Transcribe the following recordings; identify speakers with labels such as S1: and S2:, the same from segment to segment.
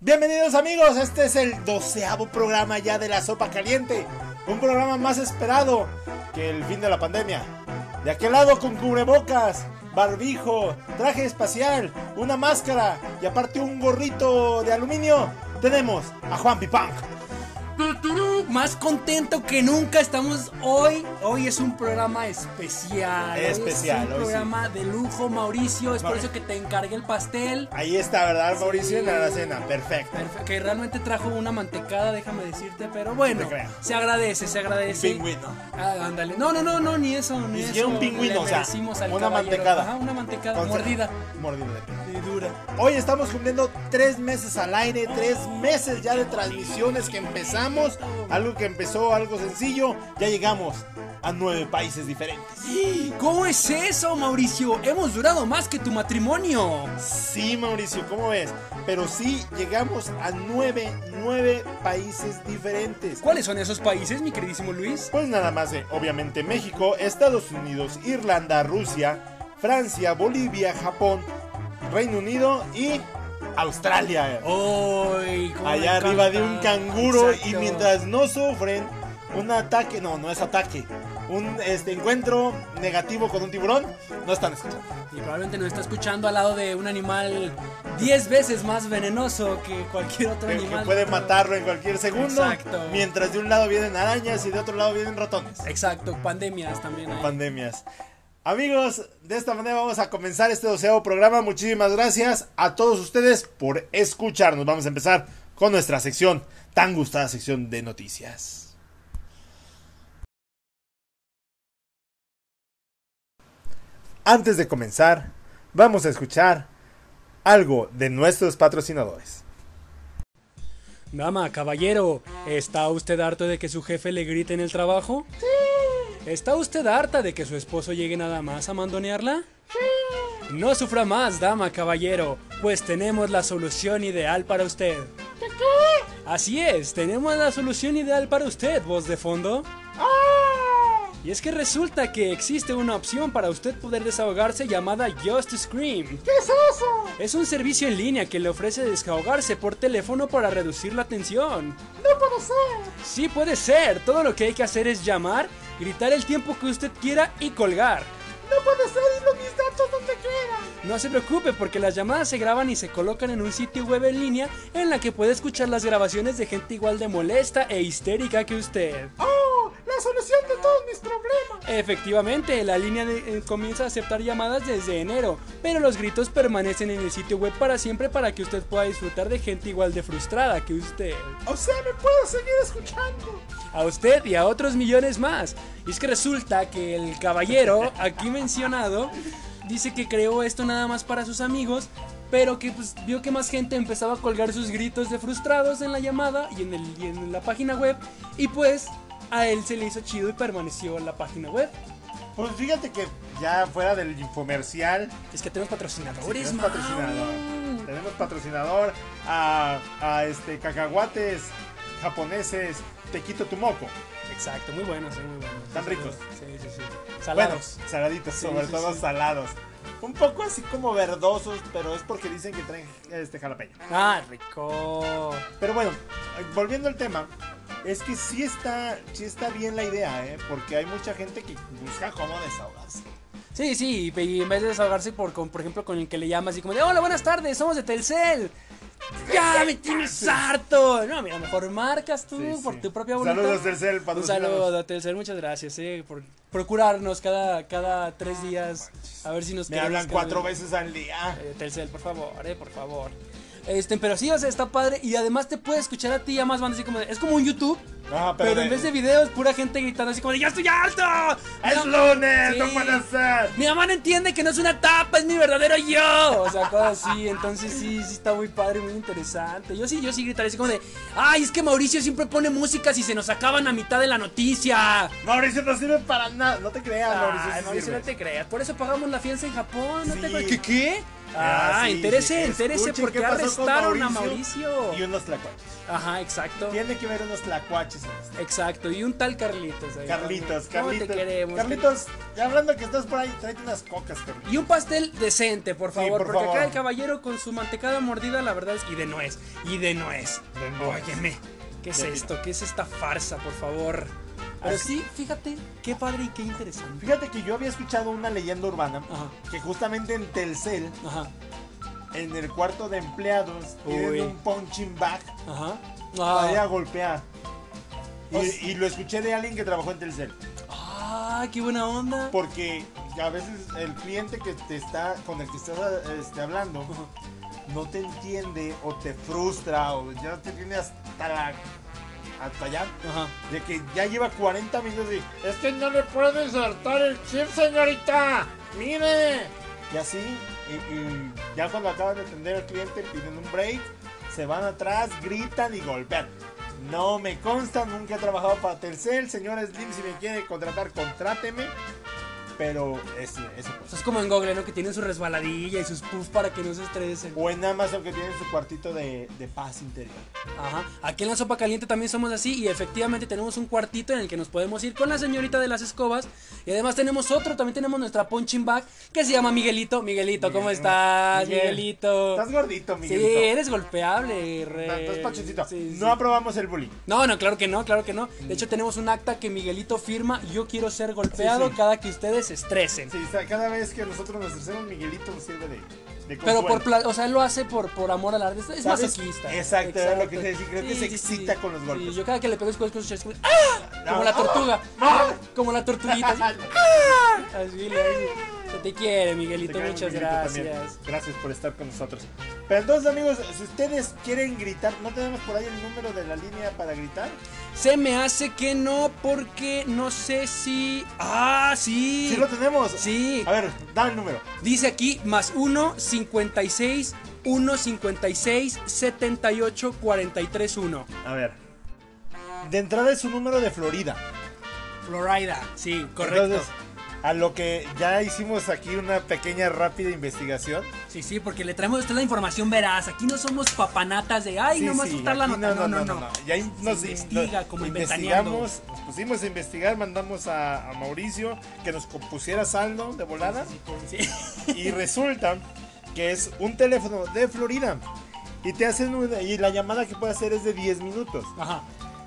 S1: Bienvenidos amigos, este es el doceavo programa ya de la sopa caliente, un programa más esperado que el fin de la pandemia. De aquel lado con cubrebocas, barbijo, traje espacial, una máscara y aparte un gorrito de aluminio, tenemos a Juan Pipang.
S2: Tururú, Más contento que nunca estamos hoy. Hoy es un programa especial. Hoy
S1: Especial,
S2: Es un
S1: hoy sí.
S2: programa de lujo, Mauricio. Es por
S1: Mauricio.
S2: eso que te encargué el pastel.
S1: Ahí está, ¿verdad, Mauricio? En
S2: Sí.
S1: la cena, perfecto.
S2: Perfe- Que realmente trajo una mantecada, déjame decirte. Pero bueno,
S1: No te creo.
S2: se agradece, se agradece.
S1: Pingüino.
S2: Ah, ándale. No, no, no, no, ni eso, ni,
S1: Ni
S2: eso.
S1: siquiera un pingüino,
S2: Le
S1: o sea,
S2: merecimos al
S1: una
S2: caballero.
S1: mantecada.
S2: Ajá, una mantecada
S1: Con-
S2: mordida.
S1: Mordida de pingüino.
S2: Y dura.
S1: Hoy estamos cumpliendo tres meses al aire, tres meses ya de transmisiones que empezamos. Algo que empezó, algo sencillo. Ya llegamos a nueve países diferentes.
S2: ¿Cómo es eso, Mauricio? Hemos durado más que tu matrimonio.
S1: Sí, Mauricio, ¿cómo ves? Pero sí llegamos a nueve, nueve países diferentes.
S2: ¿Cuáles son esos países, mi queridísimo Luis?
S1: Pues nada más, de, obviamente México, Estados Unidos, Irlanda, Rusia, Francia, Bolivia, Japón, Reino Unido y Australia. eh.
S2: Ay, cómo
S1: allá
S2: me
S1: arriba
S2: encanta.
S1: de un canguro y
S2: Exacto.
S1: mientras no sufren un ataque, no, no es ataque, un este encuentro negativo con un tiburón, no están escuchando.
S2: Y probablemente nos está escuchando al lado de un animal 10 veces más venenoso que cualquier otro
S1: Que, que
S2: animal.
S1: puede matarlo en cualquier segundo,
S2: Exacto.
S1: mientras de un lado vienen arañas y de otro lado vienen ratones.
S2: Exacto, pandemias también hay.
S1: Pandemias. Amigos, de esta manera vamos a comenzar este doceavo programa. Muchísimas gracias a todos ustedes por escucharnos. Vamos a empezar con nuestra sección, tan gustada sección de noticias. Antes de comenzar, vamos a escuchar algo de nuestros patrocinadores.
S2: Dama, caballero, ¿está usted harto de que su jefe le grite en el trabajo? Sí. ¿Está usted harta de que su esposo llegue nada más a mandonearla? Sí. No sufra más, dama, caballero, pues tenemos la solución ideal para usted. Así es, tenemos la solución ideal para usted, voz de fondo. Y es que resulta que existe una opción para usted poder desahogarse llamada Just Scream. Es un servicio en línea que le ofrece desahogarse por teléfono para reducir la tensión. ¡No puede ser! Sí puede ser. Todo lo que hay que hacer es llamar, gritar el tiempo que usted quiera y colgar. No se preocupe porque las llamadas se graban y se colocan en un sitio web en línea en la que puede escuchar las grabaciones de gente igual de molesta e histérica que usted.
S3: ¡Oh! ¡La solución de todos mis problemas!
S2: Efectivamente, la línea de- eh, comienza a aceptar llamadas desde enero, pero los gritos permanecen en el sitio web para siempre para que usted pueda disfrutar de gente igual de frustrada que usted.
S3: O sea, me puedo seguir escuchando.
S2: A usted y a otros millones más. Y es que resulta que el caballero aquí mencionado dice que creó esto nada más para sus amigos, pero que pues, vio que más gente empezaba a colgar sus gritos de frustrados en la llamada y en, el, y en la página web, y pues a él se le hizo chido y permaneció en la página web.
S1: Pues fíjate que ya fuera del infomercial,
S2: Es que tenemos patrocinadores,
S1: Tenemos
S2: Mau.
S1: patrocinador. Tenemos patrocinador a, a, este cacahuates japoneses Tequito Tumoco.
S2: Exacto, muy buenos, eh, muy buenos.
S1: Están
S2: Sí,
S1: ricos.
S2: Sí, sí, sí.
S1: Bueno,
S2: Salados.
S1: saladitos,
S2: Sí,
S1: sobre
S2: sí,
S1: todo
S2: sí.
S1: salados. Un poco así como verdosos, pero es porque dicen que traen este jalapeño.
S2: Ah, rico.
S1: Pero bueno, eh, volviendo al tema, es que sí está, sí está bien la idea, ¿eh? porque hay mucha gente que busca cómo desahogarse.
S2: Sí, sí, y en vez de desahogarse por, con, por ejemplo, con el que le llama así como de Hola, buenas tardes, somos de Telcel. Ya me tienes harto. No, mira, mejor marcas tú
S1: Sí,
S2: por
S1: sí.
S2: tu propia voluntad.
S1: Saludos Tercer,
S2: Un
S1: patrocinador.
S2: saludo a Telcel, muchas gracias, eh, por procurarnos cada, cada tres días. A ver si nos
S1: Me
S2: queremos
S1: hablan
S2: cada-
S1: cuatro veces al día.
S2: Eh, Telcel, por favor, eh, por favor. Este, pero sí, o sea, está padre. Y además te puede escuchar a ti y a más bandas así como de- Es como un YouTube,
S1: No,
S2: pero, en vez de videos, pura gente gritando así como de ¡Ya estoy alto!
S1: ¡Es lunes!
S2: Sí.
S1: ¡No puede ser!
S2: Mi mamá no entiende que no es una tapa, es mi verdadero yo. O sea, cosas así. Entonces sí, sí está muy padre, muy interesante. Yo sí, yo sí gritaría así como de, ay, es que Mauricio siempre pone música si se nos acaban a mitad de la noticia.
S1: Mauricio no sirve para nada. No te creas,
S2: Ay,
S1: Ah, Mauricio. sí
S2: Mauricio,
S1: sirve.
S2: no te creas. Por eso pagamos la fianza en Japón. No
S1: Sí.
S2: te creas. ¿Qué qué? Ah,
S1: sí,
S2: entérese,
S1: sí.
S2: entérese,
S1: Escuchen
S2: porque
S1: qué pasó con
S2: arrestaron a Mauricio.
S1: Y unos tlacuaches.
S2: Ajá, exacto.
S1: Tiene que ver unos tlacuaches en esto.
S2: Exacto, y un tal Carlitos ahí.
S1: Carlitos,
S2: también. ¿Cómo
S1: Carlitos.
S2: te queremos?
S1: Carlitos, ya hablando que estás por ahí, tráete unas cocas, Carlitos.
S2: Y un pastel decente, por favor,
S1: por
S2: porque
S1: favor.
S2: acá el caballero con su mantecada mordida, la verdad es y de nuez, y de nuez.
S1: De nuez.
S2: Óyeme, ¿qué es
S1: De-
S2: esto? ¿Qué es esta farsa, por favor? Pero
S1: Es-
S2: sí, fíjate, qué padre y qué interesante.
S1: Fíjate que yo había escuchado una leyenda urbana
S2: Ajá.
S1: que justamente en Telcel,
S2: Ajá,
S1: en el cuarto de empleados,
S2: Uy.
S1: tienen un punching bag
S2: ajá.
S1: para ir a
S2: Ah, Pues
S1: golpear.
S2: O
S1: Y,
S2: s-
S1: y lo escuché de alguien que trabajó en Telcel.
S2: ah, qué buena onda.
S1: Porque a veces el cliente que te está, con el que estás este, hablando no te entiende o te frustra o ya te tiene hasta, la- hasta allá.
S2: Ajá.
S1: De que ya lleva 40 minutos y... Es que no le puedo insertar el chip, señorita. Mire. Y así, y, y ya cuando acaban de atender al cliente, piden un break, se van atrás, gritan y golpean. No me consta, nunca he trabajado para Tercel. Señor Slim, si me quiere contratar, contráteme. Pero es, eso
S2: O
S1: pues.
S2: sea, es como en Google, ¿no? Que tienen su resbaladilla y sus puffs para que no se estresen.
S1: O en Amazon que tienen su cuartito de, de paz interior.
S2: Ajá. Aquí en la sopa caliente también somos así y efectivamente tenemos un cuartito en el que nos podemos ir con la señorita de las escobas. Y además tenemos otro, también tenemos nuestra punching bag que se llama Miguelito. Miguelito, ¿cómo
S1: Miguel,
S2: estás,
S1: Miguel?
S2: Miguelito?
S1: Estás gordito, Miguelito.
S2: Sí, eres golpeable, re.
S1: Estás pachoncito.
S2: Sí, sí.
S1: No aprobamos el bullying.
S2: No, no, claro que no, claro que no. De hecho, tenemos un acta que Miguelito firma. Yo quiero ser golpeado
S1: sí.
S2: cada que ustedes se estresen.
S1: Sí, sa- cada vez que nosotros nos hacemos Miguelito nos sirve de, de
S2: Pero por,
S1: consuelo.
S2: pla- o sea, él lo hace por, por amor al arte. Es- Es
S1: ¿Sabes?
S2: masoquista.
S1: Exacto, era lo que te decía, creo que se excita con los
S2: Sí,
S1: golpes.
S2: yo cada que le pego escucho, escucho, escucho, ¡ah! Como
S1: No.
S2: la tortuga.
S1: ¡Ah!
S2: Como la tortuguita. Así, ¡ah! Así le hace. Se te quiere,
S1: Te
S2: Miguelito.
S1: queremos,
S2: muchas
S1: Miguelito,
S2: gracias.
S1: también. Gracias por estar con nosotros. Pero entonces, amigos, si ustedes quieren gritar, ¿no tenemos por ahí el número de la línea para gritar?
S2: Se me hace que no, porque no sé si. ¡Ah, sí!
S1: Sí, lo tenemos.
S2: Sí.
S1: A ver, da el número.
S2: Dice aquí más 1, 56, 1, 56, 78, 43, 1.
S1: A ver. De entrada es un número de Florida.
S2: Florida. Sí, correcto.
S1: Entonces, a lo que ya hicimos aquí una pequeña rápida investigación.
S2: Sí, sí, porque le traemos a usted la información veraz. Aquí no somos papanatas de, ay,
S1: Sí,
S2: nomás
S1: sí,
S2: soltar la
S1: aquí
S2: nota. No, no, no.
S1: Y ahí
S2: Se
S1: nos
S2: investiga
S1: nos-
S2: como en
S1: investigamos, nos pusimos a investigar, mandamos a, a Mauricio que nos compusiera saldo de volada.
S2: Sí, sí.
S1: Y resulta que es un teléfono de Florida. Y te hacen una- y la llamada que puede hacer es de 10 minutos.
S2: Ajá.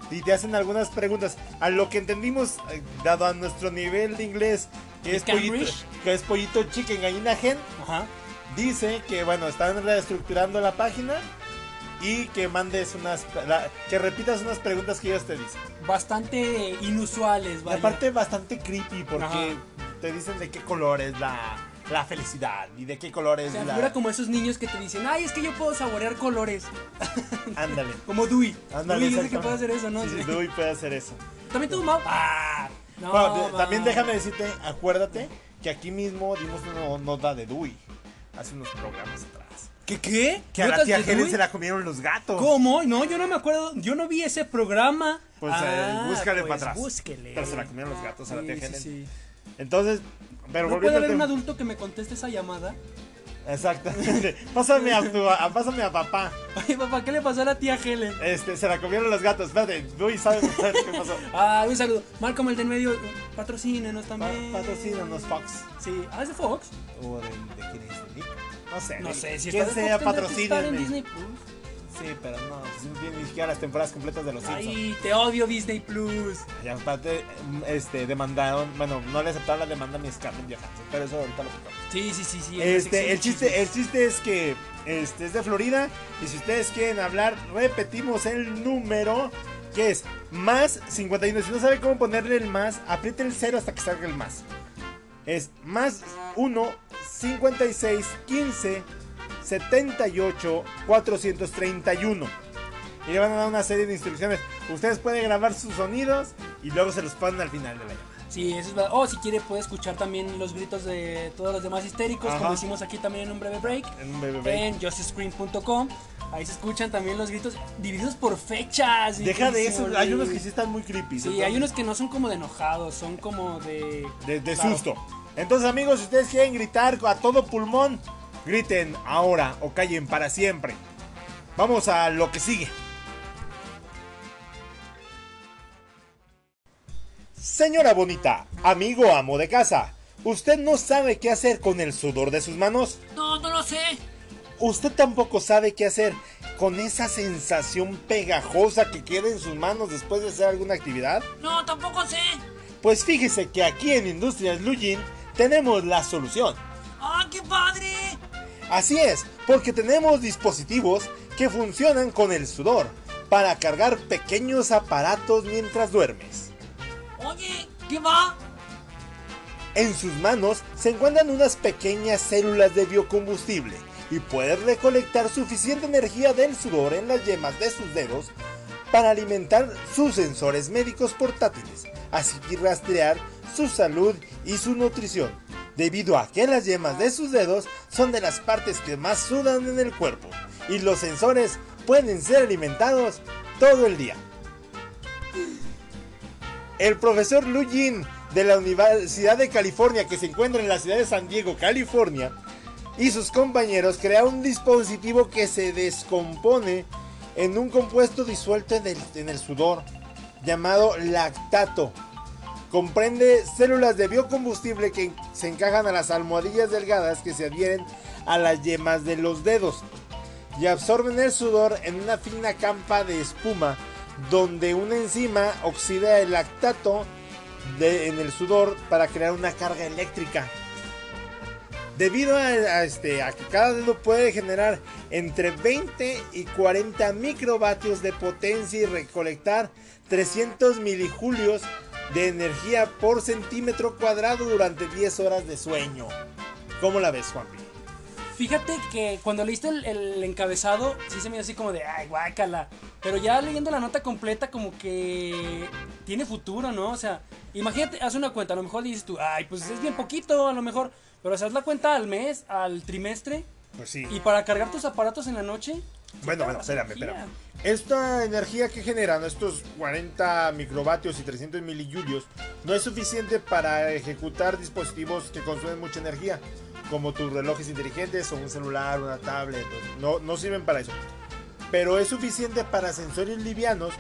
S1: Y te hacen algunas preguntas. A lo que entendimos, eh, dado a nuestro nivel de inglés, que
S2: ¿De
S1: es pollito,
S2: Cambridge?
S1: que es pollito chicken, gallina gen,
S2: Ajá.
S1: dice que bueno, están reestructurando la página y que mandes unas la- que repitas unas preguntas que ellos te dicen.
S2: Bastante inusuales,
S1: Y
S2: vaya.
S1: aparte bastante creepy porque
S2: Ajá.
S1: te dicen de qué color es la, la felicidad y de qué color es
S2: se me
S1: la
S2: figura como esos niños que te dicen, ay, es que yo puedo saborear colores.
S1: ándale.
S2: Como Dewey.
S1: Ándale,
S2: Dewey dice
S1: exacto.
S2: que puede hacer eso, ¿no?
S1: Sí, sí,
S2: Sí.
S1: Dewey puede hacer eso.
S2: También tú, Mau. Ah, no,
S1: Bueno, de- también
S2: Mau.
S1: déjame decirte, acuérdate que aquí mismo dimos una nota de Dewey hace unos programas atrás.
S2: ¿Qué qué?
S1: Que a la
S2: ¿Notas
S1: tía
S2: de
S1: Helen
S2: Dewey?
S1: se la comieron los gatos.
S2: ¿Cómo? No, yo no me acuerdo. Yo no vi ese programa.
S1: Pues
S2: Ah,
S1: eh, búscale
S2: pues,
S1: para atrás.
S2: Búsquele.
S1: Pero se la comieron los gatos a la tía
S2: Sí, sí,
S1: Helen.
S2: sí.
S1: Entonces, pero
S2: ¿No puede
S1: volviendo al
S2: haber un
S1: tema-
S2: adulto que me conteste esa llamada?
S1: Exactamente. Pásame a, tu- a- pásame a papá.
S2: Oye, papá, ¿qué le pasó a la tía Helen?
S1: Este, se la comieron los gatos. Espérate, Dewey sabe qué pasó.
S2: Ah, un saludo. Malcolm, el del medio, patrocínenos
S1: Pa-
S2: también.
S1: Patrocínanos, Fox.
S2: Sí, ¿ah, es de Fox?
S1: ¿O de, de quién es? ¿De Nick? No sé.
S2: No sé, si
S1: ¿Quién
S2: está de
S1: Eh, sea
S2: Fox, tendrá que estar en
S1: patrocínenme.
S2: Disney Plus.
S1: Sí, pero no, pues, no tiene ni siquiera las temporadas completas de los Simpsons.
S2: Ay, te odio Disney Plus.
S1: Y aparte, este, demandaron, bueno, no le aceptaron la demanda ni Scarlett Johansson, pero eso ahorita lo tocamos.
S2: Sí, sí, sí, sí. en la sección
S1: Este,
S2: de
S1: el chiste, el chiste es que este es de Florida y si ustedes quieren hablar, repetimos el número que es más 51. Si no sabe cómo ponerle el más, apriete el 0 hasta que salga el más. Es más 1 56 15 78 431. Y le van a dar una serie de instrucciones. Ustedes pueden grabar sus sonidos y luego se los ponen al final de la llamada.
S2: chismes. Sí, eso es verdad. O si quiere puede escuchar también los gritos de todos los demás histéricos,
S1: Ajá.
S2: como hicimos aquí también en un breve break.
S1: En un BBB.
S2: en justscreen.com. Ahí se escuchan también los gritos divididos por fechas.
S1: Deja de eso,
S2: Híjole.
S1: hay unos que sí están muy creepy.
S2: Sí, hay unos que no son como de enojados, son como de...
S1: de, de
S2: Claro.
S1: susto. Entonces, amigos, si ustedes quieren gritar a todo pulmón, Griten ahora o callen para siempre. Vamos a lo que sigue. Señora bonita, amigo amo de casa, ¿usted no sabe qué hacer con el sudor de sus manos?
S4: No, no lo sé.
S1: ¿Usted tampoco sabe qué hacer con esa sensación pegajosa que queda en sus manos después de hacer alguna actividad?
S4: No, tampoco sé.
S1: Pues fíjese que aquí en Industrias Lujin tenemos la solución.
S4: ¡Ah, qué padre!
S1: Así es, porque tenemos dispositivos que funcionan con el sudor para cargar pequeños aparatos mientras duermes.
S4: Oye, ¿qué va?
S1: En sus manos se encuentran unas pequeñas células de biocombustible y puedes recolectar suficiente energía del sudor en las yemas de sus dedos para alimentar sus sensores médicos portátiles, así que rastrear su salud y su nutrición, debido a que las yemas de sus dedos son de las partes que más sudan en el cuerpo y los sensores pueden ser alimentados todo el día. El profesor Lu Jin de la Universidad de California que se encuentra en la ciudad de San Diego, California, y sus compañeros crearon un dispositivo que se descompone en un compuesto disuelto en el, en el sudor llamado lactato. Comprende células de biocombustible que se encajan a las almohadillas delgadas que se adhieren a las yemas de los dedos y absorben el sudor en una fina campa de espuma donde una enzima oxida el lactato de- en el sudor para crear una carga eléctrica. Debido a, a este, a que cada dedo puede generar entre 20 y 40 microvatios de potencia y recolectar 300 milijulios de energía por centímetro cuadrado durante 10 horas de sueño. ¿Cómo la ves, Juanpi?
S2: Fíjate que cuando leíste el, el encabezado, sí se me dio así como de, ay, guácala. Pero ya leyendo la nota completa, como que tiene futuro, ¿no? O sea, imagínate, haz una cuenta, a lo mejor dices tú, ay, pues es bien poquito, a lo mejor. Pero o sea, haz la cuenta al mes, al trimestre,
S1: Pues sí.
S2: y para cargar tus aparatos en la noche.
S1: Bueno, bueno, espérame, espérame. Esta energía que generan estos 40 microvatios y 300 milijulios no es suficiente para ejecutar dispositivos que consumen mucha energía, como tus relojes inteligentes o un celular, una tablet. No, no sirven para eso. Pero es suficiente para sensores livianos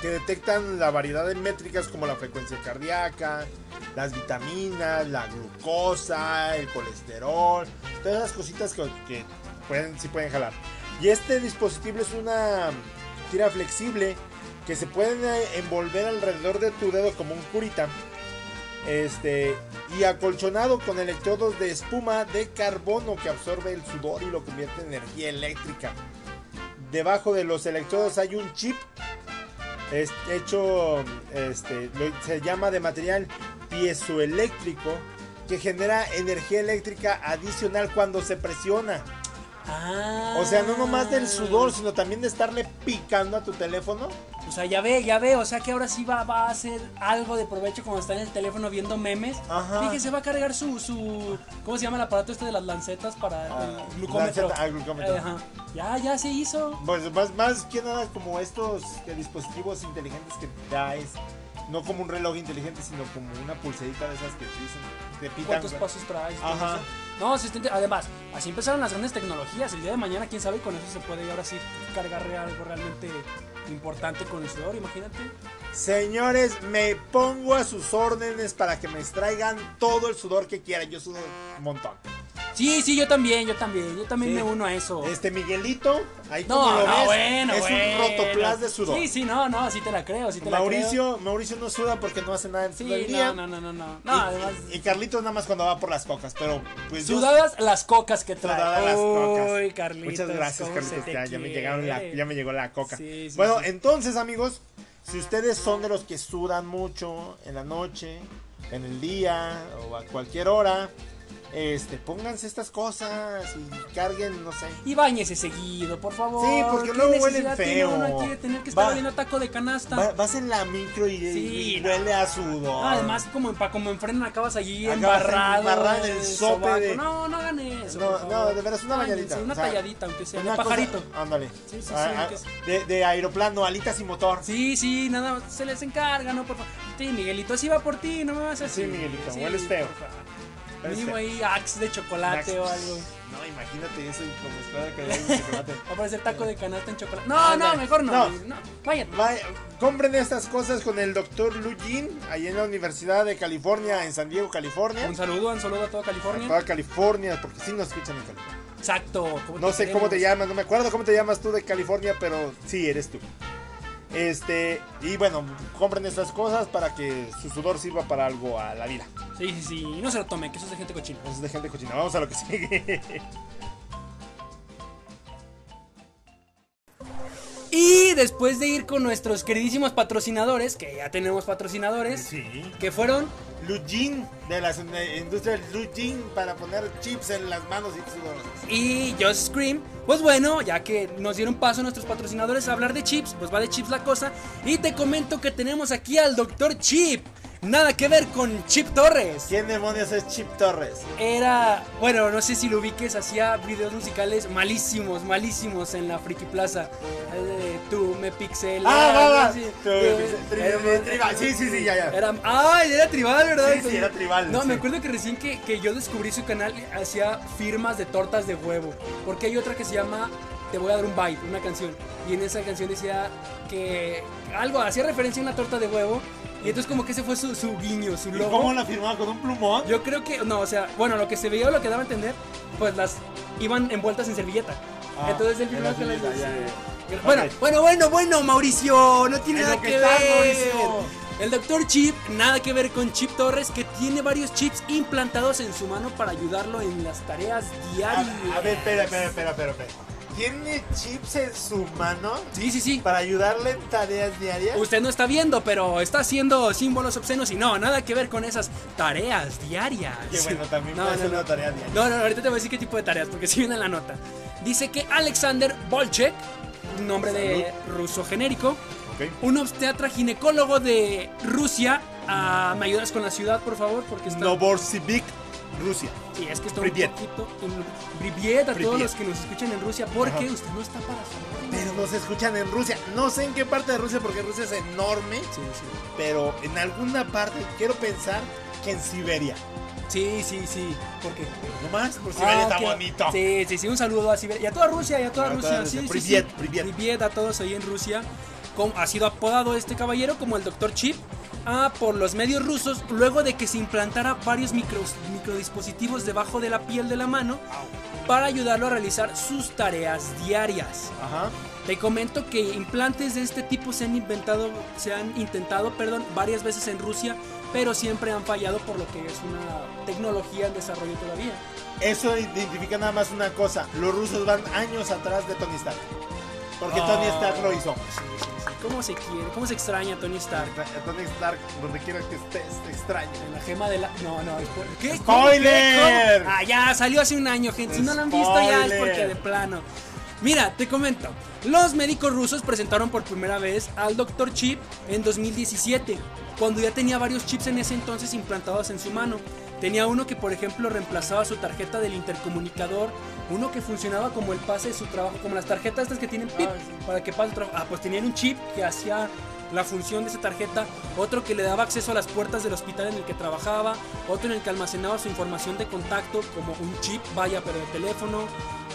S1: que detectan la variedad de métricas como la frecuencia cardíaca, las vitaminas, la glucosa, el colesterol, todas las cositas que, que pueden, sí pueden jalar. Y este dispositivo es una tira flexible que se pueden eh, envolver alrededor de tu dedo como un curita. Este, y acolchonado con electrodos de espuma de carbono que absorbe el sudor y lo convierte en energía eléctrica. Debajo de los electrodos hay un chip es hecho, este, lo- se llama de material piezoeléctrico que genera energía eléctrica adicional cuando se presiona.
S2: Ah.
S1: O sea, no nomás del sudor, sino también de estarle picando a tu teléfono.
S2: O sea, ya ve, ya ve, o sea que ahora sí va, va a hacer algo de provecho cuando está en el teléfono viendo memes.
S1: Ajá.
S2: Fíjese, va a cargar su, su ¿cómo se llama el aparato este de las lancetas para
S1: Ah,
S2: el glucómetro?
S1: lanceta, ah, glucómetro.
S2: Eh, ajá. Ya, ya se hizo.
S1: Pues más, más que nada como estos eh, dispositivos inteligentes que traes. No como un reloj inteligente, sino como una pulserita de esas que te dicen, te pitan.
S2: ¿Cuántos
S1: güey.
S2: pasos traes? y todo
S1: Ajá.
S2: eso? No, sí está inte- además, así empezaron las grandes tecnologías. El día de mañana, quién sabe, con eso se puede ahora sí cargar algo realmente importante con el sudor, imagínate.
S1: Señores, me pongo a sus órdenes para que me extraigan todo el sudor que quieran. Yo sudo un montón.
S2: Sí, sí, yo también, yo también, yo también
S1: Sí.
S2: me uno a eso.
S1: Este Miguelito, ahí como
S2: No,
S1: lo
S2: no,
S1: ves,
S2: bueno,
S1: es
S2: bueno.
S1: un rotoplas de sudor.
S2: Sí, sí, no, no, sí te la creo, sí te la creo.
S1: Mauricio, Mauricio no suda porque no hace nada en todo el
S2: Sí,
S1: día.
S2: no, no, no, no, no.
S1: Y-
S2: No, además,
S1: y, Carlitos nada más cuando va por las cocas, pero pues yo-
S2: sudadas las cocas que trae.
S1: Sudadas las cocas.
S2: Uy, Carlitos,
S1: Muchas gracias,
S2: ¿cómo se
S1: Carlitos.
S2: te
S1: Ya, ya me llegaron la-
S2: quiere?
S1: ya me llegó la coca.
S2: Sí, sí,
S1: bueno,
S2: sí.
S1: entonces, amigos, si ustedes son de los que sudan mucho en la noche, en el día o a cualquier hora, este, pónganse estas cosas y carguen, no sé.
S2: Y bañese seguido, por favor.
S1: Sí, porque
S2: ¿Qué
S1: luego
S2: necesidad
S1: huelen
S2: tiene uno
S1: feo?
S2: aquí de tener que estar
S1: Va-
S2: oliendo taco de canasta.
S1: Va- vas en la micro y,
S2: Sí,
S1: y
S2: no.
S1: huele a sudor.
S2: No, además, como, en- pa- como en freno acabas allí
S1: Acabas
S2: embarrado.
S1: embarrado en el sope
S2: sobaco.
S1: de-
S2: No, no hagan eso.
S1: No,
S2: por
S1: no,
S2: favor.
S1: de veras, una
S2: Báñense,
S1: bañadita,
S2: Una
S1: o sea,
S2: talladita, aunque sea.
S1: Una
S2: Un
S1: cosa-
S2: pajarito.
S1: ándale.
S2: Sí, sí, sí,
S1: Ah, ah,
S2: que es-
S1: de, de aeroplano, alitas y motor.
S2: Sí, sí, nada más se les encarga, no, por favor. Sí, Miguelito, así va por ti, no me vas a
S1: Sí, Miguelito, hueles feo. Pero
S2: Mínimo
S1: este-
S2: ahí Axe de chocolate o algo.
S1: No, imagínate eso y como espada que le den chocolate.
S2: Va a parecer taco de canasta en chocolate. No,
S1: Ah,
S2: no,
S1: güey.
S2: mejor no.
S1: No.
S2: güey, no. Váyate.
S1: Vaya, compren estas cosas con el doctor Lu Jin, ahí en la Universidad de California, en San Diego, California.
S2: Un saludo, un saludo a toda California.
S1: Para California, porque sí nos escuchan en California.
S2: Exacto. ¿cómo
S1: No sé
S2: queremos?
S1: cómo te llamas, no me acuerdo cómo te llamas tú de California, pero sí, eres tú. Este, y bueno, compren estas cosas para que su sudor sirva para algo a la vida.
S2: Sí, sí, sí. No se lo tome, que eso es de gente cochina.
S1: Entonces dejen de cochina, vamos a lo que sigue.
S2: Y después de ir con nuestros queridísimos patrocinadores, que ya tenemos patrocinadores,
S1: Sí.
S2: que fueron
S1: Lu Jin, de la industria Lu Jin, para poner chips en las manos y sudorosas.
S2: y Just Scream. Pues bueno, ya que nos dieron paso nuestros patrocinadores a hablar de chips, pues va de chips la cosa. Y te comento que tenemos aquí al Dr. Chip. Nada que ver con Chip Torres.
S1: ¿Quién demonios es Chip Torres?
S2: Era, bueno, no sé si lo ubiques, hacía videos musicales malísimos, malísimos en la Friki Plaza. Eh, Tú me pixel.
S1: Ah, va, va.
S2: sí, Eh,
S1: Tú me pixel- tri-
S2: era-
S1: tribal. Sí, sí, sí, ya, ya.
S2: Era, ay, era tribal, ¿verdad?
S1: Sí, sí, era tribal,
S2: No,
S1: sí.
S2: me acuerdo que recién que, que yo descubrí su canal hacía firmas de tortas de huevo. Porque hay otra que se llama Te voy a dar un bite, una canción. Y en esa canción decía que algo, hacía referencia a una torta de huevo. Y entonces como que ese fue su, su guiño, su
S1: ¿Y
S2: logo.
S1: cómo la firmaba? ¿Con un plumón?
S2: Yo creo que, no, o sea, bueno, lo que se veía o lo que daba a entender, pues las iban envueltas en servilleta.
S1: Ah,
S2: Entonces el
S1: en
S2: primero
S1: la
S2: que las.
S1: servilleta, ya,
S2: Bueno, bueno,
S1: Ok.
S2: bueno, bueno, Mauricio, no tiene
S1: En
S2: nada
S1: lo
S2: que,
S1: que estás,
S2: ver.
S1: Mauricio.
S2: El doctor Chip, nada que ver con Chip Torres, que tiene varios chips implantados en su mano para ayudarlo en las tareas diarias.
S1: A, a ver, espera, espera, espera, espera, espera. ¿Tiene chips en su mano
S2: Sí, sí, sí.
S1: para ayudarle en tareas diarias?
S2: Usted no está viendo, pero está haciendo símbolos obscenos y no, nada que ver con esas tareas diarias.
S1: Que bueno, también puede ser una tarea diaria.
S2: No, no, ahorita te voy a decir qué tipo de tareas, porque si viene la nota. Dice que Alexander Bolchek, un nombre de ruso genérico,
S1: Ok.
S2: un obstetra ginecólogo de Rusia. ah, ¿Me ayudas con la ciudad, por favor? Porque está.
S1: Novosibirsk, Rusia.
S2: Sí, es que está
S1: Privet.
S2: un poquito. un- Privet a todos
S1: Privet.
S2: los que nos escuchan en Rusia, porque
S1: Ajá.
S2: usted no está para saber.
S1: Pero nos escuchan en Rusia. No sé en qué parte de Rusia, porque Rusia es enorme.
S2: Sí, sí.
S1: Pero en alguna parte, quiero pensar que en Siberia.
S2: Sí, sí, sí. Porque. pues,
S1: No más, por Siberia está
S2: Ah, ok.
S1: bonito.
S2: Sí, sí, sí, un saludo a Siberia. Y a toda Rusia, y a toda
S1: A toda
S2: Rusia.
S1: Rusia.
S2: Sí,
S1: Privet,
S2: sí, sí.
S1: Privet.
S2: a todos ahí en Rusia. Com- ha sido apodado este caballero como el Dr. Chip ah, por los medios rusos luego de que se implantara varios micros- microdispositivos debajo de la piel de la mano para ayudarlo a realizar sus tareas diarias.
S1: Ajá.
S2: Te comento que implantes de este tipo se han inventado, se han intentado, perdón, varias veces en Rusia, pero siempre han fallado por lo que es una tecnología en desarrollo todavía.
S1: Eso identifica nada más una cosa. Los rusos van años atrás de Tony Stark. Porque
S2: Ah.
S1: Tony Stark lo hizo.
S2: Sí, sí, sí. ¿Cómo se quiere? ¿Cómo se extraña a Tony Stark?
S1: Tony Stark, donde quiera que estés, te extraño.
S2: En la gema de la. No, no, después. ¿Qué?
S1: ¡Spoiler!
S2: ¿Cómo? Ah, ya, salió hace un año, gente. Si no lo han visto, ya es
S1: ¡Spoiler!
S2: porque de plano. Mira, te comento. Los médicos rusos presentaron por primera vez al Dr. Chip en 2017, cuando ya tenía varios chips en ese entonces implantados en su mano. Tenía uno que, por ejemplo, reemplazaba su tarjeta del intercomunicador, uno que funcionaba como el pase de su trabajo, como las tarjetas estas que tienen pip, para que pase el trabajo. Ah, pues tenían un chip que hacía la función de esa tarjeta, otro que le daba acceso a las puertas del hospital en el que trabajaba, otro en el que almacenaba su información de contacto, como un chip, vaya, pero de teléfono.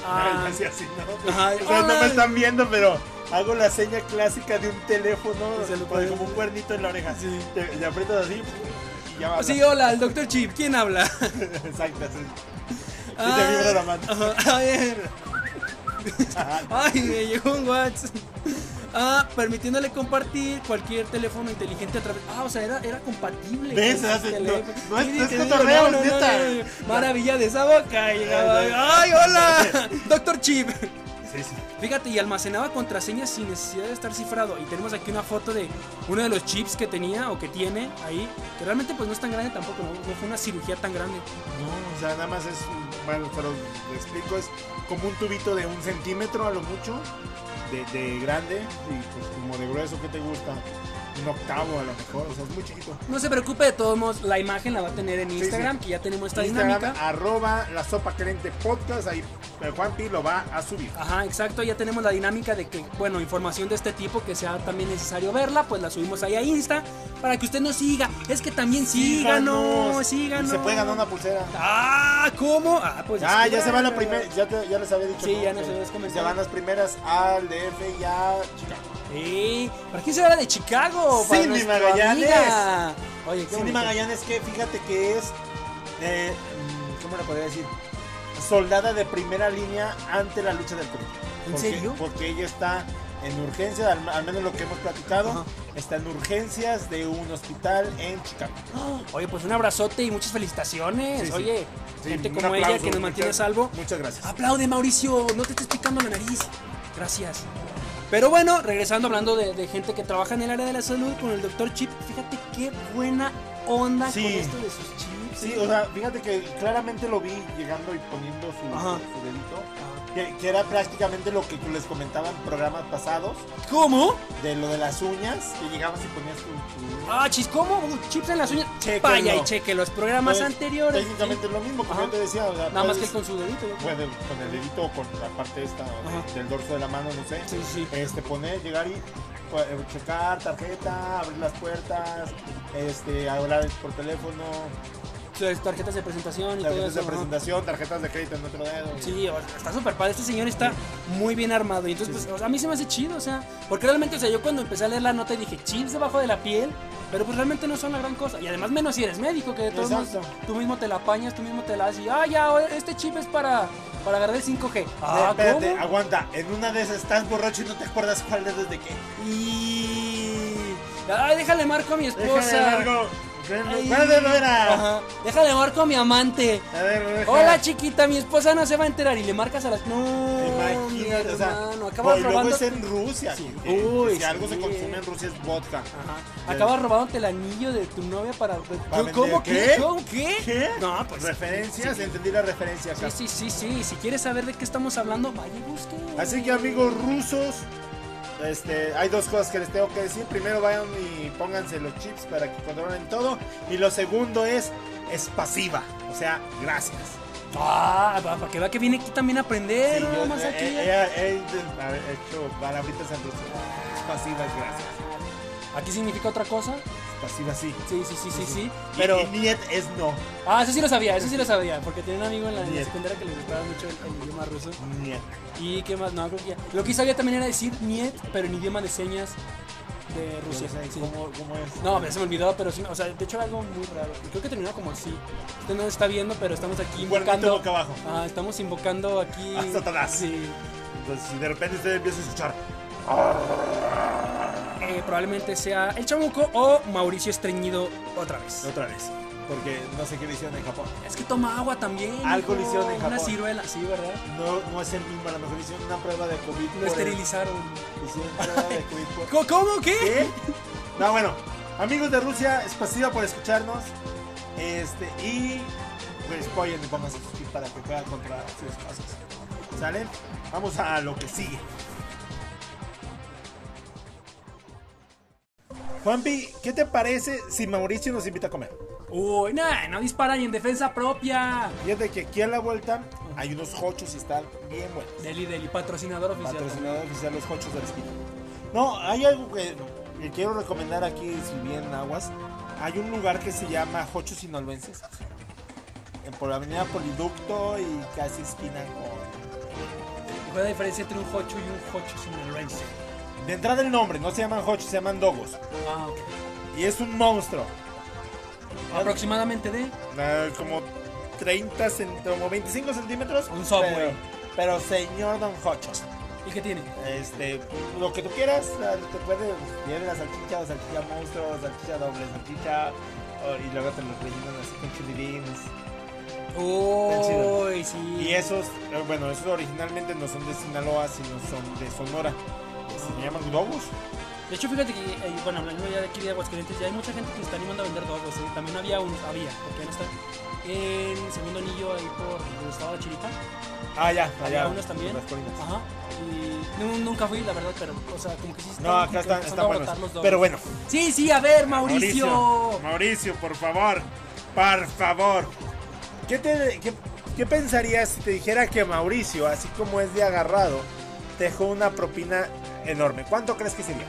S2: Ah,
S1: Ay, así, así, ¿no?
S2: ajá,
S1: O sea, no
S2: hola.
S1: me están viendo, pero hago la seña clásica de un teléfono
S2: Y se lo
S1: con-
S2: pones-
S1: como un cuernito en la oreja.
S2: Sí.
S1: Te, te aprietas así y ya va.
S2: Sí, hola, el doctor Chip, ¿quién habla?
S1: Exacto, así. Y te
S2: Ah,
S1: vibra la mano.
S2: ajá, a ver.
S1: Ajá.
S2: Ay, me llegó un WhatsApp. Ah, permitiéndole compartir cualquier teléfono inteligente a través. Ah, o sea, era, era compatible.
S1: ¿Ves?
S2: con el
S1: Hace- no-
S2: teléfono.
S1: no es-
S2: Sí,
S1: no es
S2: te digo,
S1: cotorreo,
S2: no, no, no,
S1: neta. Eh,
S2: no, no. Maravilla de esa boca. Llegaba. ¡Ay, hola! Doctor Chip.
S1: Sí, sí.
S2: Fíjate, y almacenaba contraseñas sin necesidad de estar cifrado. Y tenemos aquí una foto de uno de los chips que tenía o que tiene ahí. Que realmente pues no es tan grande tampoco, ¿no? No fue una cirugía tan grande.
S1: No, o sea, nada más es. un- Bueno, te lo explico. Es como un tubito de un centímetro a lo mucho. De, de grande y pues como de grueso que te gusta. un octavo a lo mejor, o sea, es muy chiquito.
S2: No se preocupe, de todos modos, la imagen la va a tener en
S1: sí.
S2: Instagram, que ya tenemos esta
S1: Instagram, ah.
S2: dinámica.
S1: arroba la sopa caliente podcast, ahí el Juanpi lo va a subir.
S2: Ajá, exacto, ya tenemos la dinámica de que, bueno, información de este tipo que sea también necesario verla, pues la subimos ahí a Insta para que usted nos siga. Es que también síganos, síganos.
S1: Y se puede ganar una pulsera.
S2: Ah, ¿cómo? Ah, pues.
S1: Ah, ya se va
S2: va
S1: la primera, ya, te- ya les había dicho.
S2: Sí,
S1: ¿no?
S2: ya nos
S1: Que
S2: habías comentado.
S1: Se van las primeras al DF y a Chicago.
S2: Sí, ¿para quién se va la de Chicago? Para
S1: Cindy
S2: nuestra
S1: Magallanes.
S2: amiga. Oye, qué
S1: Cindy
S2: bonito.
S1: Magallanes que fíjate que es, eh, mm, ¿cómo le podría decir? Soldada de primera línea ante la lucha del COVID.
S2: ¿En
S1: Porque-
S2: serio?
S1: Porque ella está en urgencia, al, al menos lo que hemos platicado,
S2: Ajá.
S1: está en urgencias de un hospital en Chicago.
S2: Oye, pues un abrazote y muchas felicitaciones.
S1: Sí, sí.
S2: Oye,
S1: Sí,
S2: gente
S1: un
S2: como ella
S1: aplauso,
S2: que nos mantiene a salvo. Ah,
S1: Muchas gracias.
S2: Aplaude, Mauricio, no te estés picando la nariz. Gracias. Pero bueno, regresando hablando de, de gente que trabaja en el área de la salud con el doctor Chip, fíjate qué buena onda
S1: Sí.
S2: con esto de sus chips.
S1: Sí, o sea, fíjate que claramente lo vi llegando y poniendo su,
S2: Ajá.
S1: su dedito,
S2: Ah,
S1: que, que era prácticamente lo que les comentaba en programas pasados,
S2: ¿Cómo?
S1: de lo de las uñas, que llegabas y ponías tu... tu-
S2: Ah, chis, ¿cómo? Uh, Chips en las uñas.
S1: Chéquenlo.
S2: Vaya y cheque los programas
S1: Pues,
S2: anteriores.
S1: Técnicamente pues, es lo mismo, como
S2: Ajá.
S1: yo te decía, o sea,
S2: Nada más que
S1: puedes-
S2: él con su dedito. yo creo.
S1: puede con el dedito o con la parte esta o de-
S2: Ajá.
S1: del dorso de la mano, no sé.
S2: Sí, sí.
S1: Este, poner, llegar y eh, checar tarjeta, abrir las puertas, este, hablar por teléfono,
S2: Sus tarjetas de presentación y todo
S1: tarjetas
S2: eso.
S1: de
S2: ajá.
S1: presentación, tarjetas de crédito en otro dedo.
S2: Sí, o sea, está súper padre. Este señor está muy bien armado. Y entonces, pues, o sea, a mí se me hace chido, o sea. Porque realmente, o sea, yo cuando empecé a leer la nota dije chips debajo de la piel. Pero pues realmente no son la gran cosa. Y además, menos si eres médico, que de todos modos
S1: Exacto.
S2: tú mismo te la apañas, tú mismo te la haces. Y ah, ya, o- este chip es para, para agarrar el 5G.
S1: Eh,
S2: Ah,
S1: espérate,
S2: ¿cómo?
S1: aguanta. En una de esas estás borracho y no te acuerdas cuál es desde qué.
S2: Y. Ay, déjale marco a mi esposa.
S1: Déjame largo.
S2: Ay.
S1: ¿Cuál de no era?
S2: Ajá. Déjale marco a mi amante.
S1: A ver, deja.
S2: Hola chiquita, mi esposa no se va a enterar y le marcas a las. No,
S1: Imagínate,
S2: mi
S1: o sea,
S2: hermano,
S1: no,
S2: acabas
S1: y luego
S2: robando-
S1: es en Rusia.
S2: Sí.
S1: que- que
S2: Uy,
S1: si algo
S2: sí. Ah,
S1: se consume en Rusia es vodka.
S2: Ajá. Acabas robándote el anillo de tu novia para.
S1: ¿Para
S2: ¿Cómo
S1: vender
S2: que?
S1: qué?
S2: ¿Cómo qué?
S1: ¿Qué?
S2: No, pues.
S1: Referencias, entendí la referencia
S2: Sí,
S1: acá.
S2: sí, sí, sí. Si quieres saber de qué estamos hablando, vaya y busque.
S1: Así que amigos rusos, este, hay dos cosas que les tengo que decir. Primero vayan y pónganse los chips para que controlen todo. Y lo segundo es, es pasiva. O sea, gracias.
S2: Ah, va, para que vea que viene aquí también a aprender.
S1: Sí,
S2: no,
S1: yo-
S2: más
S1: eh,
S2: aquí.
S1: eh, he, he intent- a ver, he hecho palabritas en ruso. Es pasiva, es gracias.
S2: Aquí significa otra cosa.
S1: Es Pasiva, sí.
S2: Sí, sí, sí, sí, sí.
S1: Y-
S2: Pero.
S1: y niet es no.
S2: Ah, eso sí lo sabía, eso sí lo sabía. Porque tenía un amigo en la, en la
S1: Bien.
S2: secundaria que le gustaba mucho el, el idioma ruso.
S1: Niet.
S2: Y qué más, no, creo que ya. Lo que sabía también era decir niet, pero en idioma de señas de
S1: Yo
S2: Rusia.
S1: no sé
S2: Pues sí.
S1: ¿cómo, cómo es?
S2: No, pero se me olvidó, pero sí, o sea, de hecho era algo muy raro. Y Creo que terminó como así. Usted no lo está viendo, pero estamos aquí
S1: Un cuernito
S2: invocando.
S1: boca abajo.
S2: Ah, estamos invocando aquí.
S1: A Satanás.
S2: Sí.
S1: Entonces, si de repente usted empieza a escuchar,
S2: Eh, probablemente sea el chamuco o Mauricio estreñido otra vez.
S1: otra vez. Porque no sé qué le hicieron en Japón.
S2: Es que toma agua también.
S1: Algo
S2: hijo.
S1: le hicieron en
S2: Una
S1: Japón.
S2: ciruela, sí, ¿verdad?
S1: No, no es el mismo, a lo mejor hicieron una prueba de COVID.
S2: Lo
S1: por-
S2: esterilizaron.
S1: Hicieron prueba de COVID. por-
S2: ¿Cómo, cómo? ¿Qué?
S1: ¿Qué? No, bueno, amigos de Rusia, es pasiva por escucharnos. Este, y pues apoyen y pónganse sus tips para que puedan controlar sus cosas. ¿Sale? Vamos a lo que sigue. Juanpi, ¿qué te parece si Mauricio nos invita a comer?
S2: Uy, nah, no dispara y en defensa propia.
S1: Fíjate que aquí a la vuelta hay unos hochos y están bien buenos.
S2: Deli, Deli, patrocinador oficial.
S1: Patrocinador oficial Los Hochos del Espino. No, hay algo que, que quiero recomendar aquí, si bien aguas. Hay un lugar que se llama Hochos Sinaloenses. en- Por la avenida Poliducto y casi esquina con...
S2: ¿Cuál es la diferencia entre un hocho y un hocho sinaloense?
S1: De entrada el nombre, no se llaman Hochos, se llaman Dogos.
S2: Ah, ok.
S1: Y es un monstruo.
S2: Aproximadamente de.
S1: eh, como 30, cen- como 25 centímetros.
S2: Un Subway.
S1: Pero, pero señor Don Hochos.
S2: ¿Y qué tiene?
S1: Este, lo que tú quieras, eh, te puede viene la salchicha, la salchicha monstruo, la salchicha doble, salchicha o- y luego te los rellenan así con chili beans. chido.
S2: Uy, sí.
S1: Y esos, eh, bueno, esos originalmente no son de Sinaloa, sino son de Sonora. Se llaman globos.
S2: De hecho, fíjate que, eh, bueno, hablando ya de aquí de Aguascalientes, ya hay mucha gente que se está animando a vender dogos. ¿eh? También había unos, había, porque ahora está en segundo anillo ahí por el estado de Chiripa.
S1: Ah, ya, allá.
S2: Había unos también. Ah,
S1: las colinas.
S2: Ajá. Y nu- nunca fui, la verdad, pero, o sea, como que sí.
S1: No, acá
S2: como
S1: están,
S2: que empezando
S1: están
S2: a
S1: buenos.
S2: brotar los
S1: Pero
S2: dobles.
S1: bueno,
S2: Sí, sí, a ver, Mauricio.
S1: Mauricio, Mauricio, por favor. Por favor. ¿Qué, te, qué, qué pensarías si te dijera que Mauricio, así como es de agarrado, te dejó una propina enorme? ¿Cuánto crees que sería?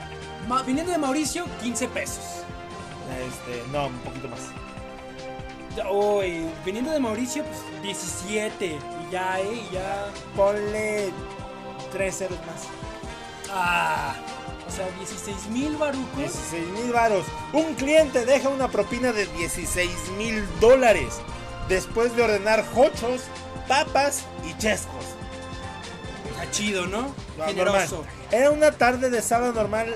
S2: Ma- viniendo de Mauricio, 15 pesos.
S1: Este, no, un poquito más.
S2: Uy, viniendo de Mauricio, pues 17. Y ya, eh, y ya.
S1: Ponle tres ceros más.
S2: Ah, o sea, 16 mil barucos.
S1: 16 mil varos. Un cliente deja una propina de 16 mil dólares después de ordenar jochos, papas y chescos.
S2: Está Ah, chido, ¿no?
S1: No,
S2: Generoso.
S1: normal. Era una tarde de sábado normal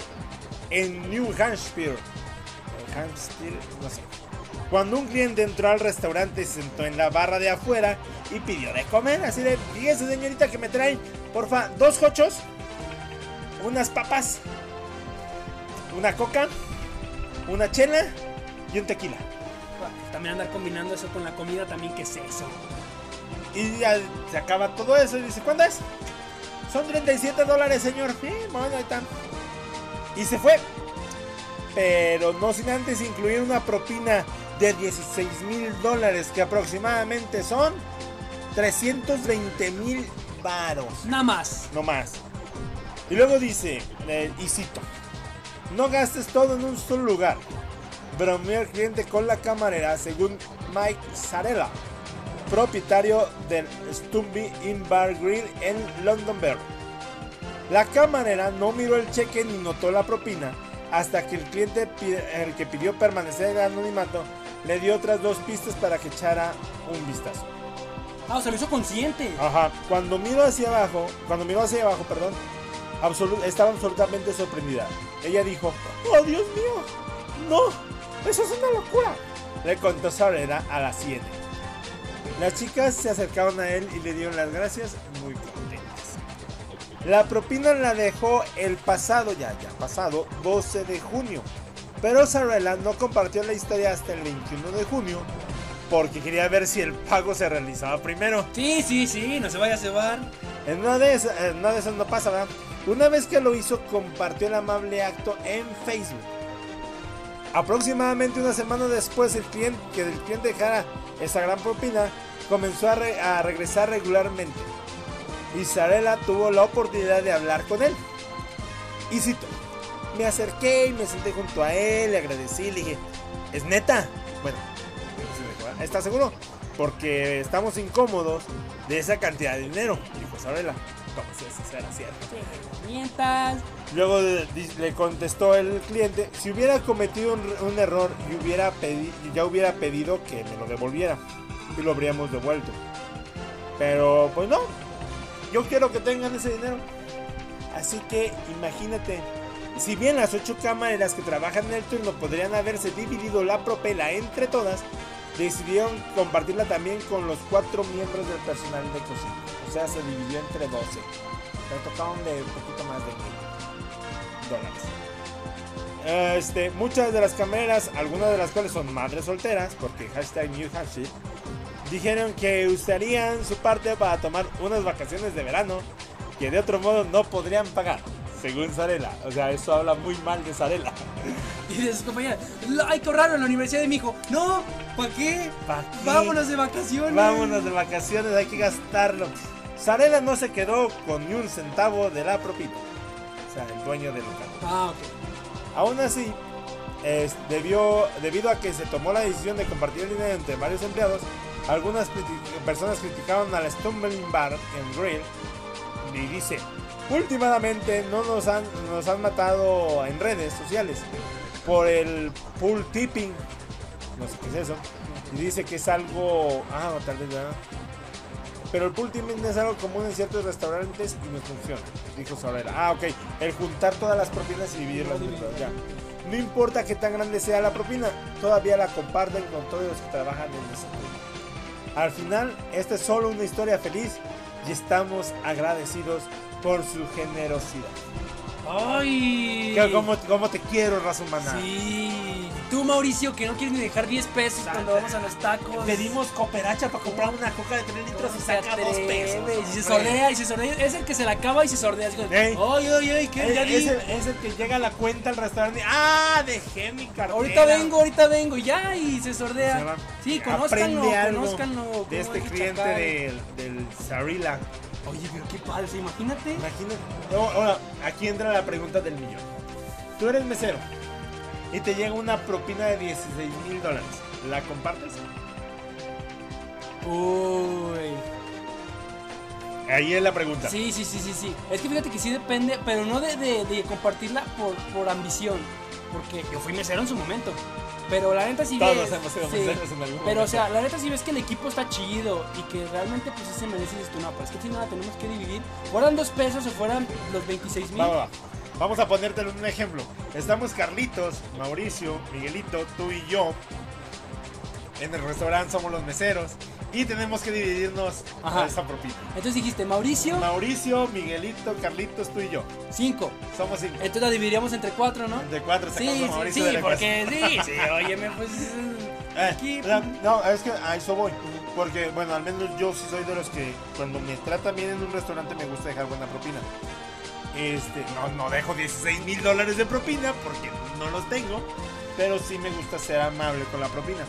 S1: en New Hampshire. Eh, Hampshire, no sé. Cuando un cliente entró al restaurante, se sentó en la barra de afuera y pidió de comer. Así de, fíjese señorita que me traen, porfa, dos jochos, unas papas, una coca, una chela y un tequila.
S2: También andar combinando eso con la comida también, que es eso?
S1: Y ya se acaba todo eso y dice, ¿cuánto es? Son 37 dólares, señor. Sí, bueno, ahí está. Y se fue. Pero no sin antes incluir una propina de 16 mil dólares, que aproximadamente son 320 mil varos
S2: Nada más.
S1: no más. Y luego dice, eh, y cito, no gastes todo en un solo lugar. Bromeó el cliente con la camarera, según Mike Sarella, propietario del Stumby Inn Bar Grill en Londonderry. La camarera no miró el cheque ni notó la propina hasta que el cliente, pi- el que pidió permanecer en anonimato, le dio otras dos pistas para que echara un vistazo.
S2: Ah, o sea, lo hizo consciente.
S1: Ajá. Cuando miró hacia abajo, cuando miró hacia abajo, perdón, absolu- estaba absolutamente sorprendida. Ella dijo, ¡Oh, Dios mío! ¡No! ¡Eso es una locura! Le contó Sorera a las 7. Las chicas se acercaron a él y le dieron las gracias muy contentas. La propina la dejó el pasado, ya, ya, pasado 12 de junio. Pero Sarela no compartió la historia hasta el 21 de junio porque quería ver si el pago se realizaba primero.
S2: Sí, sí, sí, no se vaya a cebar.
S1: En una de esas, en una de esas no pasa, ¿verdad? Una vez que lo hizo, compartió el amable acto en Facebook. Aproximadamente una semana después el cliente, que el cliente dejara esa gran propina, comenzó a, re- a regresar regularmente. Y Sarela tuvo la oportunidad de hablar con él. Y cito, me acerqué y me senté junto a él, le agradecí, le dije, ¿es neta? Bueno, Sí, ¿verdad? ¿Estás seguro? Porque estamos incómodos de esa cantidad de dinero. Y pues ábrela. Como si eso fuera cierto.
S2: Mientras.
S1: Luego de- di- le contestó el cliente, si hubiera cometido un, un error y hubiera pedi- ya hubiera pedido que me lo devolviera. Y lo habríamos devuelto. Pero pues no. Yo quiero que tengan ese dinero. Así que imagínate. Si bien las ocho cámaras que trabajan en el turno podrían haberse dividido la propela entre todas, decidieron compartirla también con los cuatro miembros del personal de cocina. O sea, se dividió entre 12. Le tocaron de un poquito más de mil dólares. Eh, Este, muchas de las camareras, algunas de las cuales son madres solteras, porque hashtag New Hampshire, dijeron que usarían su parte para tomar unas vacaciones de verano que de otro modo no podrían pagar, según Sarela. O sea, eso habla muy mal de Sarela.
S2: Y de sus compañeras. "Lo- Ay, qué raro, en la universidad de mi hijo. No, ¿para qué?
S1: ¿Pa' qué?
S2: Vámonos de vacaciones.
S1: Vámonos de vacaciones, hay que gastarlo. Sarela no se quedó con ni un centavo de la propina. O sea, el dueño del local.
S2: Ah, ok.
S1: Aún así, es- debió, debido a que se tomó la decisión de compartir el dinero entre varios empleados, algunas criti- personas criticaron al Stumbling Bar en Grill y dice, últimamente no nos han, nos han matado en redes sociales por el pool tipping, no sé qué es eso, y dice que es algo, ah, tal vez, ¿verdad? Pero el pool tipping es algo común en ciertos restaurantes y no funciona, dijo Sabrera. Ah, ok. El juntar todas las propinas y dividirlas entre todos, ya. No importa que tan grande sea la propina, todavía la comparten con todos los que trabajan en el sector. Al final, esta es solo una historia feliz y estamos agradecidos por su generosidad.
S2: Ay, sí.
S5: Que ¿Cómo, cómo te quiero, raza humana?
S2: Sí. Tú, Mauricio, que no quieres ni dejar 10 pesos cuando vamos a los tacos.
S5: Pedimos cooperacha para comprar una coca de 3 litros y saca 2 pesos.
S2: Y se
S5: hombre.
S2: sordea, y se sordea. Es el que se la acaba y se sordea. Es como,
S5: Ey.
S2: ay, ay, ay, ¿qué?
S5: Eh,
S2: Ya di.
S5: Es, el, es el que llega a la cuenta al restaurante. y, ¡Ah! Dejé mi cartera.
S2: Ahorita vengo, ahorita vengo, y ya, y se sordea.
S5: Se va.
S2: sí, conózcanlo,
S5: Aprende algo
S2: conózcanlo.
S5: de
S2: cómo
S5: este
S2: es el
S5: cliente
S2: chacal.
S5: del, del Zarila.
S2: Oye, pero qué padre, imagínate.
S5: Imagínate. No, Ahora, aquí entra la pregunta del millón. Tú eres mesero y te llega una propina de 16 mil dólares. ¿La compartes?
S2: Uy.
S5: Ahí es la pregunta.
S2: Sí, sí, sí, sí, sí. Es que fíjate que sí depende, pero no de, de- de compartirla por, por ambición. Porque yo fui mesero en su momento. Pero la neta sí
S5: Todos
S2: ves.
S5: hemos sido
S2: sí.
S5: meseros en algún
S2: Pero o
S5: momento.
S2: sea, la neta sí ves que el equipo está chido y que realmente pues sí se merece. Y dices tú, no, pues es que si nada tenemos que dividir. Fueran dos pesos o fueran los 26 mil.
S5: Va, va, va. Vamos a ponértelo en un ejemplo. Estamos Carlitos, Mauricio, Miguelito, tú y yo. En el restaurante somos los meseros y tenemos que dividirnos
S2: Ajá.
S5: esa propina.
S2: Entonces dijiste, Mauricio,
S5: Mauricio, Miguelito, Carlitos, tú y yo.
S2: 5.
S5: Somos cinco.
S2: Entonces la dividiríamos entre cuatro, ¿no?
S5: De cuatro
S2: Sí,
S5: sacamos a
S2: sí,
S5: Mauricio
S2: sí,
S5: de la
S2: porque sí, sí, óyeme, pues.
S5: Eh,
S2: aquí,
S5: o sea, no, es que a eso voy. Porque, bueno, al menos yo sí soy de los que cuando me tratan bien en un restaurante me gusta dejar buena propina. Este, no, no dejo 16 mil dólares de propina porque no los tengo. Pero sí me gusta ser amable con la propina.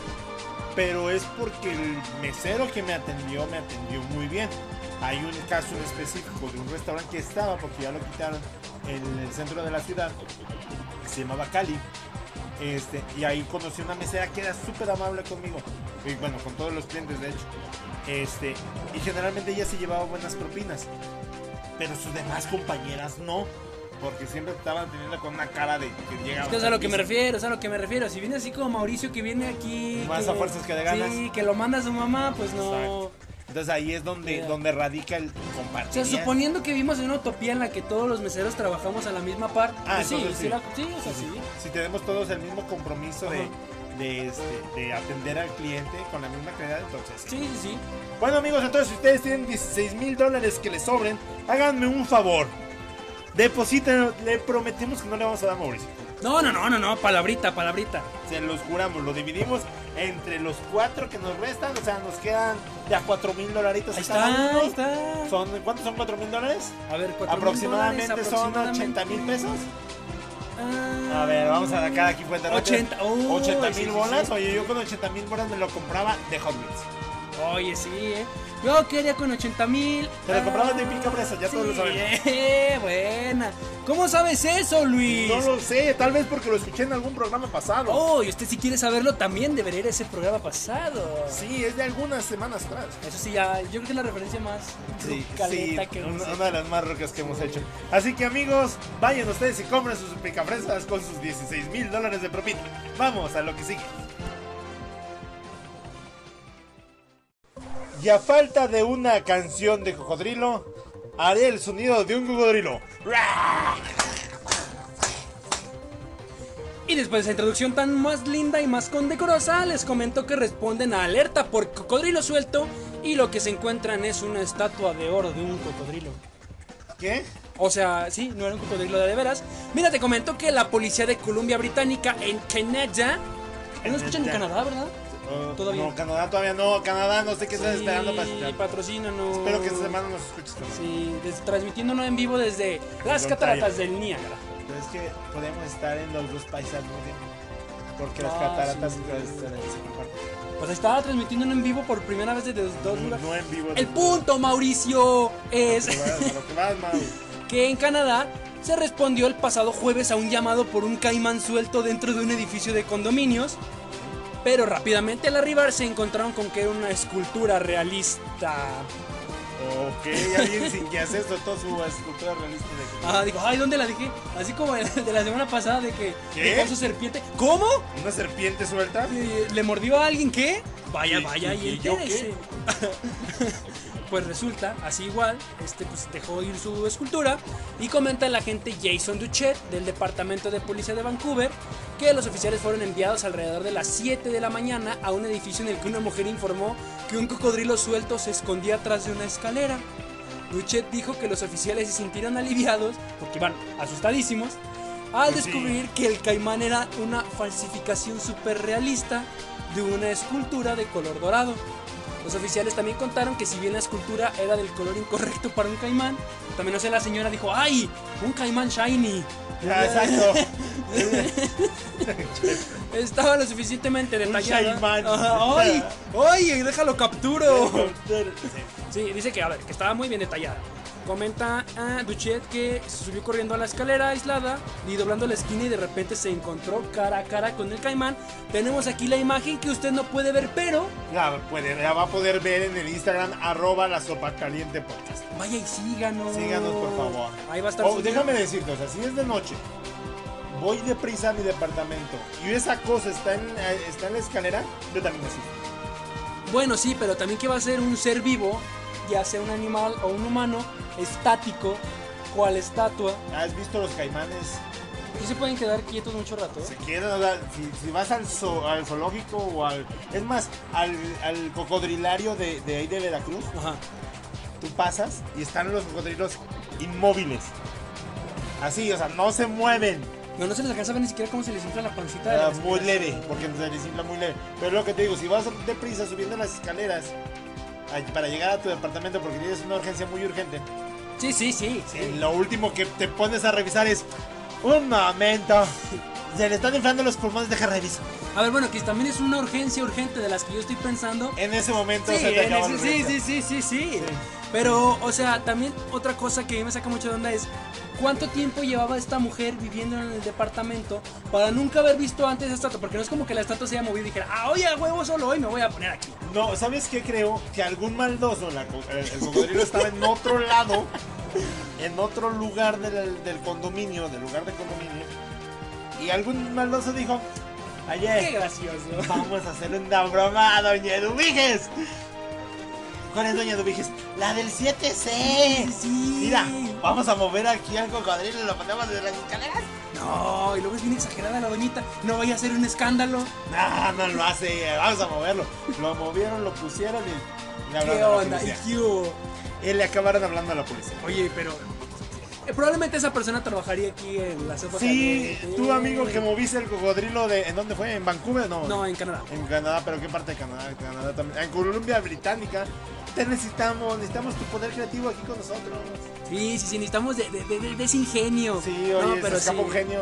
S5: Pero es porque el mesero que me atendió me atendió muy bien. Hay un caso en específico de un restaurante que estaba, porque ya lo quitaron, en el centro de la ciudad, que se llamaba Cali. Este, y ahí conocí una mesera que era súper amable conmigo. Y bueno, con todos los clientes, de hecho. Este, y generalmente ella se llevaba buenas propinas. Pero sus demás compañeras no. Porque siempre estaban teniendo con una cara de que llegaba.
S2: Es que es a lo que me refiero, es a lo que me refiero. Si viene así como Mauricio que viene aquí.
S5: Más a fuerzas que de
S2: Sí,
S5: ganas.
S2: que lo manda a su mamá, pues no.
S5: Exacto. Entonces ahí es donde,
S2: Ya.
S5: donde radica el compartir.
S2: O sea, suponiendo que vivimos en una utopía en la que todos los meseros trabajamos a la misma par.
S5: Ah,
S2: pues sí,
S5: entonces
S2: sí,
S5: sí.
S2: la- sí, o sea, sí.
S5: Si tenemos todos el mismo compromiso de,
S2: Ajá.
S5: de, este, de atender al cliente con la misma calidad, entonces sí.
S2: Sí, sí, sí.
S5: Bueno amigos, entonces si ustedes tienen 16 mil dólares que les sobren, háganme un favor. Depositen, le prometimos que no le vamos a dar a Mauricio.
S2: No, no, no, no, no, palabrita, palabrita.
S5: Se los juramos, lo dividimos entre los cuatro que nos restan, o sea, nos quedan ya 4 mil dolaritos.
S2: Ahí
S5: cada
S2: está,
S5: uno.
S2: ahí está.
S5: Son, ¿Cuántos son 4 mil dólares?
S2: A ver, cuatro mil
S5: Aproximadamente,
S2: dólares,
S5: son
S2: aproximadamente.
S5: 80 mil pesos.
S2: Ah,
S5: A ver, vamos a dar cada aquí cuenta. rápida.
S2: 80, oh,
S5: 80 mil
S2: sí, sí,
S5: bolas.
S2: sí.
S5: Oye, yo con 80 mil bolas me lo compraba de Hot Wheels.
S2: Oye, sí, ¿eh? Yo quería con 80 mil. Ah,
S5: Te lo comprabas de pica presa, ya todos lo sabemos.
S2: Eh, buena. ¿Cómo sabes eso, Luis?
S5: No lo sé, tal vez porque lo escuché en algún programa pasado.
S2: Oh, y usted si quiere saberlo también debería ir a ese programa pasado.
S5: Sí, es de algunas semanas atrás.
S2: Eso sí, ya, yo creo que es la referencia más
S5: Sí, pues,
S2: caleta que
S5: una,
S2: no sé.
S5: una de las más rocas que hemos hecho. Así que amigos, vayan ustedes y compren sus picafresas con sus 16 mil dólares de propina. Vamos a lo que sigue. Y a falta de una canción de cocodrilo, haré el sonido de un cocodrilo.
S2: Y después de esa introducción tan más linda y más condecorosa, les comento que responden a alerta por cocodrilo suelto y lo que se encuentran es una estatua de oro de un cocodrilo.
S5: ¿Qué?
S2: O sea, sí, no era un cocodrilo de de veras. Mira, te comento que la policía de Columbia Británica en Canadá... No escuchan en
S5: Canadá.
S2: Canadá, ¿verdad?
S5: Oh,
S2: Todavía.
S5: No, Canadá todavía no. Canadá no sé qué estás esperando para escuchar.
S2: patrocínanos.
S5: Espero que esta semana nos escuches. también.
S2: Sí, des- transmitiéndonos en vivo desde las
S5: Ontario.
S2: cataratas del Niágara.
S5: Pero es que podemos estar en los dos países al mismo tiempo. Porque las
S2: Ah,
S5: cataratas
S2: sí.
S5: pueden estar en ese lugar.
S2: Pues estaba transmitiéndonos en vivo por primera vez desde los dos
S5: No,
S2: lugares.
S5: no en vivo.
S2: El
S5: no.
S2: punto, Mauricio, es
S5: Lo que vas- Lo que vas, Mau.
S2: que en Canadá se respondió el pasado jueves a un llamado por un caimán suelto dentro de un edificio de condominios. Pero rápidamente al arribar se encontraron con que era una escultura realista.
S5: Ok, alguien sin que hacer esto, todo su escultura realista de
S2: Ah, digo, ay, ¿dónde la dejé? Así como el de la semana pasada de que
S5: ¿Qué?
S2: dejó su serpiente. ¿Cómo?
S5: ¿Una serpiente suelta?
S2: Eh, ¿Le mordió a alguien qué? Vaya,
S5: Sí,
S2: vaya,
S5: sí,
S2: y
S5: ¿yo qué?
S2: entérese. pues resulta, así igual, este pues dejó ir su escultura y comenta el agente Jason Duchet del Departamento de Policía de Vancouver que los oficiales fueron enviados alrededor de las 7 de la mañana a un edificio en el que una mujer informó que un cocodrilo suelto se escondía atrás de una escalera. Duchet dijo que los oficiales se sintieron aliviados porque iban asustadísimos al descubrir que el caimán era una falsificación súper realista de una escultura de color dorado. Los oficiales también contaron que si bien la escultura era del color incorrecto para un caimán, también no sé, la señora dijo, ¡ay! Un caimán shiny.
S5: Ah, exacto.
S2: Estaba lo suficientemente detallada.
S5: caimán.
S2: Ajá, ¡Ay! ¡Ay! ¡Déjalo capturo!
S5: Sí.
S2: Sí, dice que, a ver, que estaba muy bien detallada. Comenta a Duchet que se subió corriendo a la escalera aislada y doblando la esquina y de repente se encontró cara a cara con el caimán. Tenemos aquí la imagen que usted no puede ver, pero
S5: La, puede- la va a poder ver en el Instagram arroba la sopa caliente podcast.
S2: vaya y síganos.
S5: Síganos, por favor.
S2: Ahí va a estar.
S5: Oh,
S2: subido.
S5: déjame decirte, o sea, si es de noche, voy deprisa a mi departamento y esa cosa está en, eh, está en la escalera, yo también así.
S2: Bueno, sí, pero también que va a ser un ser vivo, ya sea un animal o un humano, estático, cual estatua.
S5: ¿Has visto los caimanes?
S2: Y se pueden quedar quietos mucho rato. ¿eh?
S5: Se quedan, o sea, si, si vas al, zoo- al zoológico o al... Es más, al, al cocodrilario de, de ahí de Veracruz,
S2: Ajá.
S5: tú pasas y están los cocodrilos inmóviles. Así, o sea, no se mueven.
S2: No, no se les alcanza a ver ni siquiera cómo se les infla la pancita. de la
S5: Ah, muy
S2: respiración.
S5: leve, porque se les infla muy leve. Pero lo que te digo, si vas deprisa subiendo las escaleras ay, para llegar a tu departamento porque tienes una urgencia muy urgente,
S2: Sí, sí, sí. sí.
S5: eh, lo último que te pones a revisar es un momento. Se le están inflando los pulmones, deja reviso.
S2: A ver, bueno, que también es una urgencia urgente de las que yo estoy pensando.
S5: En ese momento
S2: Sí,
S5: se te
S2: en
S5: acaba
S2: ese-
S5: la
S2: sí,
S5: urgencia.
S2: sí, sí, sí, sí. Pero, o sea, también otra cosa que me saca mucho de onda es cuánto tiempo llevaba esta mujer viviendo en el departamento para nunca haber visto antes esta estatua. Porque no es como que la estatua se haya movido y dijera, ah, oye, a huevo, solo hoy me voy a poner aquí.
S5: No, ¿sabes qué creo? Que algún maldoso, la co- el, el cocodrilo estaba en otro lado, en otro lugar del, del condominio, del lugar de condominio. Y algún maldoso dijo,
S2: Qué
S5: ayer,
S2: gracioso.
S5: vamos a hacerle una broma a Doña Eduviges. ¿Cuál es Doña Eduviges? La del 7C.
S2: Sí.
S5: Mira, vamos a mover aquí al cocodrilo y lo ponemos desde las escaleras.
S2: No, y luego es bien exagerada la doñita. No vaya a ser un escándalo.
S5: No, no lo hace, vamos a moverlo. Lo movieron, lo pusieron y... y le hablaron
S2: ¿Qué
S5: a la
S2: onda? ¿Y
S5: policía.
S2: qué hubo?
S5: Y le acabaron hablando a la policía.
S2: Oye, pero. eh, probablemente esa persona trabajaría aquí en la sopa.
S5: Sí,
S2: caliente.
S5: tu amigo que moviste el cocodrilo de. ¿En dónde fue? ¿En Vancouver? No.
S2: No, en Canadá.
S5: En Canadá, pero ¿qué parte de Canadá? En Canadá también. En Colombia Británica. Te necesitamos, necesitamos tu poder creativo aquí con nosotros.
S2: Sí, sí, sí, necesitamos de, de, de- de- de ese ingenio.
S5: Sí,
S2: No,
S5: oye, se escapa
S2: sí.
S5: un genio.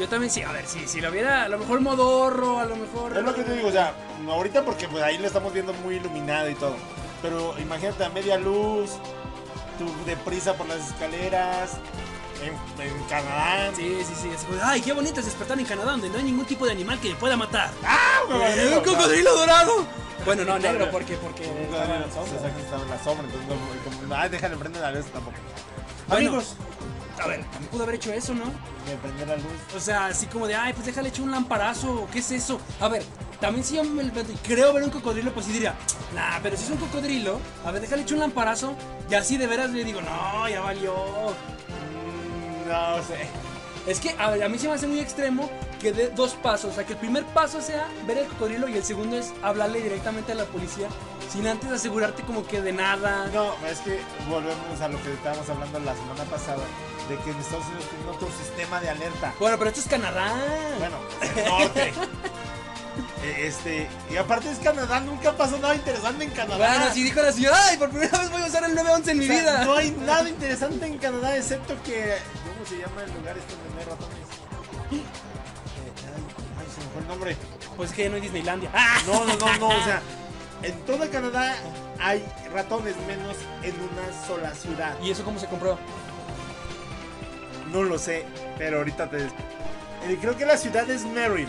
S2: Yo también sí, a ver, sí, si lo viera, a lo mejor Modorro, a lo mejor.
S5: Es lo que te digo, o sea, ahorita porque pues ahí lo estamos viendo muy iluminado y todo. Pero imagínate a media luz, tú deprisa por las escaleras, en, en Canadá.
S2: Sí, sí, sí. así como, Ay, qué bonito es despertar en Canadá donde no hay ningún tipo de animal que me pueda matar.
S5: ¡Ah, me valió!
S2: ¡Eh, ¡Un cocodrilo dorado! Bueno, no,
S5: Negro.
S2: negro, porque, porque. estaba en la sombra.
S5: Pues Estaba en la sombra, entonces no, como, ay, déjale prender la luz tampoco.
S2: Bueno.
S5: Amigos,
S2: A ver, también pudo haber hecho eso, ¿no?
S5: me prende la luz.
S2: O sea, así como de, ay, pues déjale echar un lamparazo, ¿qué es eso? A ver, también si yo me levanto y creo ver un cocodrilo, pues sí diría, nah, pero si es un cocodrilo, a ver, déjale echar un lamparazo, y así de veras le digo, no, ya valió.
S5: Mm, No sé.
S2: Es que, a ver, a mí se me hace muy extremo que dé dos pasos, o sea, que el primer paso sea ver el cocodrilo y el segundo es hablarle directamente a la policía sin antes asegurarte como que de nada.
S5: No, es que volvemos a lo que estábamos hablando la semana pasada, de que en Estados Unidos tienen otro sistema de alerta.
S2: Bueno, pero esto es Canadá.
S5: Bueno, el norte. Eh, este, y aparte es Canadá, nunca pasó nada interesante en Canadá.
S2: Bueno, sí dijo la señora, ay, por primera vez voy a usar el 911 en mi
S5: O sea,
S2: vida.
S5: No hay nada interesante en Canadá excepto que. ¿Cómo se llama el lugar este donde no hay ratones? Eh, ay, ay, se me fue el nombre.
S2: Pues que ya no hay Disneylandia. ¡Ah!
S5: No, no, no, no. O sea, en toda Canadá hay ratones menos en una sola ciudad.
S2: ¿Y eso cómo se compró?
S5: No lo sé, pero ahorita te. Eh, creo que la ciudad es Merrill,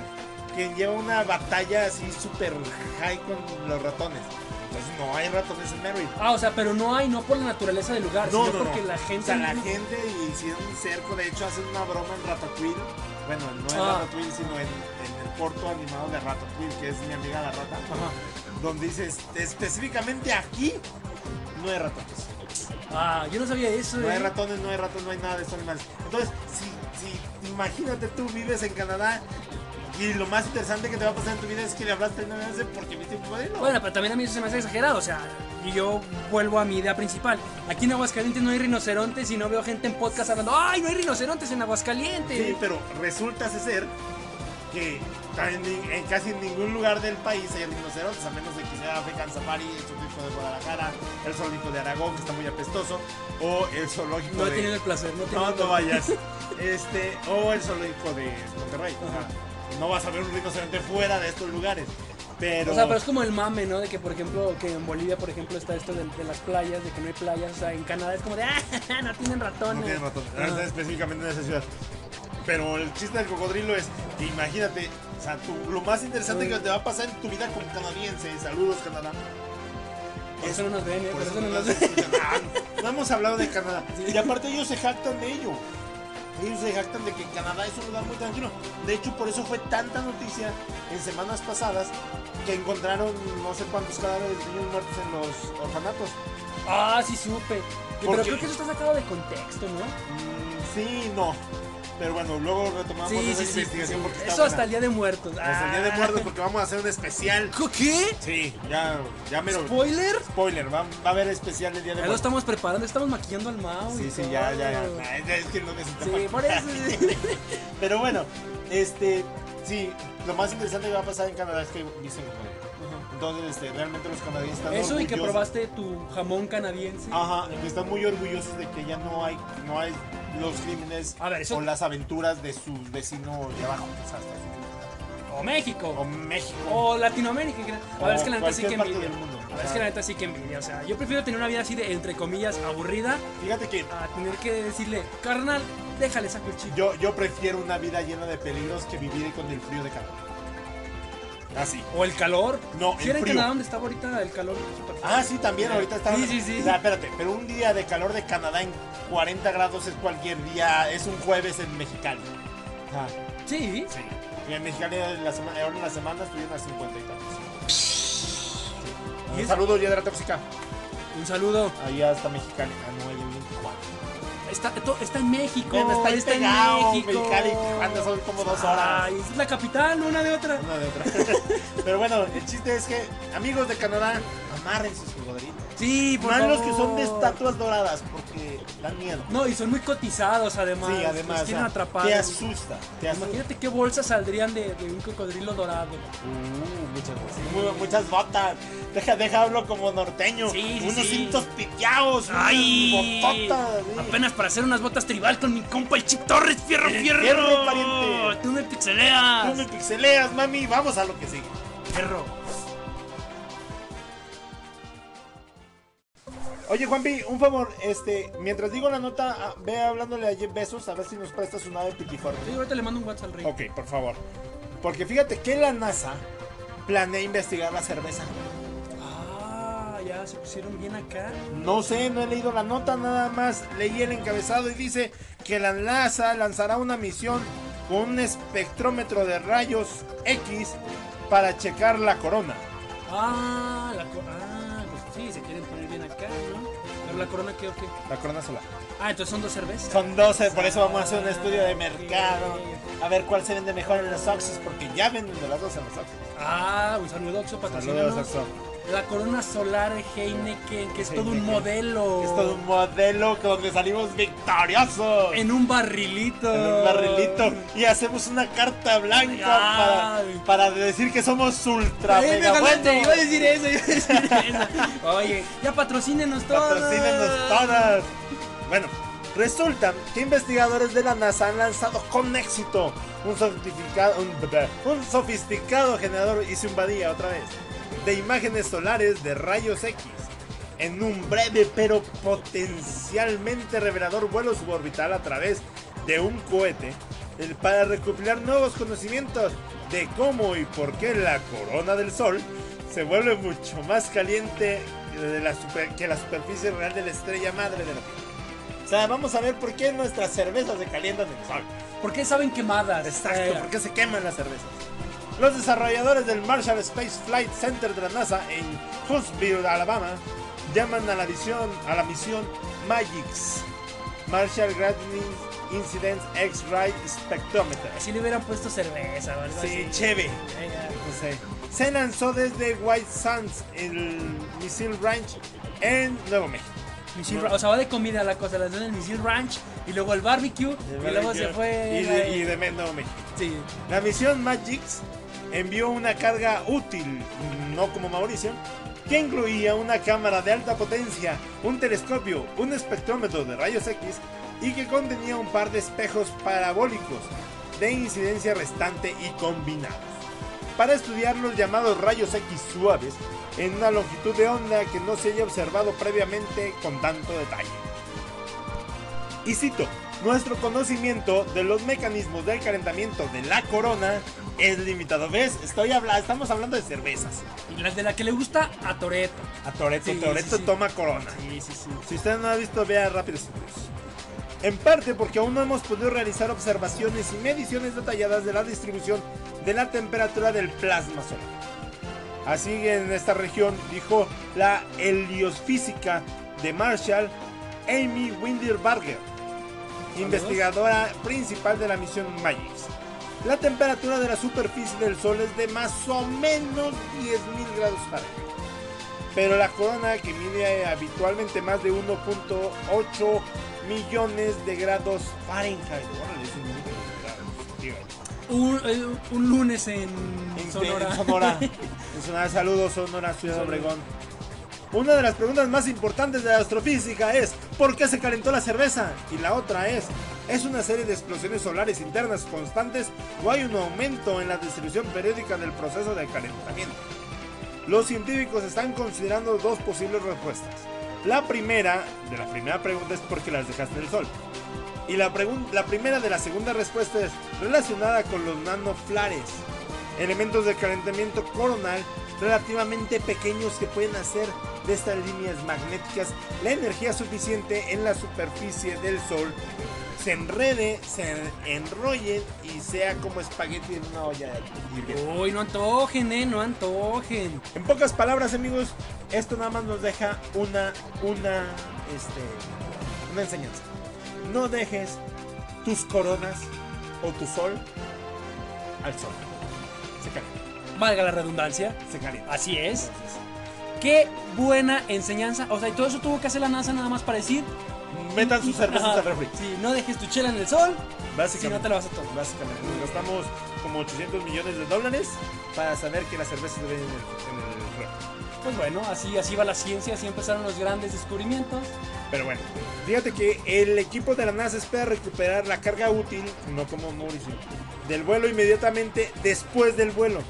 S5: quien lleva una batalla así súper high con los ratones. Entonces no hay ratones en Merrill.
S2: Ah, o sea, pero no hay, no por la naturaleza del lugar,
S5: No,
S2: sino
S5: no,
S2: porque
S5: no.
S2: la gente.
S5: O sea, la
S2: misma-
S5: gente y hicieron un cerco, de hecho hacen una broma en Ratatouille. Bueno, no en
S2: Ah.
S5: Ratatouille, sino en, en el corto animado de Ratatouille, que es mi amiga la rata.
S2: Ajá.
S5: Donde dices, específicamente aquí no hay ratones.
S2: Ah, yo no sabía eso.
S5: No hay
S2: eh.
S5: ratones, no hay ratos, no hay nada de estos animales. Entonces, si, si imagínate tú vives en Canadá y lo más interesante que te va a pasar en tu vida es que le hablaste al 911 porque viste un cocodrilo.
S2: Bueno, pero también a mí eso se me hace exagerado, o sea, y yo vuelvo a mi idea principal. Aquí en Aguascalientes no hay rinocerontes y no veo gente en podcast hablando, ¡ay, no hay rinocerontes en Aguascalientes!
S5: Sí, pero resulta ser que en, ni- en casi ningún lugar del país hay rinocerontes, a menos de que sea African Safari, el zoológico de Guadalajara, el zoológico de Aragón, que está muy apestoso, o el zoológico
S2: no he
S5: de...
S2: tenido el placer, no he tenido
S5: No,
S2: el placer.
S5: no vayas. Este, o el zoológico de Monterrey. o sea, no vas a ver un rinoceronte fuera de estos lugares. Pero,
S2: O sea, pero es como el mame, ¿no? De que, por ejemplo, que en Bolivia, por ejemplo, está esto de, de las playas, de que no hay playas. O sea, en Canadá es como de, ¡ah, no tienen ratones!
S5: no tiene ratón,
S2: Ah.
S5: está específicamente en esa ciudad. Pero el chiste del cocodrilo es que imagínate, o sea, tú- lo más interesante que te va a pasar en tu vida como canadiense, saludos Canadá.
S2: Por eso no nos ven, ¿eh?
S5: Por
S2: Por
S5: eso
S2: eso no
S5: no
S2: nos
S5: las escuchan. Ah, no hemos hablado de Canadá. Y aparte ellos se jactan de ello. Ellos se jactan de que Canadá es un lugar muy tranquilo. De hecho, por eso fue tanta noticia en semanas pasadas que encontraron no sé cuántos cadáveres de niños muertos en los orfanatos.
S2: Ah, sí supe. Y-
S5: ¿Por
S2: Pero
S5: qué?
S2: creo que eso está sacado de contexto, ¿no?
S5: Mm, sí, no. Pero bueno, luego retomamos
S2: Sí,
S5: esa
S2: sí, sí.
S5: investigación porque está
S2: Eso hasta
S5: buena.
S2: el Día de Muertos.
S5: Hasta el Día de
S2: Ah.
S5: Muertos porque vamos a hacer un especial.
S2: ¿Qué?
S5: Sí, ya, ya me lo...
S2: ¿Spoiler?
S5: Spoiler, va, va a haber especial el Día de
S2: Ya lo
S5: Muertos.
S2: estamos preparando, estamos maquillando al Mao. y
S5: Sí, sí,
S2: todo.
S5: ya, ya, ya. Nah, Es que no necesitamos.
S2: Sí, por eso.
S5: Pero bueno, este, sí, lo más interesante que va a pasar en Canadá es que dicen que- Entonces, este, realmente los canadienses están
S2: Eso y que
S5: orgullosos-
S2: probaste tu jamón canadiense.
S5: Ajá, que están muy orgullosos de que ya no hay, no hay los crímenes
S2: A ver, eso-
S5: o las aventuras de sus vecinos de abajo, pues, hasta su-
S2: O México.
S5: o México.
S2: O Latinoamérica. en general. A
S5: O
S2: ver, es que la neta sí
S5: cualquier
S2: que
S5: parte
S2: envidia.
S5: del mundo.
S2: A ver, es que la neta sí que envidia. O sea, yo prefiero tener una vida así de, entre comillas, aburrida
S5: Fíjate que
S2: a tener que decirle, carnal, déjale saco el chico.
S5: yo, yo prefiero una vida llena de peligros que vivir con el frío de Canadá. Así.
S2: O el calor.
S5: No,
S2: Si
S5: el
S2: era en
S5: frío.
S2: Canadá donde estaba ahorita el calor.
S5: Ah, sí, también ahorita está.
S2: Sí, sí, sí.
S5: O sea, espérate, pero un día de calor de Canadá en 40 grados es cualquier día, es un jueves en Mexicali. Ah,
S2: Sí.
S5: sí. Y en Mexicali en la semana, ahora en la semana estuvieron a 50 y tantos.
S2: ¿Y
S5: Un
S2: es-
S5: saludo, Hiedra Tóxica.
S2: Un saludo.
S5: Allá hasta Mexicali. Ah, no, allá en Tijuana.
S2: Está, to- está en México.
S5: Bueno, está ahí
S2: en
S5: pegado,
S2: México.
S5: Mexicali y Tijuana son como dos horas.
S2: Ay, es la capital, una de otra.
S5: Una de otra. pero bueno, el chiste es que, amigos de Canadá, amarren sus cocodrilos.
S2: Sí, por
S5: Más los
S2: favor.
S5: que son de estatuas doradas, porque dan miedo.
S2: No, y son muy cotizados además.
S5: sí, además.
S2: Los quieren
S5: ah,
S2: atrapar.
S5: Te asusta. Te asusta.
S2: Imagínate qué bolsas saldrían de, de un cocodrilo dorado.
S5: Uh, muchas botas. Muy- muchas botas. Deja, deja hablo como norteño.
S2: Sí, sí,
S5: unos
S2: sí.
S5: cintos piteados. unas Bototas. sí.
S2: Apenas para hacer unas botas tribal con mi compa el Chip Torres, fierro, Eh, fierro.
S5: fierro, pariente.
S2: Tú me pixeleas.
S5: Tú me pixeleas, mami. Vamos a lo que sigue.
S2: Fierro.
S5: Oye, Juanpi, un favor. Este, mientras digo la nota, ah, ve hablándole a Jeff Bezos a ver si nos presta su nave piquiforme.
S2: Sí, ahorita le mando un WhatsApp al rey.
S5: Ok, por favor. Porque fíjate que la NASA planea investigar la cerveza.
S2: Ah, ya se pusieron bien acá.
S5: No sé, no he leído la nota, nada más leí el encabezado y dice que la NASA lanzará una misión con un espectrómetro de rayos X para checar la corona.
S2: Ah, la co- ah, pues sí, se quieren poner bien acá, ¿no? Pero la corona qué o qué.
S5: La corona solar.
S2: Ah, entonces son dos cervezas.
S5: Son 12, por eso vamos a hacer un estudio de mercado. A ver cuál se vende mejor en los Oxys, porque ya venden de las 12 en los Oxys.
S2: Ah, un saludo Oxo patrocínanos. La corona solar Heineken, que es todo un
S5: Heineken.
S2: modelo.
S5: Es todo un modelo con donde salimos victoriosos.
S2: En un barrilito.
S5: en un barrilito y hacemos una carta blanca para,
S2: Ay.
S5: para decir que somos ultra
S2: Ahí me
S5: mega
S2: jalaste,
S5: buenos.
S2: iba a decir eso, iba a decir eso. Oye, ya patrocínenos todos.
S5: Patrocínenos todas. Bueno, resulta que investigadores de la NASA han lanzado con éxito un sofisticado, un, un sofisticado generador, hice un badía otra vez, de imágenes solares de rayos X. En un breve pero potencialmente revelador vuelo suborbital a través de un cohete el- para recopilar nuevos conocimientos de cómo y por qué la corona del Sol se vuelve mucho más caliente de la super- que la superficie real de la estrella madre de la Tierra. O sea, vamos a ver por qué nuestras cervezas se calientan en el sol.
S2: ¿Por qué saben quemadas?
S5: Exacto,
S2: Eh,
S5: por qué se queman las cervezas. Los desarrolladores del Marshall Space Flight Center de la NASA en Huntsville, Alabama, llaman a la visión, a la misión Magix. Marshall Gradley Incident X-Ray Spectrometer.
S2: Si le hubieran puesto cerveza o algo
S5: Sí,
S2: así.
S5: chévere.
S2: Venga.
S5: No sé. Se lanzó desde White Sands, el Missile Ranch, en Nuevo México.
S2: Misil Ra- o sea, va de comida la cosa, lanzó en el Misil Ranch y luego el barbecue y luego se fue.
S5: Y
S2: la-
S5: de, y de Me- Nuevo México.
S2: Sí.
S5: La misión Magix envió una carga útil, no como Mauricio, que incluía una cámara de alta potencia, un telescopio, un espectrómetro de rayos X y que contenía un par de espejos parabólicos de incidencia restante y combinados para estudiar los llamados rayos X suaves en una longitud de onda que no se haya observado previamente con tanto detalle. Y cito, nuestro conocimiento de los mecanismos del calentamiento de la corona es limitado. ¿Ves? Estoy habla estamos hablando de cervezas.
S2: Y la de la que le gusta a Toreto.
S5: A Toreto,
S2: Sí,
S5: Toreto
S2: sí, sí.
S5: toma corona.
S2: Sí, sí, sí.
S5: Si usted no ha visto, vea Rápido y Furioso. En parte porque aún no hemos podido realizar observaciones y mediciones detalladas de la distribución de la temperatura del plasma solar. Así que en esta región, dijo la heliosfísica de Marshall, Amy Winderbarger, investigadora principal de la misión MAGIX. La temperatura de la superficie del Sol es de más o menos 10.000 grados Fahrenheit pero la corona que mide habitualmente más de 1.8 millones de grados Fahrenheit. Órale, es un millón de grados, tío.
S2: Un, eh, un lunes en,
S5: En-
S2: Sonora.
S5: en Sonora. En Sonora, saludos Sonora, Ciudad Obregón. Una de las preguntas más importantes de la astrofísica es ¿por qué se calentó la cerveza? Y la otra es ¿es una serie de explosiones solares internas constantes o hay un aumento en la distribución periódica del proceso de calentamiento? Los científicos están considerando dos posibles respuestas. La primera de la primera pregunta es ¿por qué las dejaste en el sol? Y la, pregun- la primera de la segunda respuesta es relacionada con los nanoflares, elementos de calentamiento coronal relativamente pequeños que pueden hacer de estas líneas magnéticas la energía suficiente en la superficie del Sol se enrede, se enrollen y sea como espagueti en una olla hirviendo.
S2: Uy, no antojen, eh, no antojen.
S5: En pocas palabras, amigos, esto nada más nos deja una, una, este, una enseñanza. No dejes tus coronas o tu sol al sol. Se calienta,
S2: Valga la redundancia.
S5: se calienta.
S2: Así es. Qué buena enseñanza. O sea, y todo eso tuvo que hacer la NASA nada más para decir.
S5: Metan sus cervezas
S2: Ajá.
S5: al refri.
S2: Sí, no dejes tu chela en el sol. Si no
S5: Básicamente,
S2: te la vas a tomar.
S5: básicamente. Nos gastamos como 800 millones de dólares para saber que las cervezas deben ir en el, en el refri.
S2: Pues bueno, así, así va la ciencia, así empezaron los grandes descubrimientos.
S5: Pero bueno, fíjate que el equipo de la NASA espera recuperar la carga útil, no como Mauricio, del vuelo inmediatamente después del vuelo.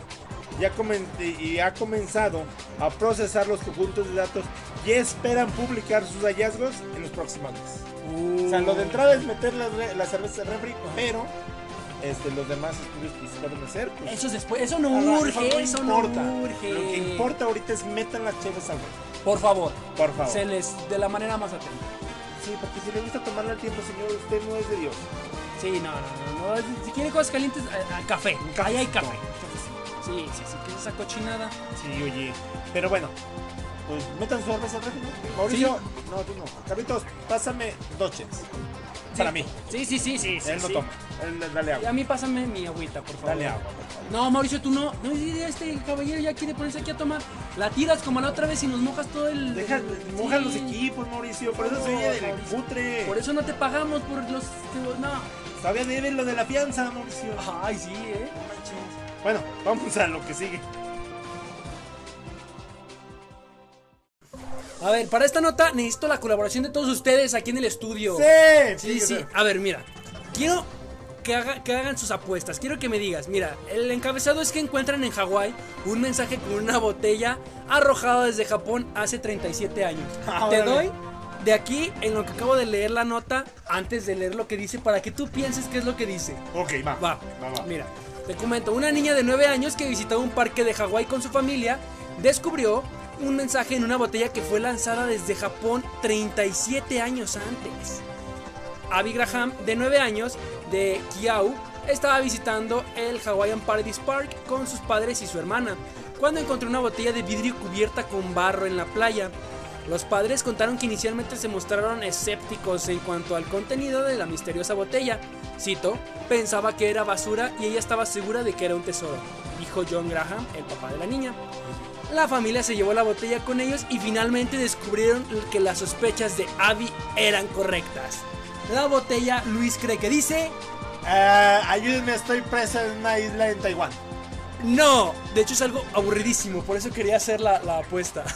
S5: Ya comen- y ha comenzado a procesar los conjuntos de datos y esperan publicar sus hallazgos en los próximos meses. O sea, lo de entrada es meter las re- la cerveza al refri, pero este, los demás estudios que se pueden hacer, pues,
S2: Eso es después, eso no
S5: Ah,
S2: urge, eso no, urge.
S5: Lo que importa ahorita es metan las cheves al refri,
S2: Por favor,
S5: por favor.
S2: se les de la manera más atenta.
S5: Sí, porque si le gusta tomarla al tiempo, señor, usted no es de Dios.
S2: Sí, no, no, no, no, Si quieren cosas calientes, a, a café. Ahí hay café. Sí, sí, sí, que es esa cochinada.
S5: Sí, oye. Pero bueno, pues metan su cerveza al refri, ¿no? Mauricio, no, tú no. Carlitos, pásame dos cheves. Para mí.
S2: Sí, sí, sí, sí. sí,
S5: Él no
S2: sí.
S5: toma. Él, dale
S2: Y A
S5: agua.
S2: mí pásame mi agüita, por favor.
S5: Dale agua, por favor.
S2: No, Mauricio, tú no. No, y este caballero ya quiere ponerse aquí a tomar. La tiras como la otra vez y nos mojas todo el.
S5: Deja,
S2: el-
S5: moja los
S2: sí.
S5: equipos, Mauricio. Por eso
S2: No,
S5: se oye del
S2: Mauricio.
S5: cutre.
S2: Por eso no te pagamos por los. No.
S5: Todavía deben lo de la fianza, Mauricio.
S2: Ay, sí, eh.
S5: Bueno, vamos a lo que sigue.
S2: A ver, para esta nota necesito la colaboración de todos ustedes aquí en el estudio. Sí,
S5: o
S2: sí.
S5: sea,
S2: A ver, mira. Quiero que, haga- que hagan sus apuestas. Quiero que me digas. Mira, el encabezado es que encuentran en Hawái un mensaje con una botella arrojada desde Japón hace 37 años.
S5: Ah,
S2: Te
S5: órale.
S2: doy de aquí en lo que acabo de leer la nota antes de leer lo que dice para que tú pienses qué es lo que dice.
S5: Ok, va.
S2: Va,
S5: va, va.
S2: mira, te comento, una niña de 9 años que visitaba un parque de Hawái con su familia descubrió un mensaje en una botella que fue lanzada desde Japón 37 años antes. Abby Graham, de 9 años, de Kiau, estaba visitando el Hawaiian Paradise Park con sus padres y su hermana, cuando encontró una botella de vidrio cubierta con barro en la playa. Los padres contaron que inicialmente se mostraron escépticos en cuanto al contenido de la misteriosa botella. Cito, pensaba que era basura y ella estaba segura de que era un tesoro, dijo John Graham, el papá de la niña. La familia se llevó la botella con ellos y finalmente descubrieron que las sospechas de Abby eran correctas. La botella, Luis cree que dice,
S5: Eh, ayúdenme, estoy presa en una isla en Taiwán.
S2: no. De hecho es algo aburridísimo, por eso quería hacer la, la apuesta.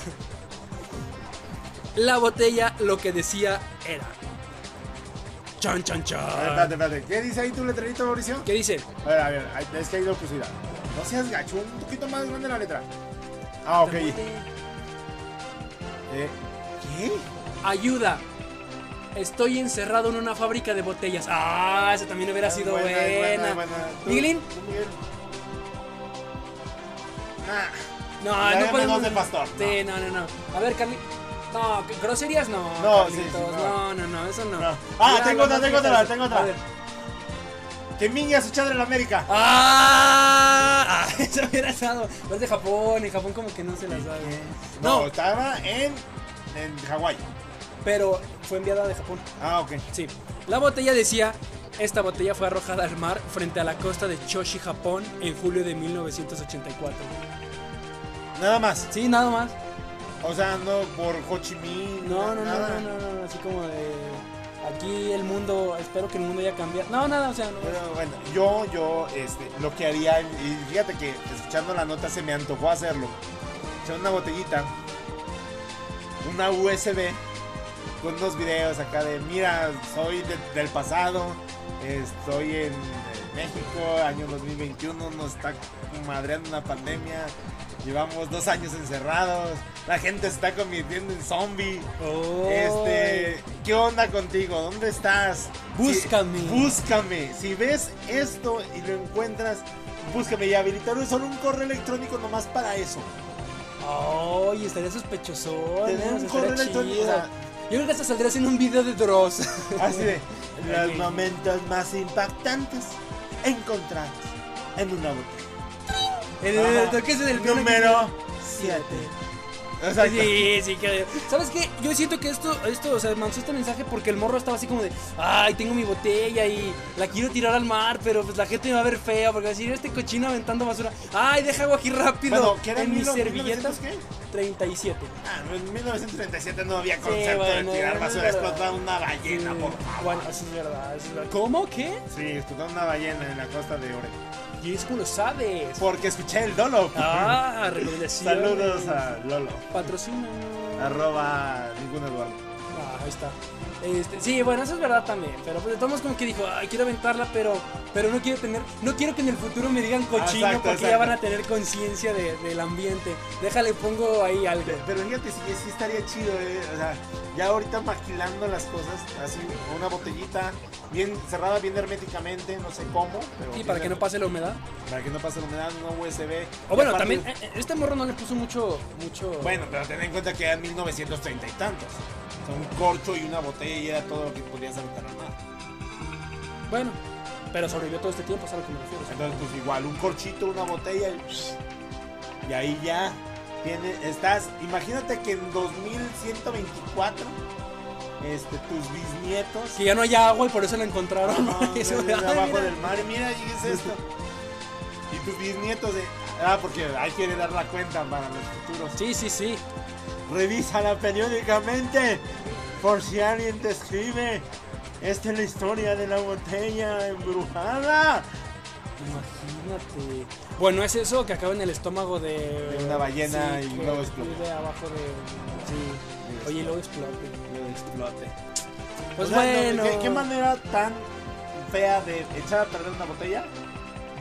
S2: La botella lo que decía era... Chan, chan,
S5: A ver,
S2: chan.
S5: espérate, espérate. ¿Qué dice ahí tu letrerito, Mauricio?
S2: ¿Qué dice?
S5: A ver, a ver, ahí- es que hay locusidad. No seas gacho, un poquito más grande la letra. Ah, ok. Eh, ¿Qué?
S2: Ayuda. Estoy encerrado en una fábrica de botellas. Ah, esa también hubiera sido
S5: Es
S2: buena.
S5: es es buena. ¿Tú-
S2: Miguelín.
S5: tú, Miguel? Ah,
S2: No,
S5: Ya
S2: no
S5: vemos
S2: podemos.
S5: de pastor,
S2: Sí, no, no, no. A ver, Carli. No, ¿qué- groserías no.
S5: No,
S2: Carlitos,
S5: sí, sí,
S2: no.
S5: no.
S2: no, no, eso no.
S5: No. Ah,
S2: Ya,
S5: tengo
S2: lo
S5: otra,
S2: más
S5: tengo otra,
S2: interesante.
S5: tengo otra.
S2: A ver.
S5: que Miña su chadra en la América.
S2: Ah, ah, eso hubiera estado. Pero es de Japón, en Japón como que no se las sabe.
S5: No,
S2: No,
S5: estaba en, en Hawái.
S2: pero fue enviada de Japón.
S5: Ah, ok.
S2: Sí. La botella decía, esta botella fue arrojada al mar frente a la costa de Choshi, Japón, en julio de 1984.
S5: Nada más.
S2: Sí, nada más.
S5: O sea, no por Ho Chi Minh.
S2: No, no, no,
S5: nada.
S2: no, no, no, no, así como de... Aquí el mundo, espero que el mundo ya cambie. No, nada, o sea, no.
S5: Pero bueno, yo, yo, este, lo que haría, y fíjate que escuchando la nota se me antojó hacerlo. Echar una botellita, una USB, con unos videos acá de, mira, soy de- del pasado, estoy en eh, México, año 2021, nos está madreando una pandemia, llevamos dos años encerrados, la gente se está convirtiendo en zombie. Este, ¿qué onda contigo? ¿Dónde estás?
S2: Búscame.
S5: Si- búscame. Si ves esto y lo encuentras, búscame y habilitar un- solo un correo electrónico nomás para eso.
S2: Ay, estaría sospechoso.
S5: Tener un correo electrónico, o sea-
S2: Yo creo que hasta saldría haciendo un video de Dross.
S5: Así de los
S2: Ok.
S5: momentos más impactantes encontrados en una botella.
S2: El,
S5: Ajá.
S2: el toque ese del piano que-
S5: número 7. O sea,
S2: Sí, sí, que... ¿Sabes qué? Yo siento que esto, esto, o sea, manchó este mensaje porque el morro estaba así como de, ay, tengo mi botella y la quiero tirar al mar, pero pues la gente me va a ver fea porque va a decir, este cochino aventando basura, ay, deja agua aquí rápido
S5: bueno, ¿qué era
S2: en mis
S5: 1900
S2: servilletas.
S5: qué?
S2: 37.
S5: Ah, en 1937 no había concepto
S2: bueno,
S5: de tirar
S2: no, no,
S5: basura,
S2: no.
S5: explotar una ballena,
S2: Sí.
S5: por favor.
S2: Bueno, eso es verdad, eso es verdad. ¿Cómo? ¿Qué?
S5: Sí, explotar una ballena en la costa de Oregon.
S2: Y es como lo sabes.
S5: Porque escuché el Lolo.
S2: Ah, recomendación.
S5: Saludos a Ah. Lolo.
S2: Patrocino.
S5: Arroba ningún Eduardo.
S2: Ah, ahí está. Este, sí, bueno, eso es verdad también. Pero pues, de todos modos como que dijo, ay, quiero aventarla, pero, pero no quiero tener, no quiero que en el futuro me digan cochino
S5: Ah, Exacto,
S2: porque ya
S5: exacto.
S2: van a tener conciencia de- del ambiente. Déjale, pongo ahí algo.
S5: Pe- Pero fíjate, sí, sí estaría chido, eh. O sea, ya ahorita maquilando las cosas, así, con una botellita, bien cerrada, bien herméticamente, no sé cómo. Pero
S2: Y para que no pase la humedad.
S5: Para que no pase la humedad, no USB.
S2: O bueno,
S5: Y aparte-
S2: también, eh, eh, este morro no le puso mucho, mucho.
S5: Bueno, pero ten en cuenta que eran 1930 y tantos. O sea, un corcho y una botella, todo lo que podías aventar al mar.
S2: Bueno, pero sobrevivió todo este tiempo, es a lo que me refiero.
S5: Entonces, pues igual, un corchito, una botella y, pues, y ahí ya tiene, estás. Imagínate que en 2124 este, tus bisnietos
S2: Que ya no hay agua y por eso la encontraron.
S5: ah,
S2: Y eso,
S5: ven
S2: ay,
S5: abajo
S2: mira.
S5: del mar y mira, y es esto. Y tus bisnietos de. Ah, porque hay que dar la cuenta para los futuros.
S2: Sí, sí, sí.
S5: Revísala periódicamente por si alguien te escribe. Esta es la historia de la botella embrujada.
S2: Imagínate. Bueno, es eso que acaba en el estómago de,
S5: De una ballena y
S2: que
S5: luego explota.
S2: vive abajo de. Sí.
S5: Y
S2: Oye, y luego explota.
S5: Luego explote.
S2: Pues
S5: O sea, no,
S2: bueno.
S5: ¿qué, qué manera tan fea de echar a perder una botella?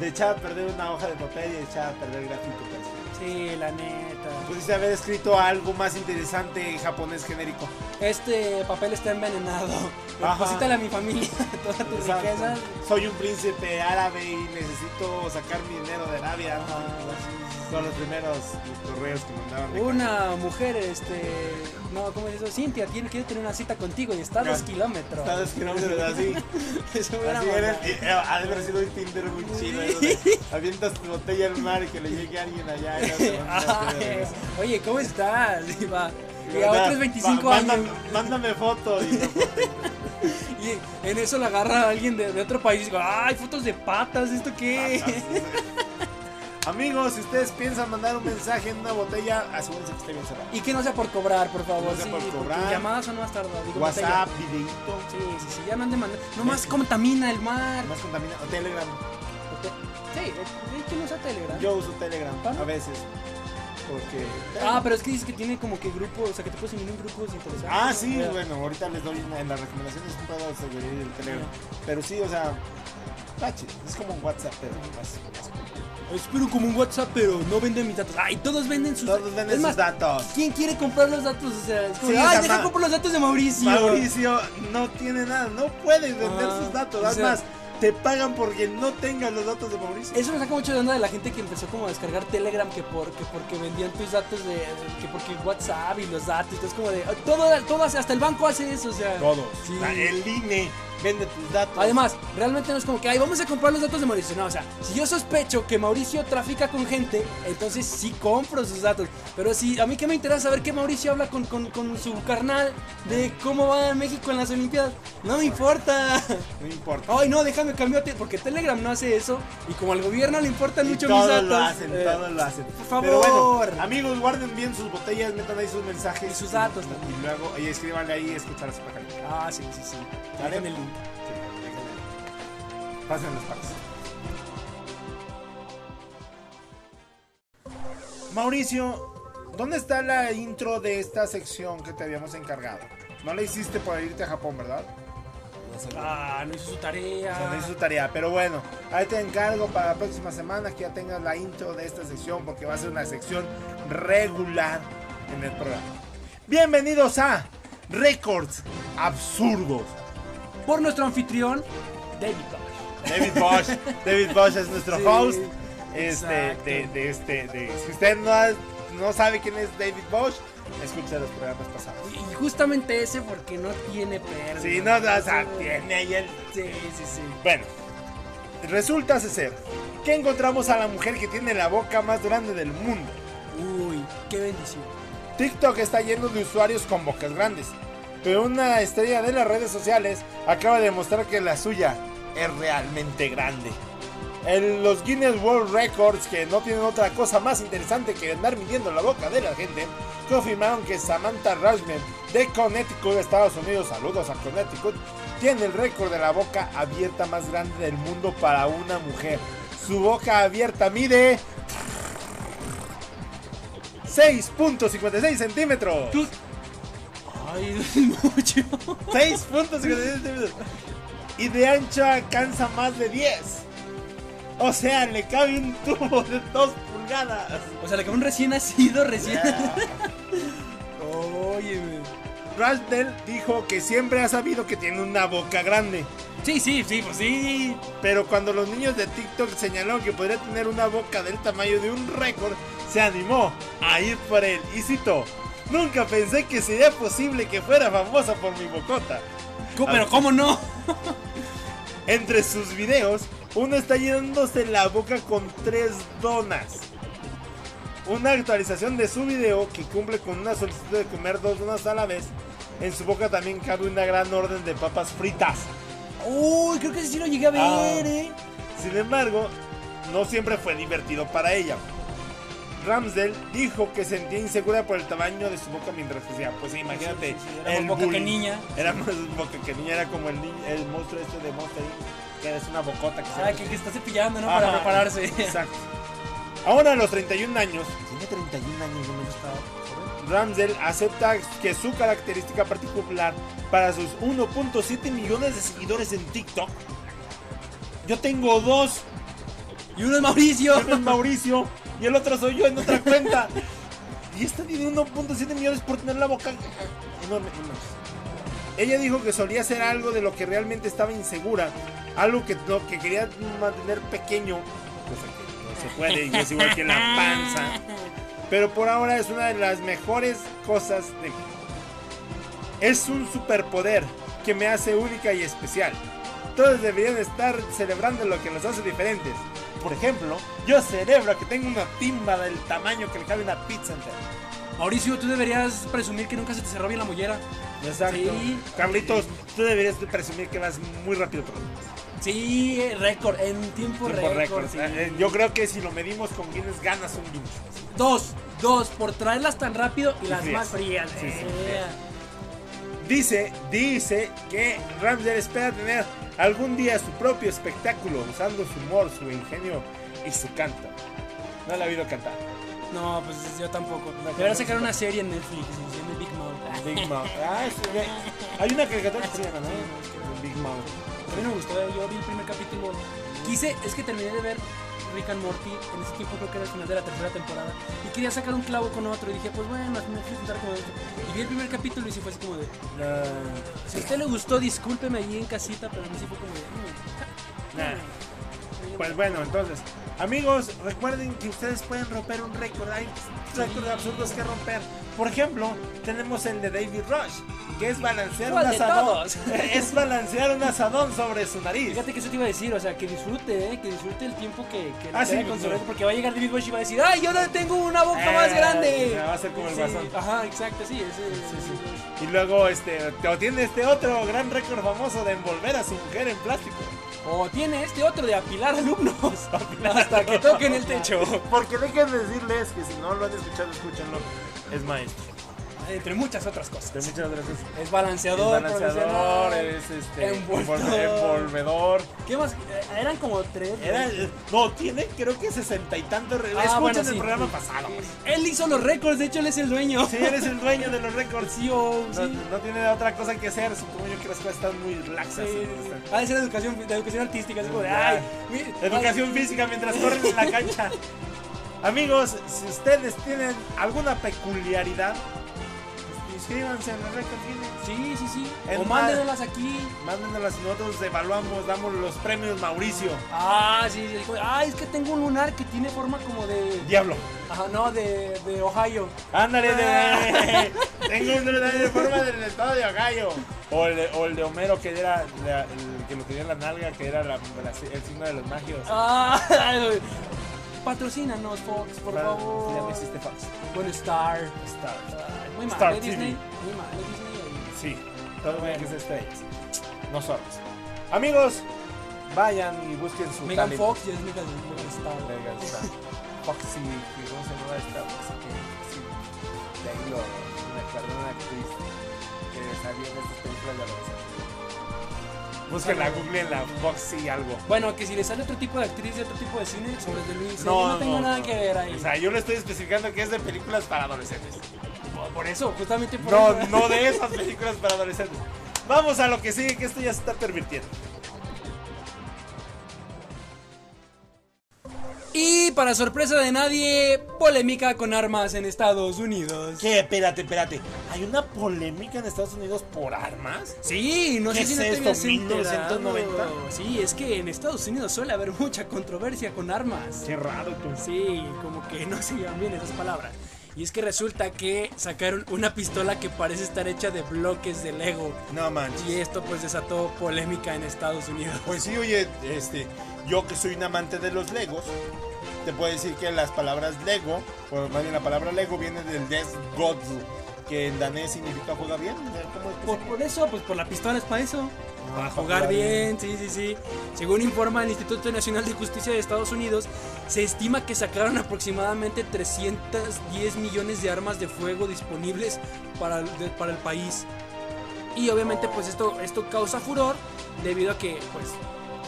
S5: De echar a perder una hoja de papel y de echar a perder grafito. pues.
S2: Sí, la neta.
S5: Pudiste haber escrito algo más interesante en japonés genérico.
S2: Este papel está envenenado.
S5: Ajá.
S2: Deposítale a mi familia todas tus
S5: Exacto.
S2: riquezas.
S5: Soy un príncipe árabe y necesito sacar mi dinero de Arabia. ¿no? Son los primeros correos que mandaban. de-
S2: Una mujer, este. No, ¿cómo es eso? Cintia, tiene, quiere tener una cita contigo y está a
S5: Ya.
S2: dos kilómetros.
S5: Está describiendo así.
S2: Eso hubiera
S5: así era,
S2: mamado.
S5: eh, ha de haber sido un Tinder muy chido. eso de Avientas tu botella al mar y que le llegue a alguien allá. y luego te manda a hacer-
S2: Ay, Oye, ¿cómo estás? Y va, Y a
S5: ¿verdad?
S2: otros 25
S5: Ma-
S2: años.
S5: mándame- Mándame fotos. Y no,
S2: Y en eso la agarra alguien de, de otro país y digo, ay, fotos de patas, ¿esto qué?
S5: Amigos, si ustedes piensan mandar un mensaje en una botella, asegúrense que esté bien cerrado.
S2: y que no sea por cobrar, por favor.
S5: No sea
S2: sí,
S5: por
S2: porque
S5: cobrar.
S2: Llamadas son más tardadas. digo,
S5: WhatsApp, videito,
S2: batallas. Sí, sí, sí, ya no anden mandando. Nomás contamina el mar.
S5: más contamina. O Telegram.
S2: Sí, es que no sea Telegram.
S5: Yo uso Telegram
S2: ¿Ah, no?
S5: a veces. Porque.
S2: Ah, pero es que dices que tiene como que grupos, o sea, que te puedes unir en grupos interesantes.
S5: Ah, sí,
S2: Ya.
S5: bueno, ahorita les doy una- en las recomendaciones un pedo sobre el Telegram. Pero sí, o sea, está chido. Es como un WhatsApp, pero más.
S2: Es pero como un WhatsApp, pero no venden mis datos. Ay, todos venden sus
S5: Todos venden
S2: Es
S5: sus
S2: más,
S5: datos.
S2: ¿Quién quiere comprar los datos? O sea, es como,
S5: Sí, o
S2: ay,
S5: sea,
S2: deja
S5: ma-
S2: comprar los datos de Mauricio.
S5: Mauricio no tiene nada, no puede vender
S2: Ah,
S5: sus
S2: o
S5: datos.
S2: sea-
S5: Además, te pagan porque no tengas los datos de Mauricio.
S2: Eso me saca mucho de onda de la gente que empezó como a descargar Telegram que, por, que porque vendían tus datos de, de- que porque WhatsApp y los datos, entonces como de todo, todo hace- hasta el banco hace eso, o sea.
S5: Todos.
S2: Sí.
S5: O sea, El E. INE vende tus datos.
S2: Además, realmente no es como que, ay, vamos a comprar los datos de Mauricio. No, o sea, si yo sospecho que Mauricio trafica con gente, entonces sí compro sus datos. Pero si a mí que me interesa saber que Mauricio habla con, con- con su carnal de cómo va México en las Olimpiadas, no me importa.
S5: no importa.
S2: Ay, no, déjame cambiar, porque Telegram no hace eso. Y como al gobierno le importan
S5: Y
S2: mucho mis
S5: todos
S2: datos.
S5: lo hacen,
S2: eh,
S5: todos lo hacen.
S2: por favor.
S5: Pero bueno, amigos, guarden bien sus botellas, metan ahí sus mensajes.
S2: Y sus datos también.
S5: Y luego, y escríbanle ahí, escuchar a su pajarito.
S2: Ah, sí, sí, sí.
S5: Dale.
S2: Dejen el link.
S5: Pasen los packs. Mauricio, ¿dónde está la intro de esta sección que te habíamos encargado? No la hiciste por irte a Japón, ¿verdad?
S2: Ah, no hizo su tarea.
S5: O sea, no hizo su tarea, pero bueno, ahí te encargo para la próxima semana que ya tengas la intro de esta sección porque va a ser una sección regular en el programa. Bienvenidos a Records Absurdos.
S2: Por nuestro anfitrión, David Bowie.
S5: David Bosch. David Bosch es nuestro
S2: Sí,
S5: host. Este,
S2: exacto.
S5: de, de este, de, si usted no, ha- no sabe quién es David Bosch, escucha los programas pasados.
S2: Y- Y justamente ese porque no tiene perro.
S5: Si no, no, o sea, tiene ahí el.
S2: Sí, sí, sí.
S5: Bueno, resulta ser que encontramos a la mujer que tiene la boca más grande del mundo.
S2: Uy, qué bendición.
S5: TikTok está lleno de usuarios con bocas grandes, pero una estrella de las redes sociales acaba de demostrar que la suya es realmente grande. En los Guinness World Records, que no tienen otra cosa más interesante que andar midiendo la boca de la gente, confirmaron que Samantha Rushman de Connecticut, Estados Unidos, saludos a Connecticut, tiene el récord de la boca abierta más grande del mundo para una mujer. Su boca abierta mide 6.56 centímetros.
S2: Tú- Ay, es mucho.
S5: 6.56 centímetros. Y de ancho alcanza más de 10. O sea, le cabe un tubo de 2 pulgadas.
S2: O sea, le cabe un recién nacido, recién. Oye, güey.
S5: Rasdell dijo que siempre ha sabido que tiene una boca grande.
S2: Sí, sí, sí, pues sí.
S5: Pero cuando los niños de TikTok señalaron que podría tener una boca del tamaño de un récord, se animó a ir por él. Y citó, nunca pensé que sería posible que fuera famosa por mi bocota.
S2: Co- Pero ¿cómo no?
S5: Entre sus videos, uno está llenándose la boca con tres donas. Una actualización de su video que cumple con una solicitud de comer dos donas a la vez. En su boca también cabe una gran orden de papas fritas.
S2: Uy, creo que ese sí lo llegué a ver,
S5: Ah.
S2: eh.
S5: Sin embargo, no siempre fue divertido para ella. Ramsdell dijo que sentía insegura por el tamaño de su boca mientras que sea, pues imagínate,
S2: Sí, sí, sí, era más
S5: el
S2: boca que
S5: bullying.
S2: niña.
S5: Era más boca que niña, era como el, ni- el monstruo este de Monster Inc., que es una bocota que se
S2: Ah, que, que está cepillando, ¿no?
S5: Ajá,
S2: Para prepararse.
S5: Exacto. Ahora a los 31 años. Tiene 31 años, no me Ramsdell acepta que su característica particular para sus 1.7 millones de seguidores en TikTok. Yo tengo dos,
S2: Y uno es Mauricio.
S5: uno este es Mauricio y el otro soy yo en otra cuenta. Y esta tiene 1.7 millones por tener la boca enorme. no mames. Ella dijo que solía hacer algo de lo que realmente estaba insegura, algo que, no- que quería mantener pequeño, cosa que no se puede y es igual que la panza. Pero por ahora es una de las mejores cosas de... Es un superpoder que me hace única y especial. Todos deberían estar celebrando lo que los hace diferentes. Por ejemplo, yo celebro que tengo una timba del tamaño que le cabe una pizza entera.
S2: Mauricio, tú deberías presumir que nunca se te cerró bien la mollera.
S5: Exacto.
S2: Sí.
S5: Carlitos, tú deberías de presumir que vas muy rápido. Por
S2: Sí, eh, récord, en tiempo,
S5: tiempo récord.
S2: récord. sí.
S5: Eh, eh, Yo creo que si lo medimos con Guinness, ganas un Guinness.
S2: Dos, dos, por traerlas tan rápido y
S5: Y
S2: las
S5: frías.
S2: más frías.
S5: Sí, sí,
S2: eh.
S5: frías. Dice, dice que Ramsey espera tener algún día su propio espectáculo usando su humor, su ingenio y su canto. No la he oído cantar.
S2: No, pues yo tampoco.
S5: No,
S2: Debería
S5: no,
S2: sacar
S5: no.
S2: una serie en Netflix, se llama Big Mouth.
S5: Big Mouth. Ah, sí, ve. Hay una caricatura que se llama, ¿no? Big Mouth.
S2: A mí no me gustó, eh, yo vi el primer capítulo. Quise, es que terminé de ver Rick and Morty, en ese tiempo creo que era el final de la tercera temporada, y quería sacar un clavo con otro, y dije, pues bueno, me voy a intentar como esto. Y vi el primer capítulo y sí fue así como de,
S5: No,
S2: si a usted le gustó, discúlpeme allí en casita, pero a mí sí fue como de, "Mm,
S5: nah. Pues bueno, entonces, amigos, recuerden que ustedes pueden romper un récord. Hay récords absurdos que romper. Por ejemplo, tenemos el de David Rush, que es balancear un
S2: ¿Cuál de
S5: asadón.
S2: todos?
S5: Es balancear un asadón sobre su nariz.
S2: Fíjate que eso te iba a decir, o sea, que disfrute, eh, que disfrute el tiempo que, que le
S5: Ah, sí,
S2: queda con
S5: pues,
S2: su
S5: no.
S2: reto, porque va a llegar David Bosch y va a decir, ¡ay, yo no tengo una boca más
S5: Eh,
S2: grande!
S5: va a ser como el
S2: Sí,
S5: Guasón.
S2: Ajá, exacto, sí, ese, ese-
S5: Y luego este, o tiene este otro gran récord famoso de envolver a su mujer en plástico.
S2: O tiene este otro de apilar alumnos hasta que toquen el techo.
S5: Porque déjenme decirles que si no lo han escuchado, escúchenlo. Es maestro.
S2: Entre muchas otras cosas.
S5: De Pues muchas gracias.
S2: Es
S5: Es
S2: balanceador,
S5: balanceador,
S2: profesional.
S5: eres este,
S2: envolvedor.
S5: envolve- envolvedor.
S2: ¿Qué más? Eh, Eran como tres. ¿no?
S5: Era el- no, tiene creo que sesenta y tantos. re-
S2: Ah,
S5: Escuchen
S2: bueno,
S5: el
S2: sí.
S5: programa pasado. güey.
S2: Él hizo los récords, de hecho él es el dueño.
S5: Sí, eres el dueño de los récords.
S2: Sí, oh,
S5: No,
S2: sí.
S5: no tiene otra cosa que hacer, supongo yo que las cosas están muy
S2: Sí,
S5: laxas.
S2: sí,
S5: entonces,
S2: sí. Ha de ser educación, de educación artística, es como de,
S5: Ya.
S2: ay, mi-
S5: Educación física mientras corren en la cancha. Amigos, si ustedes tienen alguna peculiaridad, pues, inscríbanse en los récords Guinness.
S2: ay, Sí, sí, sí.
S5: Es
S2: o
S5: más-
S2: mándenlas aquí.
S5: Mándenos, nosotros evaluamos, damos los premios Mauricio.
S2: Ah, sí, sí. como, Ay, es que tengo un lunar que tiene forma como de.
S5: Diablo.
S2: Ajá, no, de, de Ohio.
S5: Ándale, de... tengo un lunar de forma del estado de Ohio. O el, de- o el de Homero que era la- el que lo tenía en la nalga, que era la- la- el signo de los magios.
S2: Ah, patrocínanos, Fox, por
S5: Claro,
S2: favor.
S5: Ya no existe Fox.
S2: Con Star.
S5: Star.
S2: Ay, Muy mal,
S5: Star
S2: ¿eh,
S5: TV.
S2: Disney. Muy mal, ¿eh, Disney.
S5: Sí, todo bien que es estrellas. Nosotros. Amigos, vayan y busquen su
S2: Megan
S5: talento.
S2: Fox ya es Megan Megan Star.
S5: Megan Fox. Foxy, que ¿cómo se llama esta? Foxy, que sí. Taylor, una carrera actriz que salió en estas películas de adolescentes. Búsquenla, googleenla, Foxy algo.
S2: Bueno, que si le sale otro tipo de actriz de otro tipo de cine, sobre el de Luis, eh, yo no tengo nada que ver ahí.
S5: O sea, yo le estoy especificando que es de películas para adolescentes.
S2: Por eso, justamente por
S5: No,
S2: eso.
S5: no de esas películas para adolescentes. Vamos a lo que sigue, que esto ya se está pervirtiendo.
S2: Y para sorpresa de nadie, polémica con armas en Estados Unidos.
S5: ¿Qué? Espérate, espérate. ¿Hay una polémica en Estados Unidos por armas?
S2: Sí, no sé
S5: ¿Qué
S2: si
S5: es
S2: no te
S5: esto,
S2: habías enterado.
S5: 1990?
S2: Sí, es que en Estados Unidos suele haber mucha controversia con armas.
S5: Qué raro, tú.
S2: Sí, como que no se llevan bien esas palabras. Y es que resulta que sacaron una pistola que parece estar hecha de bloques de Lego.
S5: No manches.
S2: Y esto pues desató polémica en Estados Unidos.
S5: Pues sí, oye, este, yo que soy un amante de los Legos, te puedo decir que las palabras Lego, o más bien la palabra Lego viene del Des God, que en danés significa juega bien. o sea, ¿cómo es que
S2: Por,
S5: se-
S2: por eso, pues por la pistola es para eso.
S5: Ah,
S2: Para jugar bien, sí, sí, sí. Según informa el Instituto Nacional de Justicia de Estados Unidos, se estima que sacaron aproximadamente 310 millones de armas de fuego disponibles para el, de- para el país. Y obviamente pues esto, esto causa furor debido a que pues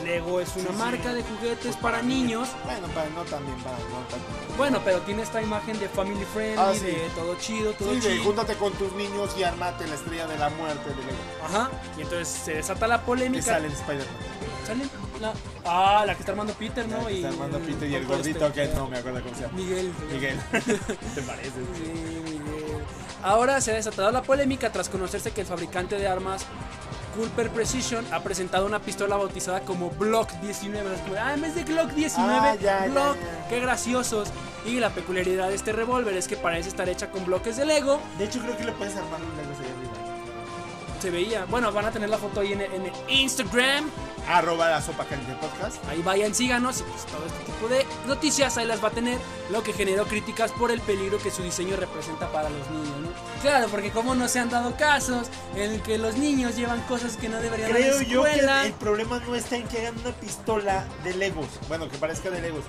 S2: Lego es una
S5: Sí, sí.
S2: marca de juguetes para niños.
S5: Bueno, para no también, para no también.
S2: Bueno, pero tiene esta imagen de family friendly,
S5: Ah, sí.
S2: de todo chido, todo
S5: Sí, de
S2: chido.
S5: júntate con tus niños y armate la estrella de la muerte de Lego.
S2: Ajá. Y entonces se desata la
S5: Que
S2: polémica.
S5: sale el Spider-Man.
S2: ¿Sale? La... Ah, la que está armando Peter, ¿no?
S5: Ya que está armando Peter y el
S2: todo
S5: gordito
S2: este-
S5: que no me acuerdo cómo se llama.
S2: Miguel.
S5: Miguel. ¿Te parece?
S2: Sí, Miguel. Ahora se ha desatado la polémica tras conocerse que el fabricante de armas Culper Precision ha presentado una pistola bautizada como Block 19. Es como, ah, en vez de Glock 19,
S5: Ah, ya, ya,
S2: Block,
S5: ya.
S2: qué graciosos. Y la peculiaridad de este revólver es que parece estar hecha con bloques de Lego.
S5: De hecho, creo que le puedes armar un Lego ahí arriba.
S2: se veía. Bueno, van a tener la foto ahí en, en el Instagram.
S5: Arroba la sopa caliente podcast.
S2: Ahí vayan, síganos y pues todo este tipo de noticias ahí las va a tener, lo que generó críticas por el peligro que su diseño representa para los niños, ¿no? Claro, porque como no se han dado casos en el que los niños llevan cosas que no deberían a la
S5: Creo yo que el,
S2: escuela.
S5: el problema no está en que hagan una pistola de Legos. Bueno, que parezca de Legos.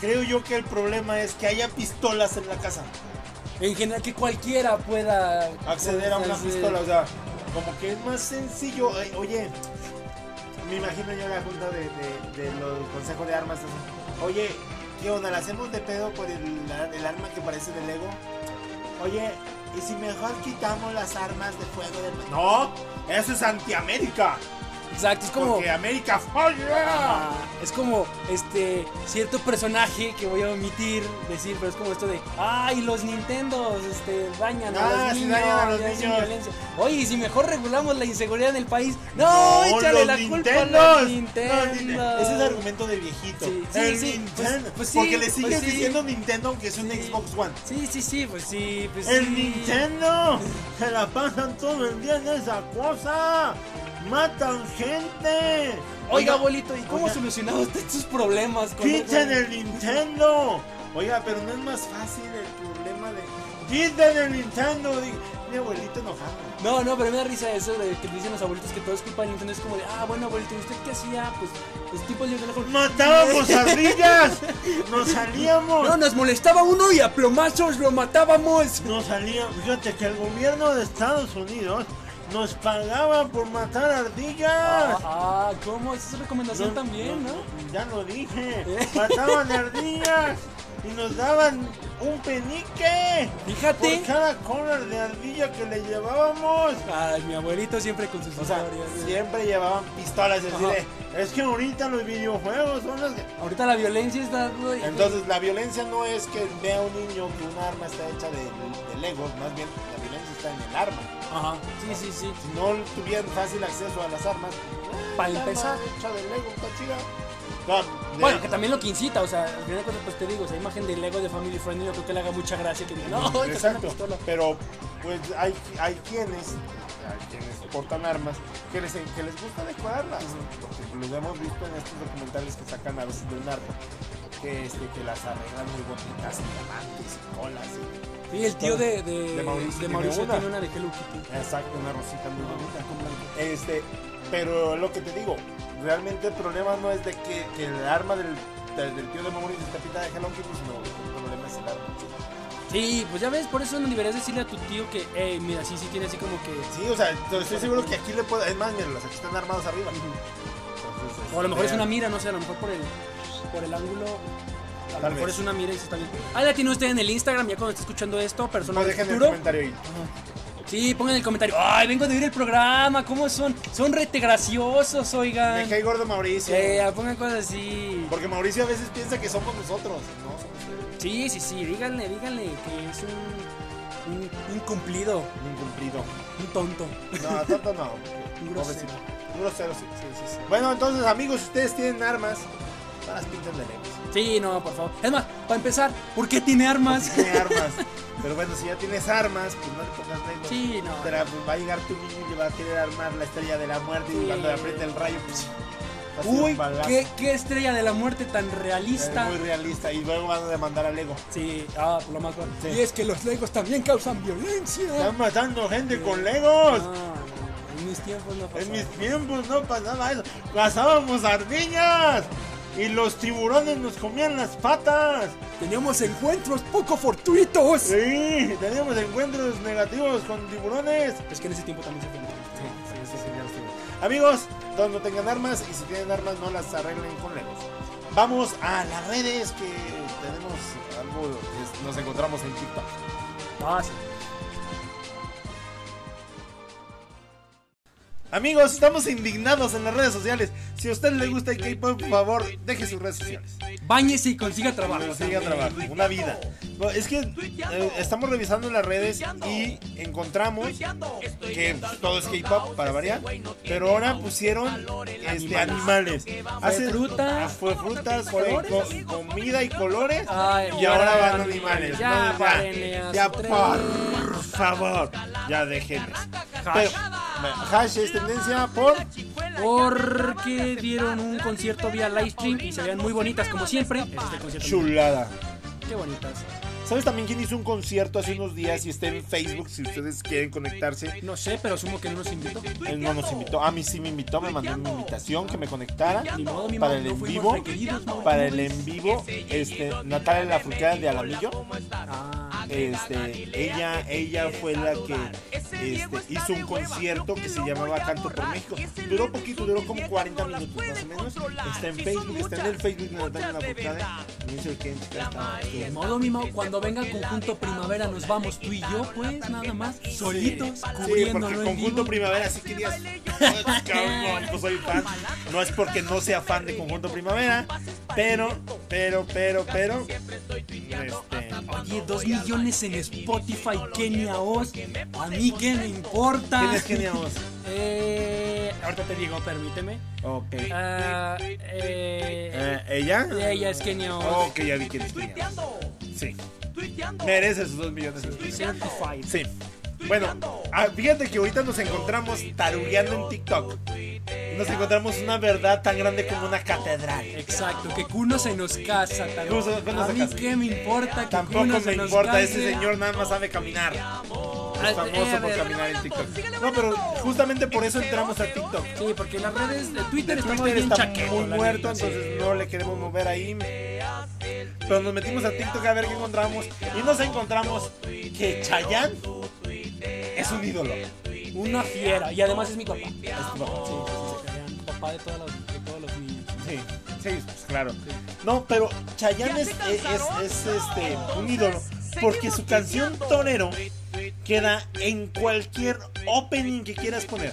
S5: Creo yo que el problema es que haya pistolas en la casa.
S2: En general que cualquiera pueda
S5: acceder a una
S2: acceder.
S5: pistola, o sea, como que es más sencillo. Ay, Oye, me imagino yo la junta de, de, de los consejos de armas. así, Oye, ¿qué onda? ¿La hacemos de pedo por el, la- el arma que parece de Lego? Oye, ¿y si mejor quitamos las armas de fuego del... No, eso es antiamérica.
S2: Exacto, es como
S5: Porque América falla.
S2: Ah, es como este cierto personaje que voy a omitir decir, pero es como esto de ay los Nintendos este dañan a
S5: Ah,
S2: los
S5: sí,
S2: niños,
S5: dañan a los
S2: y hacen
S5: niños.
S2: violencia". Oye, y si mejor regulamos la inseguridad en el país, no,
S5: No,
S2: échale
S5: los
S2: la culpa a
S5: Nintendos.
S2: los
S5: No, Nintendo.
S2: Nintendo.
S5: Ese es el argumento de viejito.
S2: Sí, sí, sí,
S5: El
S2: pues-
S5: Nintendo.
S2: pues sí,
S5: Porque le sigues
S2: pues sí.
S5: diciendo Nintendo aunque es un
S2: Sí.
S5: Xbox One.
S2: Sí, sí, sí, pues sí, pues
S5: ¡El
S2: sí.
S5: Nintendo! ¡Se la pasan todo el día en esa cosa! ¡Matan gente!
S2: Oiga, abuelito, ¿y cómo
S5: oiga.
S2: solucionaba usted sus problemas con
S5: ¡Quiten el Nintendo! Oiga, pero no es más fácil el problema de. ¡Quiten el Nintendo! Di- Mi abuelito enojado.
S2: No, no, pero me da risa eso de que dicen los abuelitos que todo es culpa de Nintendo. Es como de, ah, bueno, abuelito, ¿y usted qué hacía? Pues los tipos yo le
S5: ¡Matábamos ardillas! ¡Nos salíamos!
S2: No, nos molestaba uno y a plomazos lo matábamos.
S5: Nos salía, fíjate que el gobierno de Estados Unidos nos pagaba por matar ardillas.
S2: Ah, ¿cómo? Esa es recomendación
S5: No,
S2: también, ¿no?
S5: Ya lo dije.
S2: ¿Eh?
S5: Mataban ardillas y nos daban un penique
S2: Fíjate.
S5: por cada cola de ardilla que le llevábamos.
S2: Ay, mi abuelito siempre con sus
S5: O sea,
S2: historias. ¿no?
S5: siempre llevaban pistolas y así
S2: Ajá.
S5: de, es que ahorita los videojuegos son los que...
S2: Ahorita la violencia está. ¿no? Y-
S5: Entonces la violencia no es que vea un niño que un arma está hecha de, de Legos, más bien la violencia está en el arma.
S2: Ajá. Sí, sí, sí.
S5: si no tuvieran fácil acceso a las armas. Eh,
S2: Pa' empezar.
S5: Hecha de Lego, está chida. No, de-
S2: Ah, Bueno, que también lo que incita, o sea, al final de cuentas, pues te digo, esa imagen del Lego de Family Friendly, no creo que le haga mucha gracia que diga, no, oye, que es una
S5: Exacto.
S2: pistola.
S5: Pero pues hay, hay quienes, hay quienes portan armas que les, que les gusta decorarlas. Porque lo hemos visto en estos documentales que sacan a veces de un arco. Que, este, que las arreglan muy bonitas y diamantes y colas. y-
S2: Y el tío de, de,
S5: De Mauricio
S2: de
S5: tiene
S2: Mauricio
S5: una.
S2: tiene una de Hello Kitty.
S5: Exacto, una rosita muy bonita. Este, pero lo que te digo, realmente el problema no es de que, que el arma del, del, del tío de Mauricio está pintada de Hello Kitty, sino el problema es el arma. en sí.
S2: Sí, pues ya ves, por eso no deberías decirle a tu tío que, hey, mira, sí, sí tiene así como que.
S5: Sí, o sea, entonces estoy seguro que aquí le puedo. Es más, mira, los aquí están armados arriba. este,
S2: O a lo mejor es una mira, no sé, a lo mejor por el, por el ángulo. A lo
S5: Tal
S2: mejor
S5: vez.
S2: es una mira y se está bien. Ahí la tiene usted en el Instagram, ya cuando esté escuchando esto, persona
S5: No
S2: del
S5: dejen el
S2: futuro.
S5: comentario ahí.
S2: Sí, pongan en el comentario. Ay, vengo de oír el programa, ¿cómo son? Son rete graciosos,
S5: Me
S2: oigan.
S5: cae gordo Mauricio.
S2: Eh, pongan cosas así.
S5: Porque Mauricio a veces piensa que somos nosotros. No, somos ustedes.
S2: Sí, sí, sí, díganle, díganle que es un, un incumplido,
S5: incumplido.
S2: un tonto.
S5: No, tanto no.
S2: Un
S5: Pobrecito.
S2: grosero.
S5: Un grosero, sí, sí, sí, sí. Bueno, entonces, amigos, si ustedes tienen armas, no las pintan de lejos.
S2: Sí, no, por favor. Es más, para empezar, ¿por qué tiene armas?
S5: Tiene armas. Pero bueno, si ya tienes armas, pues no le pongas lejos.
S2: Sí, no.
S5: Te la- va a llegar tu niño y va a querer armar la estrella de la muerte. Y
S2: Sí.
S5: cuando le aprieta el rayo, pues. va a ser un
S2: Uy,
S5: balazo.
S2: qué, qué estrella de la muerte tan
S5: Es
S2: realista.
S5: muy realista. Y luego van a demandar a Lego.
S2: Sí, ah, por lo más bueno.
S5: Sí.
S2: Y es que los Legos también causan violencia.
S5: Están matando gente con Legos.
S2: Ah, en mis tiempos no pasaba.
S5: En mis tiempos no pasaba eso. Cazábamos ardillas. Y los tiburones nos comían las patas.
S2: Teníamos encuentros poco fortuitos.
S5: Sí, teníamos encuentros negativos con tiburones.
S2: Es que en ese tiempo también se fue.
S5: Amigos, todos no tengan armas y si tienen armas no las arreglen con Legos. Vamos a las redes que tenemos algo, es- nos encontramos en TikTok.
S2: Ah, sí.
S5: Amigos, estamos indignados en las redes sociales. Si a usted le gusta el K-pop, por favor, deje sus redes sociales.
S2: Báñese y consiga trabajo.
S5: Bueno, siga
S2: también.
S5: trabajo, una vida. No, es que eh, estamos revisando las redes y encontramos que pues, todo es K-pop para variar, pero ahora pusieron este, animales. Hace
S2: frutas.
S5: fue frutas, fue
S2: Colores.
S5: co- comida y colores
S2: Ay,
S5: y ahora
S2: órale,
S5: van animales.
S2: ya,
S5: No,
S2: párenle a
S5: ya
S2: su tren.
S5: por favor, ya déjenme. Pero, Hash es tendencia por.
S2: Porque dieron un concierto vía live stream y se veían muy bonitas como siempre. Ese es el concierto.
S5: Chulada.
S2: Qué bonitas.
S5: ¿Sabes también quién hizo un concierto hace unos días y está en Facebook si ustedes quieren conectarse?
S2: No sé, pero asumo que no nos invitó.
S5: Él no nos invitó, a mí sí me invitó, me mandó una invitación que me conectara
S2: Ni modo, mi
S5: para
S2: Mau,
S5: el
S2: no
S5: en
S2: fuimos
S5: vivo,
S2: requeridos, Mau.
S5: para el en vivo, este, Natalia la Fruquera de Alamillo,
S2: Ah,
S5: este, ella, ella fue la que este, hizo un concierto que se llamaba Canto por México. Duró poquito, duró como 40 minutos más o menos. Está en Facebook, está en el Facebook de Natalia la ¿eh? Fruquera. No sé si quieren checar, está-
S2: ni modo, mi Mau, cuando venga el conjunto primavera nos vamos tú y yo, pues nada más, solitos,
S5: Sí, porque
S2: cubriéndolo
S5: el
S2: en
S5: conjunto
S2: vivo.
S5: primavera sí querías. Ay, cabrón, pues soy fan. No es porque no sea fan de conjunto primavera, pero, pero, pero, pero. Este,
S2: Oye, dos millones en Spotify, Kenia Oz. A mí qué me importa.
S5: ¿Quién es Kenia Oz?
S2: Eh, ahorita te digo, permíteme.
S5: ok.
S2: Ah, eh,
S5: Eh, ¿Ella?
S2: ella es Kenia Oz.
S5: Ok, ya vi quién es Kenia Oz. Sí. Merece sus dos millones. de suscriptores.
S2: Certified.
S5: Sí. Bueno, ah, fíjate que ahorita nos encontramos tarugueando en TikTok. Nos encontramos una verdad tan grande como una catedral.
S2: Exacto, que Kuno se nos casa, tal.
S5: Kuno se- Kuno
S2: A
S5: se
S2: mí
S5: casa.
S2: qué me importa que
S5: Tampoco
S2: Kuno se
S5: me
S2: nos
S5: importa,
S2: case.
S5: ese señor nada más sabe caminar.
S2: Ah,
S5: Es
S2: eh, a
S5: famoso por
S2: ver.
S5: caminar en TikTok. No, pero justamente por eso entramos a TikTok.
S2: Sí, porque las redes de Twitter
S5: De
S2: están
S5: Twitter
S2: bien
S5: está
S2: chaqueto,
S5: muy
S2: la
S5: muerto,
S2: neta.
S5: entonces no le queremos mover ahí. Pero nos metimos a TikTok a ver qué encontramos y nos encontramos que Chayanne es un ídolo.
S2: Una fiera, y además es mi papá. Sí,
S5: Es como-
S2: sí, sí, sí, sí, papá de, todas las- de todos los niños.
S5: Sí, sí, pues claro. No, pero Chayanne es, es- es, este, un ídolo porque su canción Torero queda en cualquier opening que quieras poner.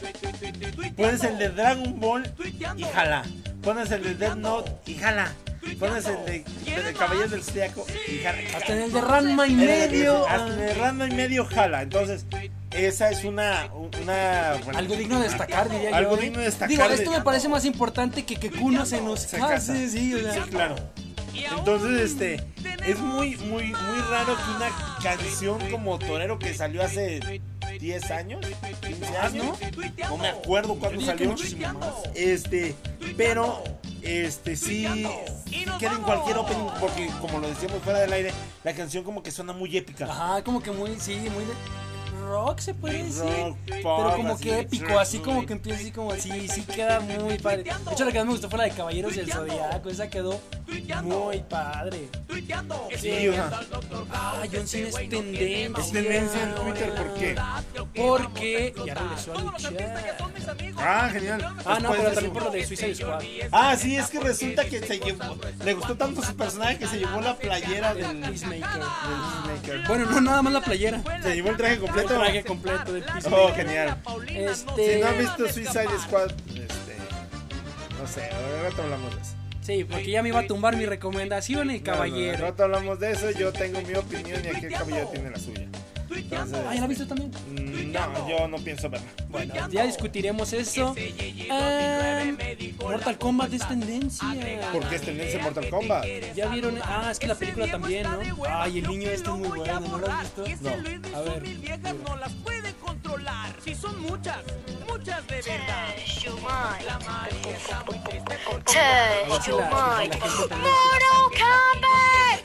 S5: Pones el de Dragon Ball y jala. Pones el de Death Note y jala. Pones el de, de- de Caballeros del Zodiaco y jala.
S2: Hasta en el de Ranma y medio.
S5: Hasta en el random y medio jala. Entonces, esa es una. una bueno,
S2: Algo digno de destacar, diría
S5: Algo
S2: yo. ¿eh?
S5: digno de destacar
S2: Digo,
S5: de-
S2: esto me parece más importante que que Kuno se nos
S5: se
S2: case,
S5: casa.
S2: sí, o sea.
S5: Sí, claro. Entonces, este, es muy, muy, muy raro que una canción como Torero que salió hace 10 años, 15 años, ¿Ah, no me acuerdo cuándo
S2: diría que
S5: salió,
S2: muchísimo más.
S5: este, pero, este, sí, queda en cualquier opening, porque como lo decíamos fuera del aire, la canción como que suena muy épica.
S2: Ajá, como que muy, sí, muy de rock se puede decir.
S5: Rock, pop,
S2: pero como
S5: así,
S2: que épico,
S5: trap,
S2: así como
S5: sí.
S2: que empieza así como así, sí queda muy padre. De hecho, la que más me gustó fue la de Caballeros del Zodiaco, esa quedó muy padre.
S5: Sí, o sea,
S2: Ah, John Cena es tendencia.
S5: es tendencia en Twitter, ¿por qué?
S2: Porque ya regresó a luchar.
S5: Ah, genial.
S2: Ah, no,
S5: Después
S2: pero
S5: de
S2: también
S5: su-
S2: por lo de Suicide Squad.
S5: Ah, sí, es que resulta que se llevó, le gustó tanto su personaje que se llevó la playera
S2: Del
S5: del
S2: Peacemaker.
S5: Peacemaker.
S2: Bueno, no, nada más la playera.
S5: Se llevó el traje
S2: El
S5: completo.
S2: traje completo del Peacemaker.
S5: Oh, genial.
S2: Este...
S5: Si no han visto Suicide Squad, este, no sé, al rato hablamos de eso.
S2: Sí, porque ya me iba a tumbar mi recomendación el
S5: No, no,
S2: caballero.
S5: al rato hablamos de eso, yo tengo mi opinión y aquí el caballero tiene la suya. Entonces,
S2: Ah, ¿ya la visto también?
S5: mm, no, yo no pienso verla.
S2: Bueno, ya discutiremos eso. Ah, Mortal Kombat es tendencia.
S5: Porque es tendencia en Mortal Kombat.
S2: Ya vieron, ah, es que la película también, ¿no? Ay, el niño este es muy bueno, ¿no lo has visto?
S6: este
S5: No.
S2: A ver.
S7: Touch your mind. Touch your mind. Mortal Kombat.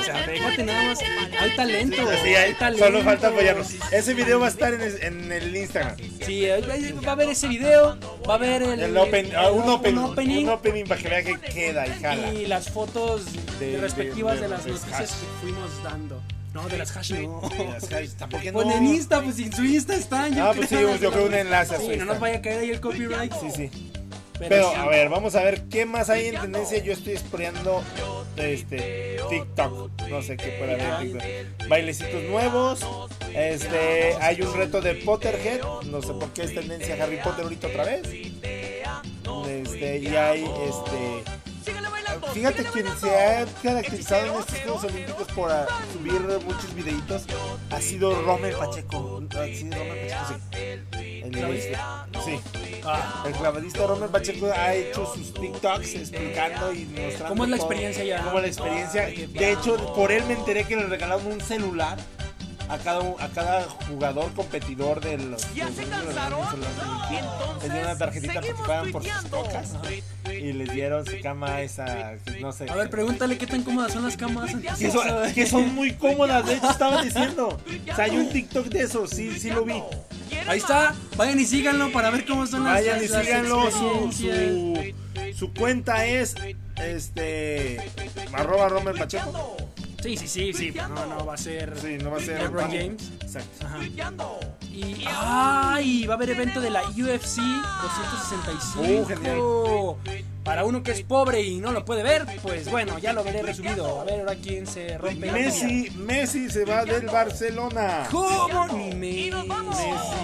S2: O sea, déjate nada más. Hay talento,
S5: Sí, ahí
S2: hay talento.
S5: solo falta apoyarnos. Ese video va a estar en, es- en el Instagram.
S2: Sí, ahí- ahí va a haber ese video, va a haber el,
S5: El open, ah, un,
S2: un
S5: opening,
S2: opening
S5: un opening para que vea que queda y jala.
S2: y las fotos
S5: De-
S2: respectivas
S5: de-
S2: de,
S5: de-
S2: las
S5: de
S2: noticias
S5: hash.
S2: que fuimos dando. No, de las hash no.
S5: Las hashes, ¿por qué
S2: Pues
S5: no?
S2: en Insta, pues en su Insta están.
S5: Ah, pues sí, yo creo un enlace a su
S2: Sí, no
S5: Insta.
S2: nos vaya a caer ahí el copyright.
S5: Sí, sí.
S2: Pero,
S5: Pero
S2: sí.
S5: a ver, vamos a ver qué más hay en tendencia. Yo estoy exploreando este TikTok. No sé qué puede haber en TikTok. Bailecitos nuevos. Este, hay un reto de Potterhead. No sé por qué es tendencia Harry Potter ahorita otra vez. Este, y hay este. Fíjate quien se ha caracterizado en estos Juegos Olímpicos por ah, subir muchos videitos ha sido Rommel Pacheco. Ha sido Rommel Pacheco, sí. El, este, sí. Ah, El clavadista Romer Pacheco ha hecho sus TikToks explicando y mostrando.
S2: ¿Cómo es la
S5: todo.
S2: experiencia ya?
S5: ¿Cómo es la experiencia? De hecho, por él me enteré que le regalaron un celular a cada, u- a cada jugador competidor de los.
S6: ¿Ya
S5: de
S6: se
S5: los- de los-
S6: cansaron?
S5: de los-
S6: Entonces,
S5: les dieron una tarjetita para que
S6: seguimos
S5: fueran por sus
S6: tuiteando.
S5: cocas y les dieron su cama esa, no sé.
S2: A ver, pregúntale qué tan cómodas son las camas.
S5: Que son, que son muy cómodas, de hecho estaba diciendo. O sea, hay un TikTok de eso, sí, sí lo vi.
S2: Ahí está, vayan y síganlo para ver cómo son las
S5: Vayan y
S2: las- las
S5: síganlo, su,
S2: experiencias.
S5: su, su cuenta es este arroba Romer Pacheco.
S2: Sí, sí, sí, sí. No, no, va a ser.
S5: Sí, no va a ser.
S2: LeBron James.
S5: Exacto.
S2: Ajá. Y, ¡Ay! Va a haber evento de la UFC 265.
S5: Oh, genial.
S2: Para uno que es pobre y no lo puede ver, pues bueno, ya lo veré resumido. A ver ahora quién se rompe. la
S5: Messi, Messi se va del Barcelona.
S2: ¿Cómo? Ni Messi.
S5: Messi,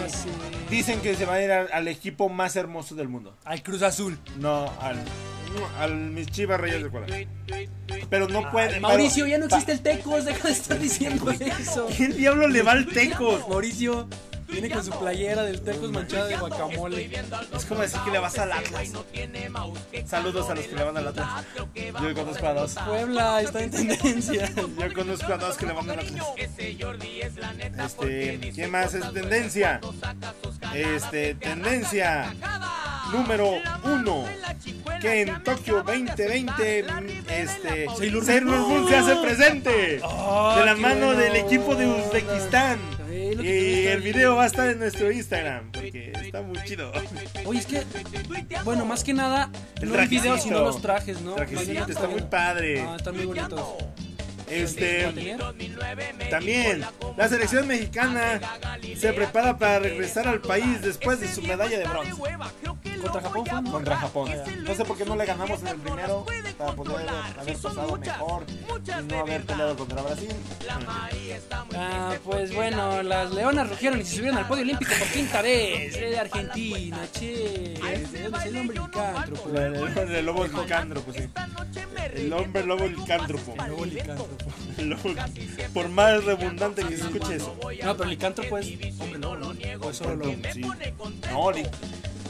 S5: Messi. Dicen que se va a ir al, al equipo más hermoso del mundo.
S2: Al Cruz Azul.
S5: No, al, al mis chivas reyes de Cuadra. Pero no puede.
S2: Mauricio, ya no
S5: pa-
S2: existe el Tecos, deja de estar diciendo eso.
S5: ¿Quién diablo le va al Tecos?
S2: Mauricio viene con su playera del Tecos manchada de guacamole.
S5: Es como decir que le vas al Atlas. Saludos a los que le van al Atlas. Yo conozco a dos.
S2: Puebla está en tendencia.
S5: Yo conozco a dos que le van al Atlas. Este, ¿qué más es tendencia? Este, tendencia número uno. Que en Tokio 2020, este,
S2: Sailor
S5: Sailor Moon se hace presente.
S2: Ah,
S5: De la
S2: qué
S5: mano
S2: buena
S5: del equipo de
S2: onda.
S5: Uzbekistán.
S2: Sí, lo que
S5: Y
S2: tuviste
S5: el
S2: ahí.
S5: video va a estar en nuestro Instagram. Porque está muy chido.
S2: Oye, es que, bueno, más que nada,
S5: El
S2: no el video,
S5: trajecito.
S2: sino los trajes, ¿no? Más bien
S5: Trajecito,
S2: los
S5: está muy
S2: trajes.
S5: padre.
S2: Ah, están muy bonitos. ¿Lo
S5: Este,
S2: tenían?
S5: también, la selección mexicana se prepara para regresar al país después de su medalla de bronce.
S2: Contra Japón fue, ¿no?
S5: contra Japón.
S2: Ah, ya.
S5: No sé por qué no le ganamos en el primero para poder haber pasado mejor y no haber peleado contra Brasil.
S2: Ah, pues bueno, las leonas rugieron y se subieron al podio olímpico por quinta vez. Eh, Argentina, che. Es el hombre licántropo.
S5: El, el- el lobo licántropo, sí. El hombre lobo licántropo.
S2: Luego licántropo.
S5: El lobo- por más redundante que se escuche eso.
S2: No, pero licántropo es hombre lobo, ¿no? O es solo lobo.
S5: Sí. No, li-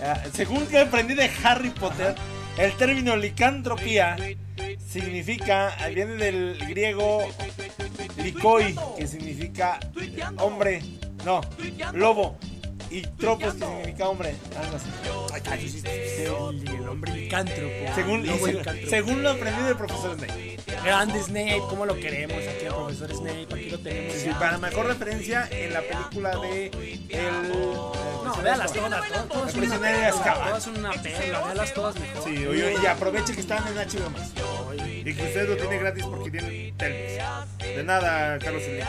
S5: ah, según que aprendí de Harry Potter, el término licantropía significa, viene del griego licoi, que significa hombre, no, lobo, y tropos, que significa hombre, algo así.
S2: El, el hombre licántropo.
S5: Según,
S2: Lobo
S5: según-
S2: licántropo.
S5: según lo aprendí del profesor Snape.
S2: Grande Snape, ¿cómo lo queremos aquí al profesor Snape? Aquí lo tenemos.
S5: Sí, Para mejor referencia, en la película de el...
S2: No, véalas todas, todas, todas son una
S5: Prisionero de Azkaban.
S2: perla, todas son una perla, véalas todas mejor.
S5: Sí, oye, y aproveche que están en HBO más. Y que usted lo tiene gratis porque tiene teles. De nada, Carlos Slim.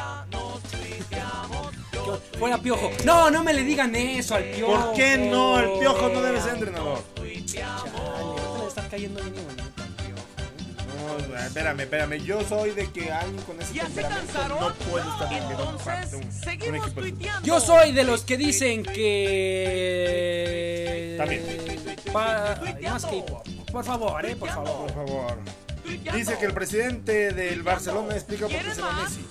S2: Yo- Fuera Piojo. No, no me le digan eso al Piojo.
S5: ¿Por qué no? El piojo no debe ser entrenador.
S2: Chale, ahorita le estás cayendo bien y bonito al Piojo.
S5: No, espérame, espérame. Yo soy de que alguien con ese
S6: ¿Ya se
S5: temperamento
S6: cansaron?
S5: no puede estar viviendo parte de un, de
S6: Entonces,
S5: un
S6: seguimos
S5: equipo.
S6: tuiteando.
S2: Yo soy de los que dicen que.
S5: También.
S2: Pa- ay, más que Por favor, eh, por favor.
S5: Por favor. Dice que el presidente del Barcelona explica por qué se va Messi.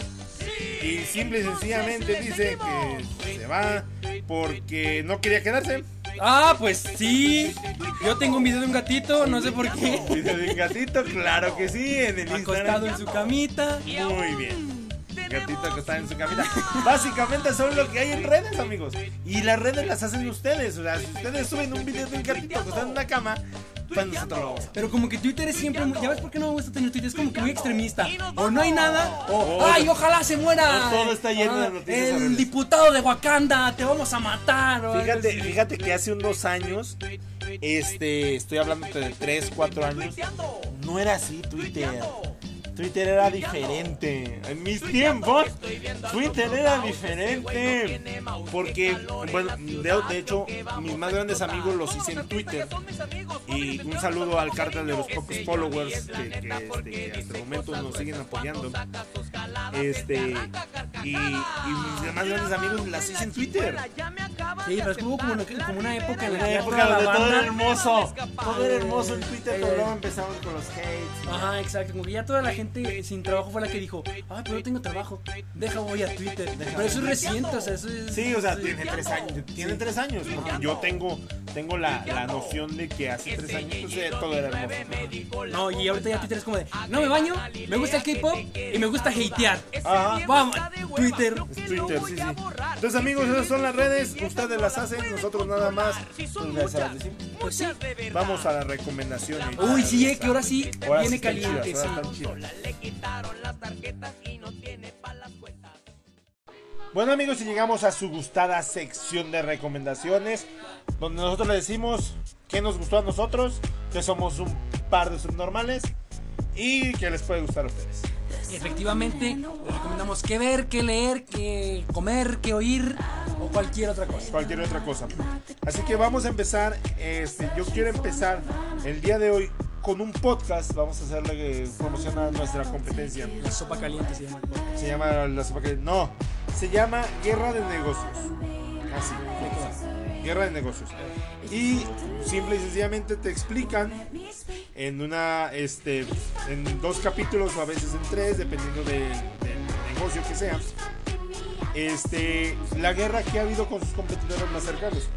S5: Y simple y sencillamente dice que se va porque no quería quedarse.
S2: Ah, pues sí. Yo tengo un video de un gatito, no sé por qué.
S5: Video de un gatito, claro que sí, en el
S2: Acostado en
S5: Instagram.
S2: su camita.
S5: Muy bien. Gatito que está en su camita. Básicamente son lo que hay en redes, amigos. Y las redes las hacen ustedes. O sea, si ustedes suben un video de un gatito acostado en una cama, pues nosotros lo vamos a
S2: Pero como que Twitter es siempre muy, ya ves por qué no me gusta tener Twitter, es como que muy extremista. O no hay nada, o
S5: Oh.
S2: ay, ojalá se muera.
S5: No, todo está lleno de
S2: Ah,
S5: noticias
S2: El
S5: horribles.
S2: diputado de Wakanda, te vamos a matar. o algo
S5: Fíjate,
S2: así.
S5: fíjate que hace unos años, este, estoy hablando de 3, 4 años, no era así Twitter. Twitter era diferente. En mis tiempos, Twitter era diferente. Porque, bueno, de, de hecho, mis más grandes amigos los hice en Twitter. Y un saludo al cartel de los pocos followers que, que, este, que hasta el momento nos siguen apoyando. Este, y, y mis más grandes amigos las hice en Twitter.
S2: Sí, pero es que hubo como una, como una época en la
S5: Una
S2: que ya
S5: época
S2: toda la
S5: donde todo
S2: banda-
S5: era hermoso. Todo era hermoso en Twitter, pero
S2: Eh.
S5: luego empezaban con los hates.
S2: Ajá, exacto. Como que ya toda la gente sin trabajo fue la que dijo, ay, pero no tengo trabajo, deja voy a Twitter. Pero eso es reciente, o sea, eso es.
S5: Sí, o sea,
S2: sí.
S5: tiene tres años. Tiene tres años, porque yo tengo tengo la, la noción de que hace tres años pues, eh, todo era hermoso.
S2: No, y ahorita ya Twitter es como de, no me baño, me gusta el K-pop y me gusta hatear.
S5: Ajá.
S2: Vamos, Twitter.
S5: Es Twitter, sí, sí. Entonces, amigos, esas son las redes. Ustedes las hacen, nosotros nada más. Pues, ya se las decimos.
S2: Pues sí.
S5: Vamos a las recomendaciones.
S2: Uy, sí, eh, que ahora sí
S5: Ahora sí
S2: viene
S5: están
S2: caliente.
S5: chidas,
S2: sí.
S5: ahora están chidas. Bueno amigos, y llegamos a su gustada sección de recomendaciones, donde nosotros le decimos qué nos gustó a nosotros, que somos un par de subnormales y que les puede gustar a ustedes.
S2: Efectivamente, les recomendamos qué ver, qué leer, qué comer, qué oír o cualquier otra cosa.
S5: cualquier otra cosa. Así que vamos a empezar. Este, yo quiero empezar el día de hoy con un podcast. Vamos a hacerle eh, promoción a nuestra competencia.
S2: La sopa caliente se llama. el podcast.
S5: Se llama la sopa que- No, se llama Guerra de Negocios. Ah, Así. Guerra de Negocios. Y simple y sencillamente te explican en una, este, en dos capítulos o a veces en tres, dependiendo del, del negocio que sea. Este, la guerra que ha habido con sus competidores más cercanos.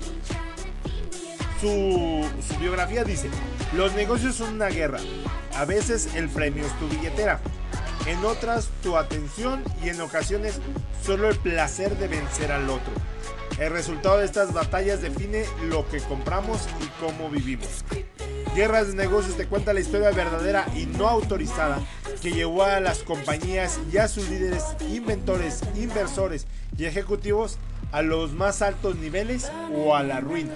S5: Su, su biografía dice, los negocios son una guerra. A veces el premio es tu billetera, en otras tu atención y en ocasiones solo el placer de vencer al otro. El resultado de estas batallas define lo que compramos y cómo vivimos. Guerras de Negocios te cuenta la historia verdadera y no autorizada que llevó a las compañías y a sus líderes, inventores, inversores y ejecutivos a los más altos niveles o a la ruina.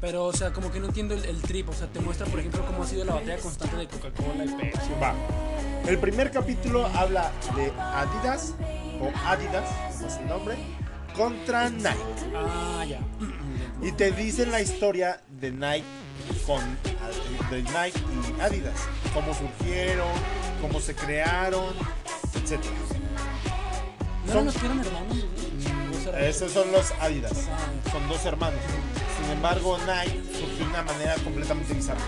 S2: Pero, o sea, como que no entiendo el, el trip. O sea, te muestra, por ejemplo, cómo ha sido la batalla constante de Coca-Cola y Pepsi.
S5: Va. El primer capítulo habla de Adidas o Adidas, como es el nombre, contra Nike.
S2: Ah, ya.
S5: Y te dicen la historia de Nike con de Nike y Adidas, cómo surgieron, cómo se crearon, etc.
S2: ¿No
S5: Son-
S2: eran los que eran hermanos?
S5: Mm,
S2: güey? ¿O sea,
S5: Esos son los Adidas, son dos hermanos. Sin embargo, Nike surgió de una manera completamente bizarra.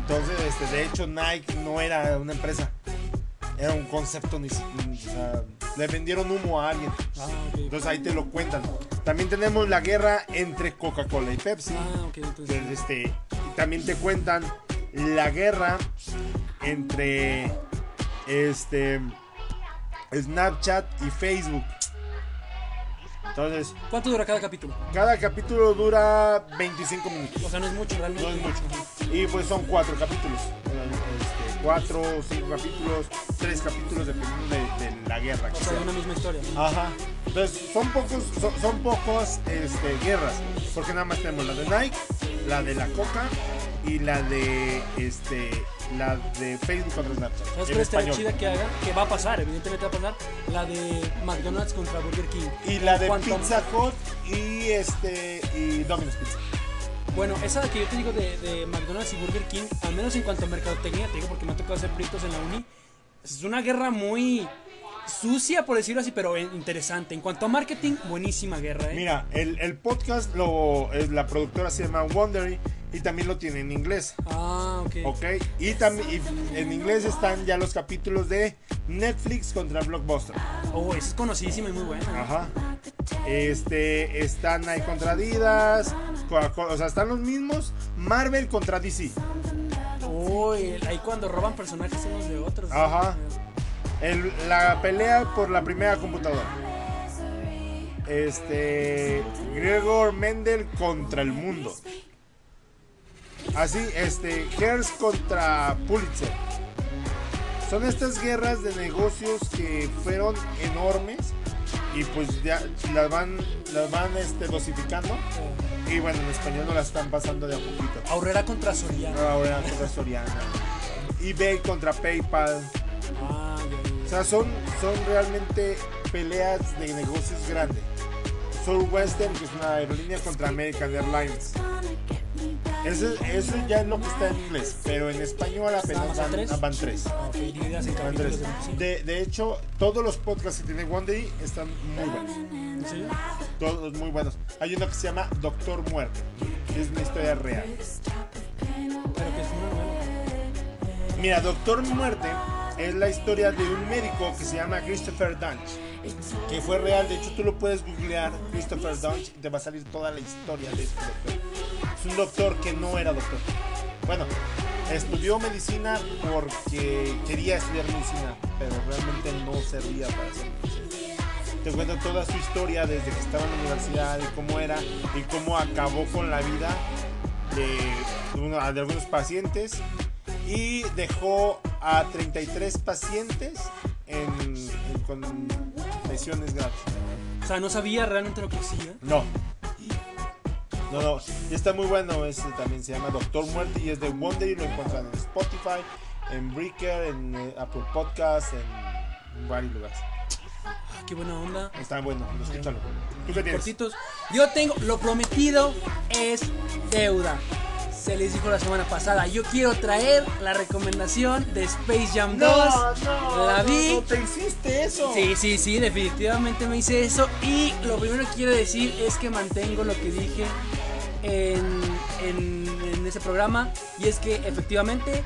S5: Entonces, este, de hecho, Nike no era una empresa, era un concepto. Ni, si- ni- o sea, le vendieron humo a alguien.
S2: Ah, ok.
S5: Entonces ahí te lo cuentan. También tenemos la guerra entre Coca-Cola y Pepsi.
S2: Ah, ok, entonces.
S5: Entonces, este, y también te cuentan la guerra entre este Snapchat y Facebook. Entonces,
S2: ¿Cuánto dura cada capítulo?
S5: cada capítulo dura 25
S2: O
S5: minutos.
S2: sea, no es mucho realmente.
S5: No es mucho. Y pues son cuatro capítulos. Este, cuatro, cinco capítulos, tres capítulos dependiendo de, de la guerra. que
S2: O sea,
S5: sea.
S2: de una misma historia. ¿no?
S5: Ajá. Entonces, son pocos, son, son pocos este, guerras. Porque nada más tenemos la de Nike, la de la Coca y la de este. La de Facebook contra Snapchat.
S2: ¿Sabes
S5: en
S2: cuál estaría
S5: español.
S2: chida que haga? Que va a pasar, evidentemente va a pasar. La de McDonald's contra Burger King.
S5: Y la de
S2: Quantum.
S5: Pizza Hut y este. y Domino's Pizza.
S2: Bueno, esa que yo te digo de, de McDonald's y Burger King, al menos en cuanto a mercadotecnia, te digo porque me ha tocado hacer proyectos en la uni, es una guerra muy sucia, por decirlo así, pero eh, interesante. En cuanto a marketing, buenísima guerra, ¿eh?
S5: Mira, el, el podcast lo. eh, la productora se llama Wondery y también lo tiene en inglés.
S2: Ah, ok.
S5: Ok, y también y en inglés están ya los capítulos de Netflix contra Blockbuster.
S2: Oh, esa es conocidísima y muy buena. ¿no?
S5: Ajá. Este, están ahí contra Adidas, Coca-Cola, o sea, están los mismos. Marvel contra DC.
S2: Oh, el- ahí cuando roban personajes unos de otros.
S5: Ajá. El- la pelea por la primera computadora. Este, Gregor Mendel contra el mundo. Así, este, Hearst contra Pulitzer. Son estas guerras de negocios que fueron enormes y pues ya las van, las van este, dosificando. Y bueno, en español no las están pasando de a poquito.
S2: Oh. Aurrera contra Soriano.
S5: Ahora contra Soriana. eBay contra PayPal.
S2: Ah, ya, ya, ya.
S5: O sea, son, son realmente peleas de negocios grandes. Southwestern, que es una aerolínea contra American Airlines. Eso, eso ya es lo que está en inglés, pero en español apenas
S2: ¿Son tres?
S5: van, van tres.
S2: Ah, ok, divididas en
S5: Van
S2: capítulos
S5: tres.
S2: de 25.
S5: De, de hecho, todos los podcasts que tiene Wondery están muy buenos.
S2: ¿Sí?
S5: Todos muy buenos. Hay uno que se llama Doctor Muerte, que es una historia real.
S2: Pero que es una novela.
S5: Mira, Doctor Muerte es la historia de un médico que se llama Christopher Dunge. que fue real. De hecho, tú lo puedes googlear, Christopher Dunst, y te va a salir toda la historia de este doctor. Es un doctor que no era doctor. Bueno, estudió medicina porque quería estudiar medicina, pero realmente no servía para ser medicina. Te cuento toda su historia desde que estaba en la universidad y cómo era y cómo acabó con la vida de, uno- de algunos pacientes y dejó a 33 pacientes en- en- con lesiones graves.
S2: O sea, no sabía realmente lo que hacía.
S5: No. No, no. Y está muy bueno. Este también se llama Doctor Muerte y es de Wonder y lo encuentran en Spotify, en Breaker, en eh, Apple Podcast, en varios lugares.
S2: Ah, qué buena onda.
S5: Está bueno, escúchalo. ¿Tú qué tienes?
S2: Cortitos. Yo tengo, lo prometido es deuda. Se les dijo la semana pasada. Yo quiero traer la recomendación de Space Jam 2. la vi.
S5: no, te hiciste eso.
S2: Sí, sí, sí, definitivamente me hice eso. Y lo primero que quiero decir es que mantengo lo que dije en, en- en ese programa. Y es que efectivamente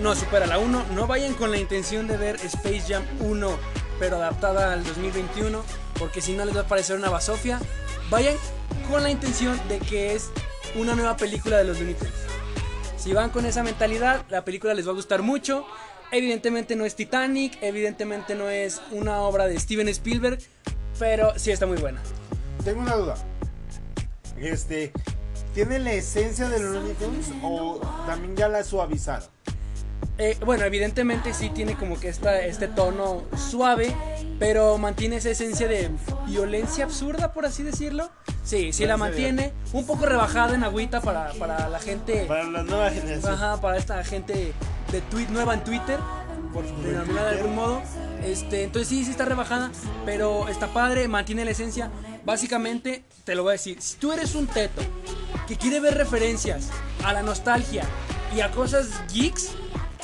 S2: no supera la 1. No vayan con la intención de ver Space Jam 1, pero adaptada al 2021. Porque si no les va a parecer una basofia. Vayan con la intención de que es una nueva película de los Looney Tunes. Si van con esa mentalidad, la película les va a gustar mucho. Evidentemente no es Titanic, evidentemente no es una obra de Steven Spielberg, pero sí está muy buena.
S5: Tengo una duda. Este, ¿tiene la esencia de los Looney Tunes o también ya la suavizaron?
S2: Eh, bueno, evidentemente sí tiene como que esta, este tono suave, pero mantiene esa esencia de violencia absurda, por así decirlo. Sí, sí la mantiene, un poco rebajada en agüita para, para la gente...
S5: Para la nueva generación.
S2: Ajá, para esta gente de tweet, nueva en Twitter, por denominarla de algún modo. Este, entonces sí, sí está rebajada, pero está padre, mantiene la esencia. Básicamente, te lo voy a decir, si tú eres un teto que quiere ver referencias a la nostalgia y a cosas geeks,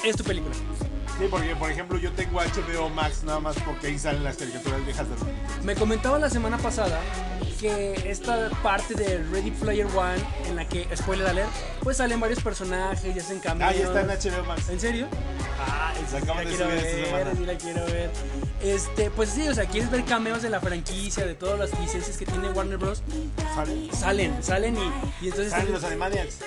S2: es tu película.
S5: Sí, porque por ejemplo yo tengo HBO Max nada más porque ahí salen las caricaturas viejas de los Looney Tunes.
S2: Me comentaba la semana pasada que esta parte de Ready Player One, en la que, spoiler alert, pues salen varios personajes y hacen cambios.
S5: Ah, ya está en HBO Max.
S2: ¿En serio? Ah,
S5: La acabo de
S2: quiero
S5: subir esta
S2: ver,
S5: semana.
S2: sí la quiero ver. Este, pues sí, o sea, quieres ver cameos de la franquicia, de todas las licencias que tiene Warner Bros.
S5: Salen,
S2: Salen, salen y, y entonces.
S5: salen los Animaniacs.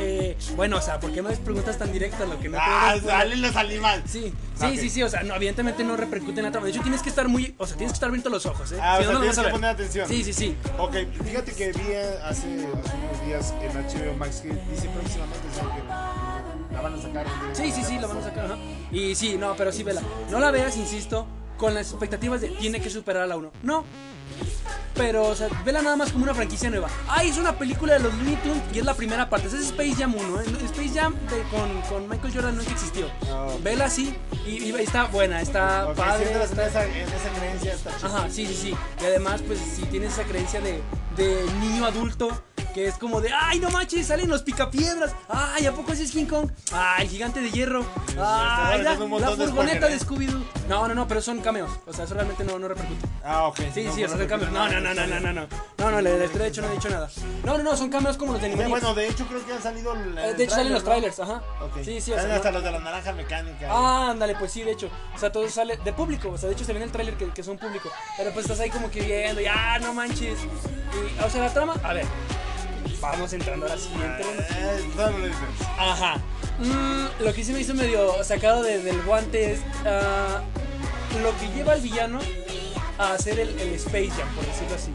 S2: eh, bueno, o sea, ¿por qué me haces preguntas tan directas lo que no
S5: Ah,
S2: te-
S5: salen los Animaniacs.
S2: Sí, sí,
S5: Ah, ok.
S2: sí, sí, o sea, no, evidentemente no repercute en la trama. De hecho, tienes que estar muy, o sea, tienes que estar abierto los ojos, ¿eh? Si no,
S5: Ah, o sea,
S2: no lo vas
S5: tienes que
S2: a ver.
S5: poner atención.
S2: Sí, sí, sí.
S5: Ok, fíjate que vi hace unos días en HBO Max que dice próximamente o sea, que la van a sacar.
S2: Sí, sí, sí, la van a sacar, ajá. Y sí, no, pero sí, vela. No la veas, insisto, con las expectativas de tiene que superar a la 1. No. Pero, o sea, vela nada más como una franquicia nueva. Ah, es una película de los Looney Tunes y es la primera parte. Esa es Space Jam 1, ¿eh? Space Jam de- con, con Michael Jordan nunca existió.
S5: Ah, ok.
S2: Vela así y, y está buena, está
S5: Ok,
S2: padre.
S5: siendo las
S2: está-
S5: tres en esa creencia está chido.
S2: Ajá, sí, sí, sí. Y además, pues si tienes esa creencia de, de niño adulto, que es como de, ay, no manches, salen los picapiedras. Ay, ¿a poco así es King Kong? Ay, el gigante de hierro. Ay, la,
S5: aventando un
S2: la
S5: montón de
S2: furgoneta de
S5: spoilers, ¿eh?
S2: Scooby-Doo. No, no, no, pero son cameos. O sea, eso realmente no, no repercute.
S5: Ah, ok.
S2: Sí, sí,
S5: pero
S2: o sea, son
S5: repito,
S2: cameos. No, no, no, no, no, no. No, no, no, le, le- de hecho no he dicho nada. No, no, no, son cameos como los de
S5: Sí,
S2: Animaniacs.
S5: Bueno, de hecho creo que han salido. el-
S2: Eh,
S5: el
S2: de hecho salen los
S5: tráiler,
S2: trailers, ajá.
S5: ¿no? Ok.
S2: Sí, sí, o sea,
S5: Salen
S2: no-
S5: hasta los de la naranja mecánica.
S2: Ah, ándale, pues sí, de hecho. O sea, todo sale de público. O sea, de hecho se ve en el tráiler que, que son público. Pero pues estás ahí como que viendo y ah, no manches. Y, o sea, la trama. A ver, vamos entrando a la siguiente. ronda.
S5: Eh, todavía lo dices.
S2: Ajá. Mm, lo que sí me hizo medio sacado de- del guante es ah, lo que lleva al villano a hacer el, el Space Jam, por decirlo así.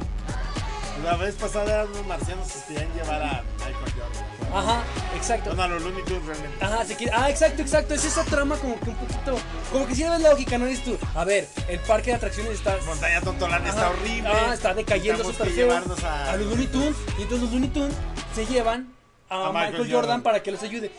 S5: La vez pasada eran unos marcianos que querían llevar a Michael Jordan.
S2: Ajá, exacto.
S5: Bueno, a los Looney Tunes realmente.
S2: Ajá, se quiere- Ah, exacto, exacto. Es esa trama como que un poquito. Como que si le ves lógica, ¿no? Dices tú. A ver, el parque de atracciones está
S5: Montaña Tontolán está
S2: Ajá.
S5: horrible.
S2: Ah, está decayendo su
S5: Tenemos que
S2: tercero.
S5: llevarnos a...
S2: A los Looney Tunes. Y entonces los Looney Tunes se llevan a,
S5: A
S2: Michael,
S5: Michael
S2: Jordan,
S5: Jordan.
S2: para que los ayude.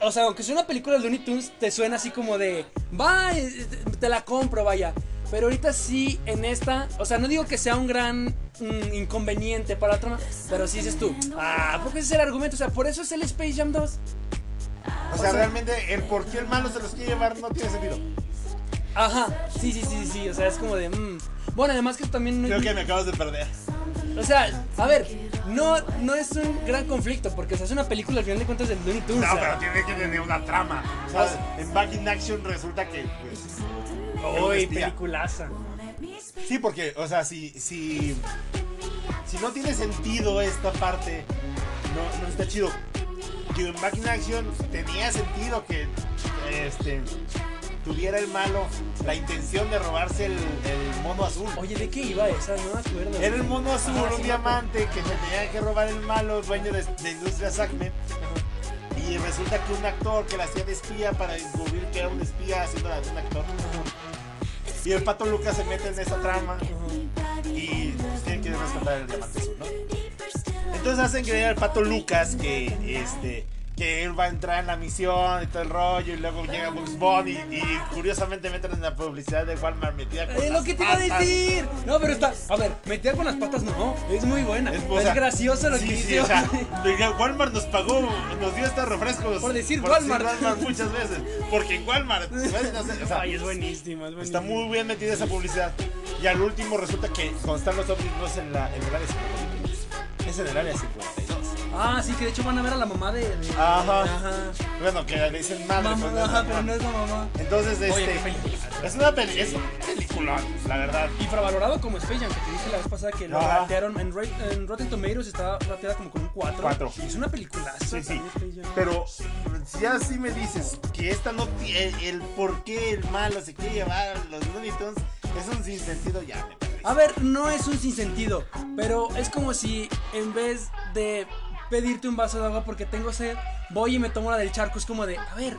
S2: O sea, aunque sea una película de Looney Tunes, te suena así como de. Va, eh, te la compro, vaya. Pero ahorita sí, en esta. O sea, no digo que sea un gran mm, inconveniente para la trama. Pero sí dices tú. Ah, porque ese es el argumento. O sea, por eso es el Space Jam 2.
S5: O sea, realmente el por qué el malo se los quiere llevar no tiene sentido.
S2: Ajá. Sí, sí, sí, sí, sí. O sea, es como de. mm. Bueno, además que también. no-
S5: Creo que me acabas de perder.
S2: O sea, a ver, no, no es un gran conflicto, porque o sea, es una película al final de cuentas del Looney Tunes.
S5: No,
S2: o sea,
S5: pero tiene que tener una trama. O sea, en Back in Action resulta que, pues.
S2: ¡Uy,
S5: investiga.
S2: peliculaza!
S5: Sí, porque, o sea, si, si, si no tiene sentido esta parte, no, no está chido. Que en Back in Action tenía sentido que este, tuviera el malo la intención de robarse el, el mono azul.
S2: Oye, ¿de qué iba esa? No me acuerdo.
S5: Era el mono azul,
S2: Ah, sí
S5: un
S2: me
S5: diamante que se tenía que robar el malo dueño de, de Industria Acme. Y resulta que un actor que la hacía de espía para descubrir que era un espía haciéndola de un actor. Y el pato Lucas se mete en esa trama y pues, tienen que rescatar el diamante azul, ¿no? Entonces hacen creer al pato Lucas que este que él va a entrar en la misión y todo el rollo y luego llega Bugs Bunny y, curiosamente meten en la publicidad de Walmart metida con
S2: Es lo
S5: las
S2: que te iba a
S5: patas.
S2: decir. No, pero está. A ver, meter con las patas no. Es muy buena. Es,
S5: Es, o sea,
S2: gracioso lo
S5: sí,
S2: que
S5: sí,
S2: hizo.
S5: o sea, diga, Walmart nos pagó, nos dio estos refrescos.
S2: Por decir Walmart.
S5: muchas veces. Porque en Walmart. ¿sabes? No sé, o sea,
S2: Ay, es buenísima. Es
S5: está
S2: buenísima.
S5: muy bien metida esa publicidad. Y al último resulta que cuando están los ovnis no es en, la, en el área 52. Es en el área 52.
S2: Ah, sí, que de hecho van a ver a la mamá de. de-
S5: Ajá.
S2: Ajá.
S5: Bueno, que le dicen madre.
S2: Mamá,
S5: pues, no es
S2: ajá,
S5: la
S2: pero
S5: mamá.
S2: no es la mamá.
S5: Entonces,
S2: Oye,
S5: este.
S2: qué película.
S5: es una peli, es un peliculón, la verdad.
S2: Infravalorado como Space Jam, que te dije la vez pasada que lo
S5: Ajá.
S2: ratearon en, Ra- en Rotten Tomatoes está rateada como con un 4.
S5: Cuatro.
S2: Y es una peliculaza.
S5: Sí, sí.
S2: también, Space Jam.
S5: Pero si ya sí me dices que esta no tiene el por qué el malo se quiere llevar a los Looney Tunes, es un sinsentido ya. me parece.
S2: A ver, no es un sinsentido, pero es como si en vez de pedirte un vaso de agua porque tengo sed, voy y me tomo la del charco. Es como de, a ver,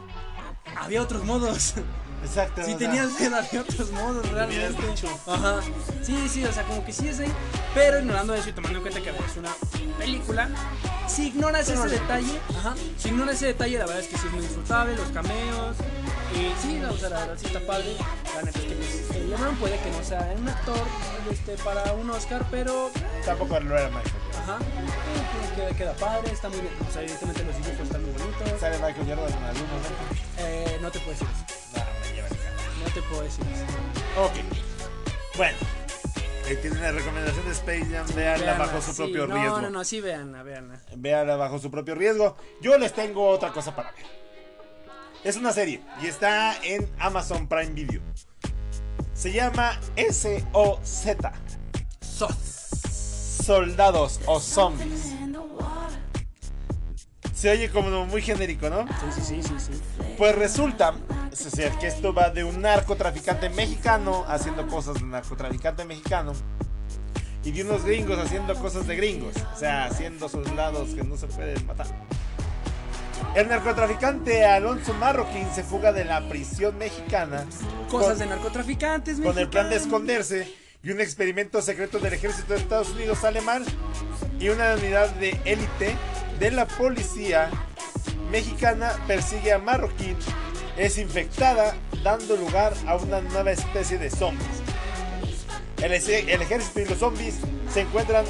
S2: había otros modos.
S5: Exacto.
S2: Si
S5: o sea,
S2: tenías sed, había otros modos
S5: hubieras
S2: realmente.
S5: dicho.
S2: Ajá. Sí, sí, o sea, como que sí es ahí. Pero ignorando eso y tomando en cuenta que es una película, si ignoras ese detalle, ajá, si ignoras ese detalle, la verdad es que sí es muy disfrutable, los cameos. Y sí, la- o sea, la verdad sí está padre. La neta es que pues, el LeBron puede que no sea un actor este, para un Oscar, pero
S5: tampoco lo era Michael Jordan.
S2: ajá, eh, pues, queda, queda padre, está muy bien. O sea, evidentemente los dibujos están muy bonitos.
S5: Sale Michael Jordan en algunos. ¿no?
S2: Eh, no te puedo decir eso.
S5: No, me lleva el cara.
S2: No te puedo decir eso.
S5: Ok. Bueno. Ahí tienen la recomendación de Space Jam. Veanla
S2: Véanla,
S5: bajo su
S2: sí,
S5: propio
S2: no,
S5: riesgo.
S2: No, no, no, sí, véanla, véanla.
S5: Veanla bajo su propio riesgo. Yo les tengo otra cosa para ver. Es una serie y está en Amazon Prime Video. Se llama SOZ. Soldados o zombies. Se oye como muy genérico, ¿no?
S2: Sí, sí, sí, sí, sí.
S5: Pues resulta es decir, que esto va de un narcotraficante mexicano haciendo cosas de narcotraficante mexicano y de unos gringos haciendo cosas de gringos, o sea, haciendo soldados que no se pueden matar. El narcotraficante Alonso Marroquín se fuga de la prisión mexicana
S2: Cosas
S5: con-
S2: de narcotraficantes,
S5: con el plan de
S2: mexicanos.
S5: esconderse y un experimento secreto del ejército de Estados Unidos sale mal y una unidad de élite de la policía mexicana persigue a Marroquín, es infectada dando lugar a una nueva especie de zombies. El, ej- el ejército y los zombies se encuentran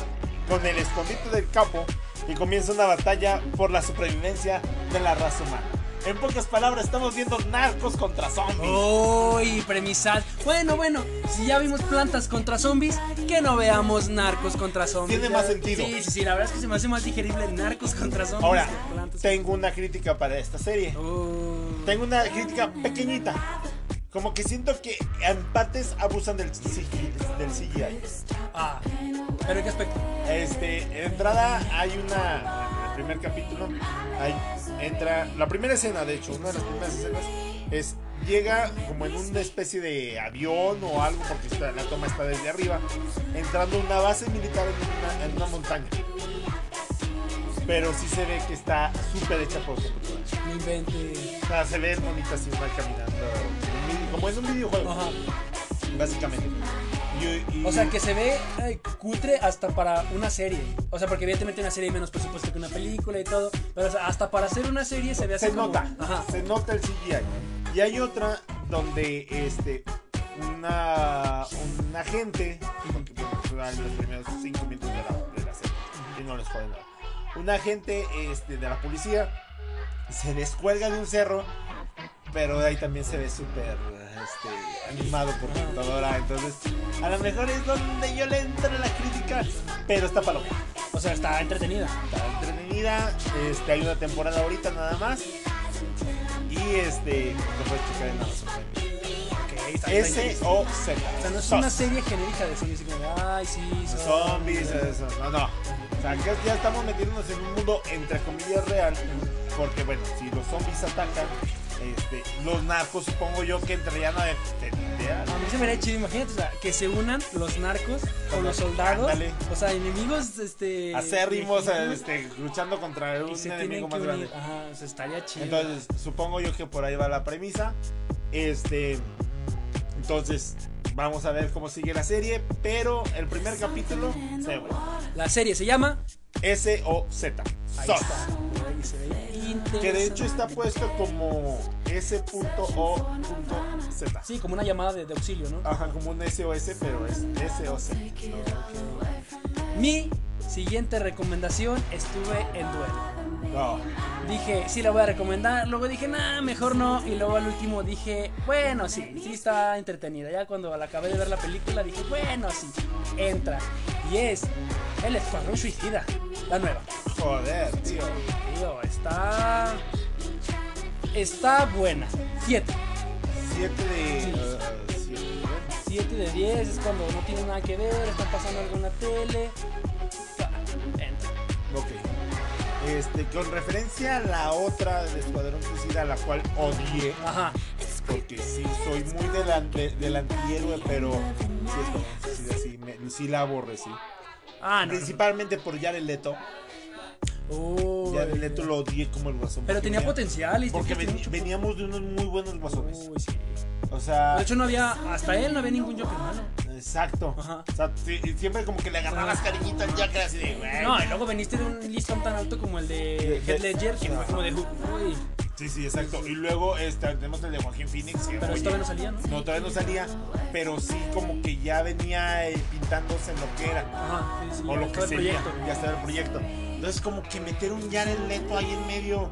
S5: con el escondite del capo y comienza una batalla por la supervivencia de la raza humana. En pocas palabras, estamos viendo narcos contra zombies.
S2: Uy, premisal. Bueno, bueno, si ya vimos plantas contra zombies, que no veamos narcos contra zombies.
S5: Tiene
S2: Ya-
S5: más sentido.
S2: Sí, sí, sí, la verdad es que se me hace más digerible narcos contra zombies.
S5: Ahora,
S2: que plantas.
S5: tengo una crítica para esta serie.
S2: Uy.
S5: Tengo una crítica pequeñita. Como que siento que en partes abusan del, C- del CGI.
S2: Ah, pero ¿en qué aspecto?
S5: Este, de entrada hay una. En el primer capítulo, hay, entra. La primera escena, de hecho, una de las primeras escenas es. Llega como en una especie de avión o algo, porque está- la toma está desde arriba, entrando una base militar en una, en una montaña. Pero sí se ve que está súper hecha por computadora.
S2: No invente.
S5: O sea, se ve bonita así mal caminando. Como es un videojuego,
S2: Ajá.
S5: básicamente. Y- y-
S2: O sea, que se ve ay, cutre hasta para una serie. O sea, porque evidentemente una serie hay menos presupuesto que una película y todo. Pero o sea, hasta para hacer una serie se ve así
S5: se
S2: como-
S5: nota,
S2: Ajá.
S5: se nota el CGI. Y hay otra donde este una un agente, porque pues, eran los primeros cinco minutos de la, de la serie y no les joden nada. Un agente este, de la policía se descuelga de un cerro, pero ahí también se ve súper este, animado por computadora. Entonces, a lo mejor es donde yo le entro la crítica, pero está palomita
S2: O sea, está entretenida.
S5: está entretenida. Este, hay una temporada ahorita nada más. Y este, lo puedes checar en Amazon Prime.
S2: Ok, está bien.
S5: S-O-Z.
S2: O sea, no es
S5: Sos.
S2: una serie genérica de zombies. así como de, Ay, sí, son-
S5: Zombies, eso, no, no. O sea, que ya estamos metiéndonos en un mundo entre comillas real. Porque bueno, si los zombies atacan, este, los narcos supongo yo que entrarían a defender.
S2: A mí se me haría chido, imagínate, o sea, que se unan los narcos o
S5: Con
S2: los
S5: los-
S2: soldados,
S5: ándale.
S2: o sea, enemigos, este...
S5: Acérrimos
S2: lejísimos,
S5: este, luchando contra
S2: y
S5: un
S2: se
S5: enemigo
S2: tienen que
S5: más
S2: unir.
S5: grande.
S2: Ajá, o sea, estaría chido.
S5: Entonces, supongo yo que por ahí va la premisa. Este. Entonces, vamos a ver cómo sigue la serie. Pero el primer capítulo se
S2: La serie se llama...
S5: S-O-Z.
S2: Ahí
S5: Sos.
S2: está. Ahí se ve.
S5: Que de
S2: Interesante.
S5: hecho está puesto como S.O.Z.
S2: Sí, como una llamada de, de auxilio, ¿no?
S5: Ajá, como un SOS, pero es S-O-Z.
S2: Mi siguiente recomendación estuve en duelo.
S5: No,
S2: Dije, sí la voy a recomendar, luego dije, nah, mejor no, y luego al último dije, bueno, sí, sí está entretenida. Ya cuando la acabé de ver la película dije, bueno, sí, entra. Y es El Escuadrón Suicida, la nueva.
S5: joder, tío.
S2: Digo, está... Está buena. 7.
S5: 7 de. eh, siete, ¿eh?
S2: 7 de 10 es cuando no tiene nada que ver, están pasando algo en la tele. Ah, Entra.
S5: Ok. Este, con referencia a la otra del Escuadrón Suicida, la cual odié.
S2: Ajá.
S5: Porque sí, soy muy del, de- del antihéroe, pero sí, es como que sí, así me- sí la aborrecí.
S2: Ah, no, no, no.
S5: Principalmente por Jared Leto.
S2: Uy.
S5: Jared Leto lo odié como el guasón.
S2: Pero
S5: porque
S2: tenía
S5: venía-
S2: potencial y
S5: Porque
S2: tenía
S5: ven-
S2: mucho-
S5: veníamos de unos muy buenos guasones.
S2: Uy, sí.
S5: O sea,
S2: De hecho, no había. Hasta él no había ningún Joker malo.
S5: exacto.
S2: Ajá.
S5: O sea, sí, y siempre como que le agarrabas cariñito al Jared así de, güey.
S2: No, y luego veniste de un listón tan alto como el de
S5: De-
S2: Head Ledger, que no
S5: Ajá.
S2: como de Hook. Uy.
S5: Sí, sí, exacto. Y luego este, tenemos el de Joaquín Phoenix. que,
S2: Pero
S5: oye,
S2: todavía no salía, ¿no?
S5: No, todavía no salía. Pero sí, como que ya venía eh, pintándose en lo que era.
S2: Ajá. Sí, sí,
S5: o lo que
S2: todo el
S5: sería,
S2: proyecto.
S5: ya estaba el proyecto. Entonces, como que meter un Jared Leto ahí en medio,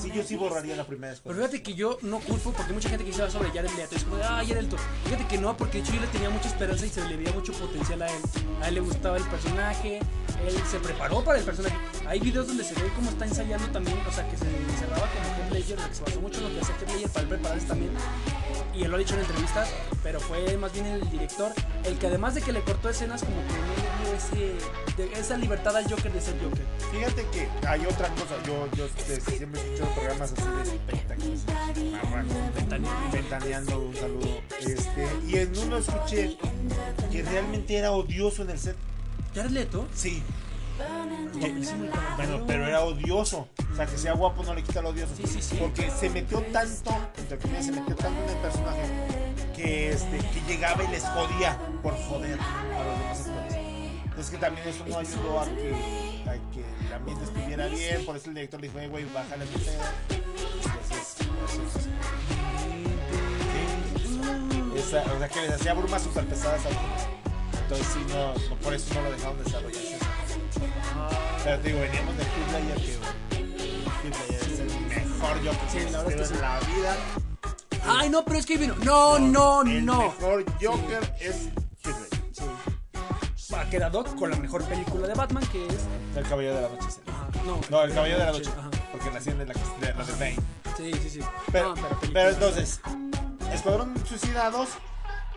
S5: sí, yo sí borraría la primera
S2: Pero
S5: escuela.
S2: fíjate que yo no culpo porque mucha gente que quisiera sobre Jared Leto es como, de, ah, Jared Leto. Fíjate que no, porque de hecho yo le tenía mucha esperanza y se le veía mucho potencial a él. A él le gustaba el personaje, él se preparó para el personaje. Hay videos donde se ve cómo está ensayando también, o sea, que se encerraba como Heath Ledger, que se basó mucho en lo que hacía Heath Ledger para él prepararse también. Y él lo ha dicho en entrevistas, pero fue más bien el director el que además de que le cortó escenas, como que no le dio ese, de- esa libertad al Joker de ser Joker.
S5: Fíjate que hay otra cosa. Yo, yo este, siempre escucho programas así de espectáculos, marranos,
S2: Ventaneando.
S5: ventaneando, un saludo. Este, y en uno escuché que realmente era odioso en el set.
S2: Jared Leto,
S5: Sí,
S2: lo hizo muy cabrón.
S5: bueno, pero era odioso. O sea, que sea guapo no le quita lo odioso.
S2: Sí, sí, sí.
S5: Porque se metió tanto, entre comillas, se metió tanto en el personaje que, este, que llegaba y les jodía por joder a los demás actores. Entonces que también eso no ayudó a que, a que el ambiente estuviera bien. Por eso el director le dijo, "Eh, güey, bájale mi pedo. Y así es, así es. Sí. Esa- o sea, que les hacía brumas súper pesadas a algunos. Entonces sí, no, no- por eso no lo dejaron desarrollarse. Pero te digo, veníamos de Hitler y que Hitler es el mejor Joker
S2: Sí,
S5: que
S2: la verdad es que
S5: existe en
S2: sí.
S5: la vida.
S2: Ay, no, pero es que vino. No, no,
S5: el
S2: no.
S5: mejor Joker es Hitler.
S2: Ha quedado con la mejor película de Batman que es.
S5: El caballero de la noche. sí.
S2: Ajá, no,
S5: No, el caballero de la noche.
S2: Ajá.
S5: Porque nació en la, de, la de Bane.
S2: Sí, sí, sí. No,
S5: Pero,
S2: película.
S5: pero entonces, Escuadrón Suicida 2,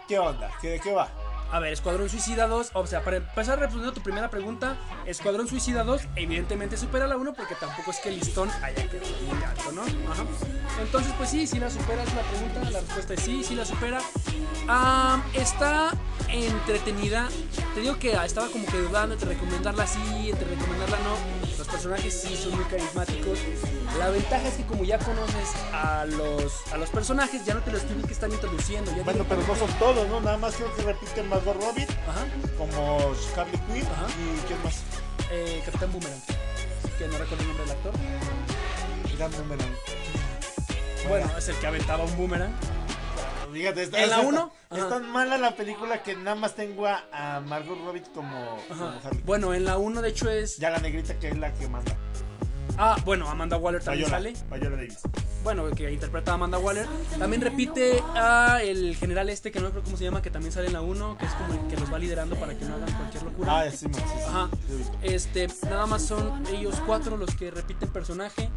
S5: ¿qué onda? ¿Qué, ¿De qué va?
S2: A ver, Escuadrón Suicida 2. O sea, para empezar respondiendo tu primera pregunta, Escuadrón Suicida 2 evidentemente supera la 1 porque tampoco es que el listón haya quedado muy alto, ¿no? Ajá. Entonces, pues sí, si la supera es la pregunta. La respuesta es sí, sí la supera. Ah, está entretenida. Te digo que estaba como que dudando entre recomendarla sí, entre recomendarla no. Los personajes sí son muy carismáticos. La ventaja es que como ya conoces a los, a los personajes, ya no te los tienes que estar introduciendo. Ya
S5: Bueno, pero no son todos, ¿no? Nada más creo que repiten Margot Robbie
S2: Ajá.
S5: como Harley Quinn
S2: Ajá.
S5: y ¿quién más?
S2: Eh, Capitán Boomerang. Que no recuerdo el nombre del actor.
S5: Gran número.
S2: Bueno, es el que aventaba un boomerang.
S5: Fíjate,
S2: ¿En la
S5: es-
S2: uno? Ajá.
S5: Es tan mala la película que nada más tengo a, a Margot Robbie como, como
S2: Ajá.
S5: Harley Quinn.
S2: Bueno, en la 1 de hecho es.
S5: Ya la negrita que es la que manda.
S2: Ah, bueno, Amanda Waller también
S5: Viola,
S2: sale.
S5: Viola Davis.
S2: Bueno, que interpreta a Amanda Waller. También repite a el general este, que no creo cómo se llama, que también sale en la 1, que es como el que los va liderando para que no hagan cualquier locura.
S5: Ah, sí, sí, sí, sí.
S2: Ajá.
S5: Sí, lo he visto.
S2: Este, nada más son ellos cuatro los que repiten personaje.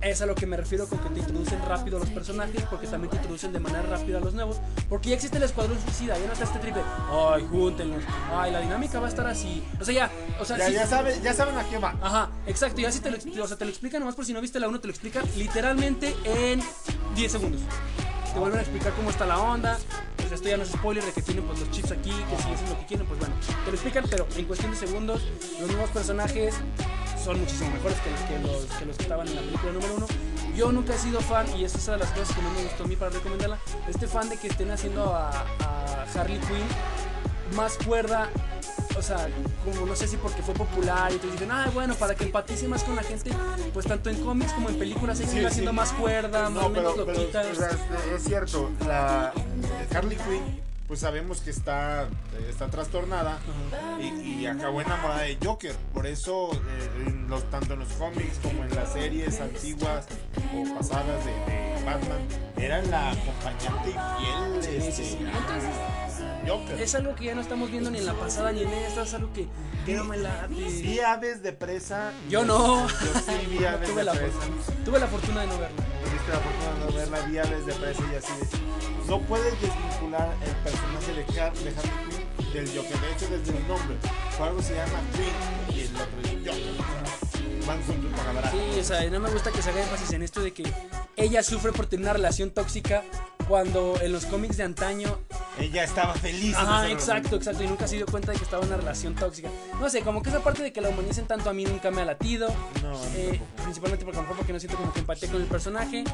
S2: Es a lo que me refiero con que te introducen rápido a los personajes, porque también te introducen de manera rápida a los nuevos. Porque ya existe el escuadrón suicida, ya no está este triple. Ay, júntenlos. Ay, la dinámica va a estar así. O sea, ya. O sea,
S5: Ya,
S2: sí-
S5: ya, saben, ya saben a quién va.
S2: Ajá, exacto. Ya si te lo, ex- o sea, te lo explica, nomás por si no viste la 1, te lo explica literalmente en 10 segundos. Te vuelven a explicar cómo está la onda. Pues esto ya no es spoiler de que tienen pues, los chips aquí, que si hacen lo que quieren, pues bueno, te lo explican, pero en cuestión de segundos, los nuevos personajes son muchísimo mejores que los que, los, que, los que estaban en la película número 1. Yo nunca he sido fan, y esa es una de las cosas que no me gustó a mí para recomendarla, este fan de que estén haciendo a, a Harley Quinn más cuerda o sea, como no sé si porque fue popular y te dicen, ah, bueno, para que empatice más con la gente, pues tanto en cómics como en películas, ellos
S5: Sí,
S2: iban
S5: sí.
S2: haciendo más cuerda, más
S5: No, pero,
S2: menos
S5: pero,
S2: loquitas.
S5: o sea, este, es- es cierto, la Harley Quinn, pues sabemos que está, eh, está trastornada y, y acabó enamorada de Joker. Por eso, eh, en los, tanto en los cómics como en las series antiguas o pasadas de, de Batman, era la acompañante y fiel este,
S2: Entonces,
S5: a Joker.
S2: es algo que ya no estamos viendo ni en la pasada ni en esta, es algo que, que no me late.
S5: Vi aves de presa.
S2: Yo no.
S5: Yo sí vi
S2: No
S5: aves
S2: tuve,
S5: de
S2: la
S5: presa.
S2: fortuna, tuve la fortuna de no verla.
S5: Tuviste la fortuna de verla vía desde preso y así de- No puedes desvincular el personaje de, Har de Harley Quinn del Joker. De hecho, desde el nombre. Por algo se llama Quinn y el otro es Joker. o sea, Van juntos para hablar.
S2: Sí, o sea, no me gusta que se haga énfasis en esto de que ella sufre por tener una relación tóxica cuando en los cómics de antaño
S5: Ella estaba feliz. en
S2: Ajá,
S5: esa
S2: exacto,
S5: relación.
S2: exacto. Y nunca se dio cuenta de que estaba en una relación tóxica. No sé, como que esa parte de que la humanicen tanto a mí nunca me ha latido.
S5: No, a mí
S2: Eh,
S5: tampoco.
S2: principalmente porque a lo mejor porque no siento como que empatía con el personaje.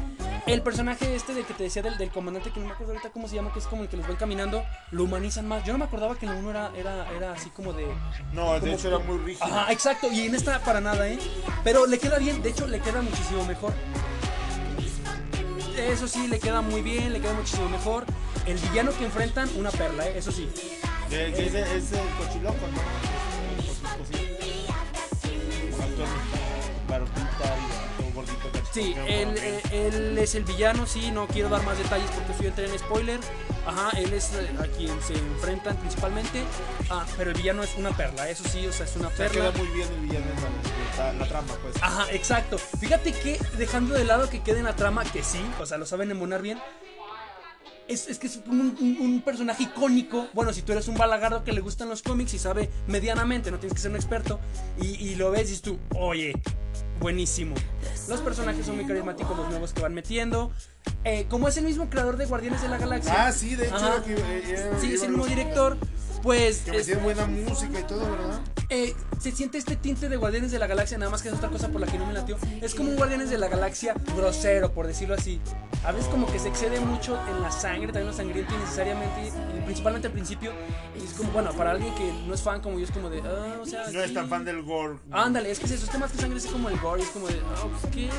S2: El personaje este de que te decía del, del comandante, que no me acuerdo ahorita cómo se llama, que es como el que los ven caminando, lo humanizan más. Yo no me acordaba que en la 1 era, era, era así como de.
S5: No, de
S2: como-
S5: hecho era muy rígida.
S2: Ajá, exacto. Y en esta para nada, ¿eh? Pero le queda bien, de hecho le queda muchísimo mejor. Eso sí, le queda muy bien, le queda muchísimo mejor. El villano que enfrentan, una perla, ¿eh? Eso sí.
S5: De- que es, el- es el cochiloco, ¿no? Es el cochiloco, sí. Un actor barbita y un gordito cachito.
S2: Sí, él,
S5: Creo que-
S2: él- él es el villano, sí, no quiero dar más detalles porque fui a entrar en spoiler. Ajá, él es eh, a quien se enfrentan principalmente. Ah, pero el villano es una perla, eso sí, o sea, es una
S5: Se
S2: perla.
S5: queda muy bien el villano en la, la- la trama, pues.
S2: Ajá, exacto. Fíjate que dejando de lado que quede en la trama, que sí, o sea, lo saben embonar bien. Es, es que es un, un- un personaje icónico. Bueno, si tú eres un balagardo que le gustan los cómics y sabe medianamente, no tienes que ser un experto, y, y lo ves y dices tú, oye, buenísimo. Los personajes son muy carismáticos, los nuevos que van metiendo. Eh, como es el mismo creador de Guardianes de la Galaxia,
S5: Ah, sí, de hecho.
S2: Ajá.
S5: era que, eh, era-
S2: sigue
S5: iba
S2: siendo el mismo
S5: los-
S2: director, pues
S5: Que me
S2: es-
S5: hicieron buena música y todo, ¿verdad?
S2: eh, se siente este tinte de Guardianes de la Galaxia, nada más que es otra cosa por la que no me latió. Es como un Guardianes de la Galaxia grosero, por decirlo así. A veces como que se excede mucho en la sangre, también lo sangriento innecesariamente, y principalmente al principio. Y es como, bueno, para alguien que no es fan como yo, es como de, ah, o sea...
S5: No es
S2: sí.
S5: tan fan del gore.
S2: Ándale, es que esos temas que sangre es como el gore, y es como de, ah, ok, o sea, sí, qué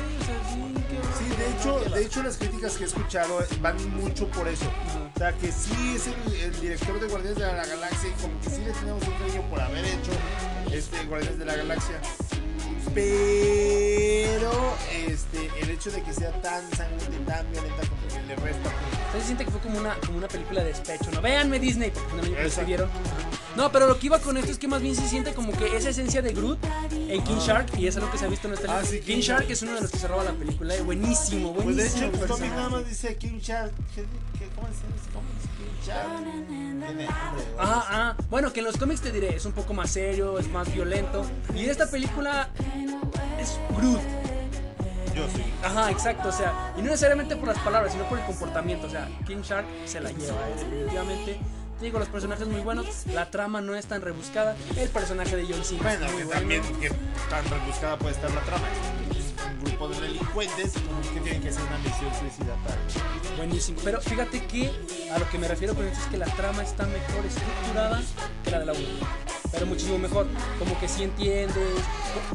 S5: Sí, de hecho, de hecho las críticas que he escuchado van mucho por eso. O sea, que sí es el, el director de Guardianes de la Galaxia y como que sí le tenemos un cariño por haber hecho este Guardianes de la Galaxia. Pero este, el hecho de que sea tan sangrienta y tan violenta como que le resta. pues,
S2: Entonces siente que fue como una, como una película de despecho, ¿no? Véanme Disney, porque no me lo
S5: Exacto.
S2: escribieron. No, pero lo que iba con esto es que más bien se siente como que esa esencia de Groot en King Shark, y es algo que se ha visto en nuestra
S5: Ah, sí,
S2: King,
S5: King
S2: Shark
S5: Shark.
S2: es uno de los que se roba la película, eh, buenísimo, buenísimo.
S5: Pues de hecho, pues Tommy
S2: personaje.
S5: nada más dice King Shark. ¿Qué, qué, cómo dice? ¿Cómo dice King Shark? Tiene hambre, güey.
S2: Ah, ah, bueno, que en los cómics te diré, es un poco más serio, es más violento. Y en esta película es Groot.
S5: Yo sí.
S2: Ajá, exacto, o sea, y no necesariamente por las palabras, sino por el comportamiento, o sea, King Shark se la lleva, eh, definitivamente. Te digo, los personajes muy buenos, la trama no es tan rebuscada, el personaje de John Cena
S5: Bueno,
S2: es muy
S5: que
S2: bueno.
S5: también que tan rebuscada puede estar la trama. Es un grupo de delincuentes que tienen que hacer una misión suicida para.
S2: Buenísimo, pero fíjate que a lo que me refiero con esto es que la trama está mejor estructurada que la de la 1. Pero muchísimo mejor, como que sí entiendes,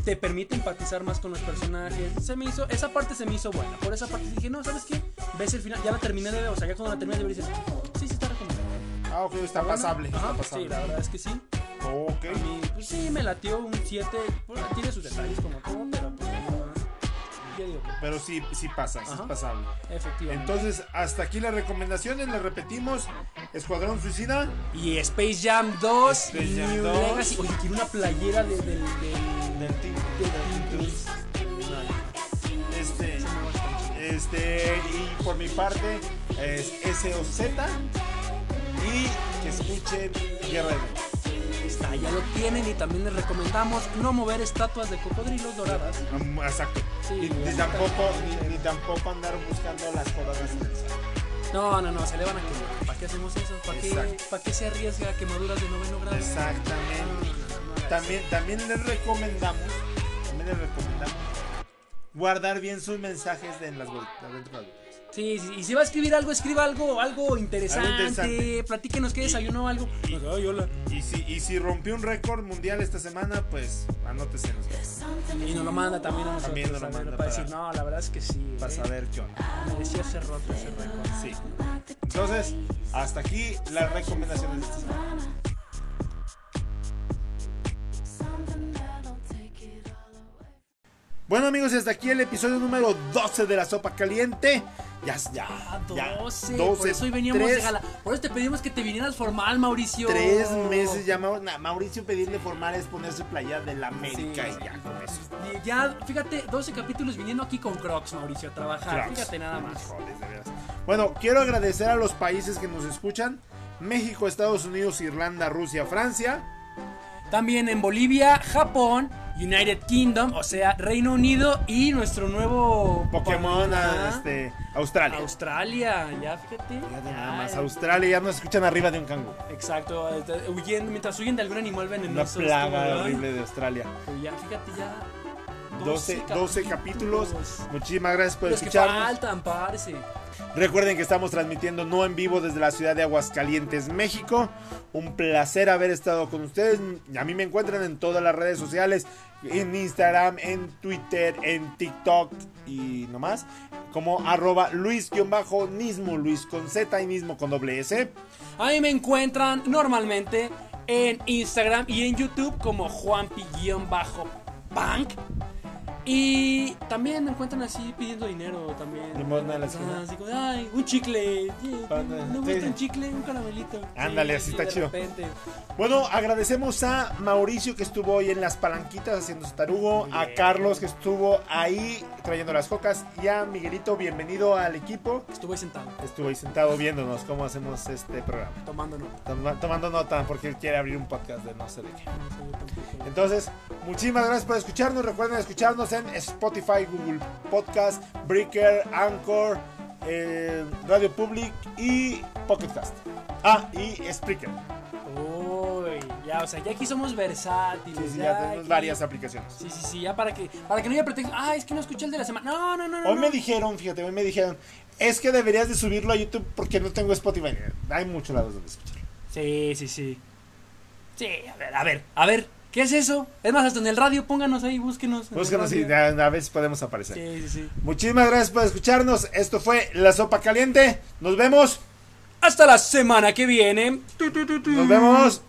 S2: te permite empatizar más con los personajes. Se me hizo, esa parte se me hizo buena. Por esa parte dije, no, ¿sabes qué? Ves el final, ya la terminé de ver, o sea, ya cuando la terminé de ver dices, sí, sí está recomendable.
S5: Ah, ok, está
S2: Bueno,
S5: pasable.
S2: ajá,
S5: Está
S2: Sí,
S5: pasable.
S2: la verdad es que sí.
S5: Ok.
S2: A mí, pues sí, me latió un 7. Bueno, tiene sus detalles como todo, pero pues no, yo digo que
S5: Pero sí, sí pasa, sí es
S2: Ajá.
S5: pasable.
S2: efectivamente.
S5: Entonces, hasta aquí las recomendaciones, las repetimos. Escuadrón Suicida.
S2: y Space Jam 2,
S5: Space Jam
S2: New
S5: 2.
S2: Legacy. Oye, quiero una playera de- del. del-
S5: Del Team.
S2: del Teen Toons.
S5: Este. Este, y por mi parte es SOZ. Y que escuchen Guerra de Mundos.
S2: Está, ya lo tienen y también les recomendamos no mover estatuas de cocodrilos doradas.
S5: Mm, Exacto.
S2: Sí,
S5: Y
S2: güey,
S5: ni,
S2: está
S5: tampoco, ni, ni tampoco andar buscando las cosas.
S2: No, no, no, se le van a quemar. ¿Para qué hacemos eso? ¿Para qué,
S5: Exacto.
S2: ¿Para qué se arriesga a quemaduras de noveno grado?
S5: Exactamente. También, también les recomendamos, también les recomendamos guardar bien sus mensajes de en las bol- adentro de las boletas.
S2: Sí, sí, y si va a escribir algo, escriba algo, algo interesante.
S5: interesante.
S2: Platíquenos qué desayunó algo. Ay, hola.
S5: Y si, y si rompió un récord mundial esta semana, pues anótese en los boletos
S2: Y nos lo manda también a nosotros.
S5: También nos lo
S2: a ver,
S5: manda
S2: para
S5: para-
S2: decir, no, la verdad es que sí.
S5: para
S2: eh,
S5: saber qué onda.
S2: Merecía ese roto, ese récord.
S5: Sí. Entonces, hasta aquí las recomendaciones de esta semana. Bueno amigos, y hasta aquí el episodio número 12 de la sopa caliente. Ya, ya, ya.
S2: 12, Ah, por eso hoy veníamos de
S5: tres-
S2: gala. Por eso te pedimos que te vinieras formal, Mauricio.
S5: Tres meses ya Mau- na- Mauricio pedirle formal es ponerse playa de la América
S2: Sí.
S5: y ya con eso.
S2: Y Ya, fíjate, 12 capítulos viniendo aquí con Crocs, Mauricio, a trabajar.
S5: Crocs.
S2: Fíjate nada más.
S5: Joder, de veras. Bueno, quiero agradecer a los países que nos escuchan. México, Estados Unidos, Irlanda, Rusia, Francia.
S2: También en Bolivia, Japón, United Kingdom, o sea, Reino Unido y nuestro nuevo
S5: Pokémon, a-
S2: Ajá.
S5: este, Australia.
S2: Australia, ya fíjate.
S5: Fíjate nada
S2: Ay,
S5: más, Australia ya nos escuchan arriba de un canguro.
S2: Exacto, este, huyendo, mientras huyen de algún animal
S5: Una
S2: venenoso. es como,
S5: plaga
S2: ¿verdad?
S5: horrible de Australia.
S2: Pero ya, fíjate, ya.
S5: 12, 12 capítulos. Muchísimas gracias por
S2: Los que
S5: escucharnos.
S2: faltan, parce.
S5: Recuerden que estamos transmitiendo no en vivo desde la ciudad de Aguascalientes, México. Un placer haber estado con ustedes. A mí me encuentran en todas las redes sociales, en Instagram, en Twitter, en TikTok y nomás. Como arroba Luis-Nismo, Luis con Z y Nismo con doble S.
S2: Ahí me encuentran normalmente en Instagram y en YouTube como Juanpi-Bank. Y también me encuentran así pidiendo dinero también.
S5: Limosna en la esquina.
S2: Ah, así como, ay, un chicle. yeah,
S5: Panda,
S2: ¿No
S5: sí.
S2: gusta un chicle? Un caramelito.
S5: Ándale, así está
S2: de
S5: chido.
S2: repente.
S5: Bueno, agradecemos a Mauricio que estuvo hoy en las palanquitas haciendo su tarugo, a Carlos que estuvo ahí trayendo las cocas y a Miguelito, bienvenido al equipo.
S2: Estuve ahí sentado,
S5: Estuvo ahí sentado viéndonos cómo hacemos este programa.
S2: tomando nota.
S5: Toma- tomando nota porque él quiere abrir un podcast de no sé de qué.
S2: No sé, yo tampoco.
S5: Entonces, muchísimas gracias por escucharnos. Recuerden escucharnos en Spotify, Google Podcast, Breaker, Anchor, eh, Radio Public y Pocket Cast. Ah, y Spreaker.
S2: Uy, ya, o sea, ya aquí somos versátiles.
S5: Sí, sí, ya tenemos
S2: Pues aquí-
S5: varias aplicaciones.
S2: Sí, sí, sí, ya para que, para que no haya pretexto. Ah, es que no escuché el de la semana. No, no, no, no.
S5: Hoy me
S2: no.
S5: dijeron, fíjate, hoy me dijeron, es que deberías de subirlo a YouTube porque no tengo Spotify. Hay muchos lados donde escucharlo.
S2: Sí, sí, sí. Sí, a ver, a ver, a ver, ¿qué es eso? Es más, hasta en el radio, pónganos ahí, búsquenos. en el
S5: Búscanos y
S2: radio.
S5: a, a ver si podemos aparecer.
S2: Sí, sí, sí.
S5: Muchísimas gracias por escucharnos. Esto fue La Sopa Caliente. Nos vemos.
S2: Hasta la semana que viene. Tu, tu, tu, tu.
S5: Nos vemos.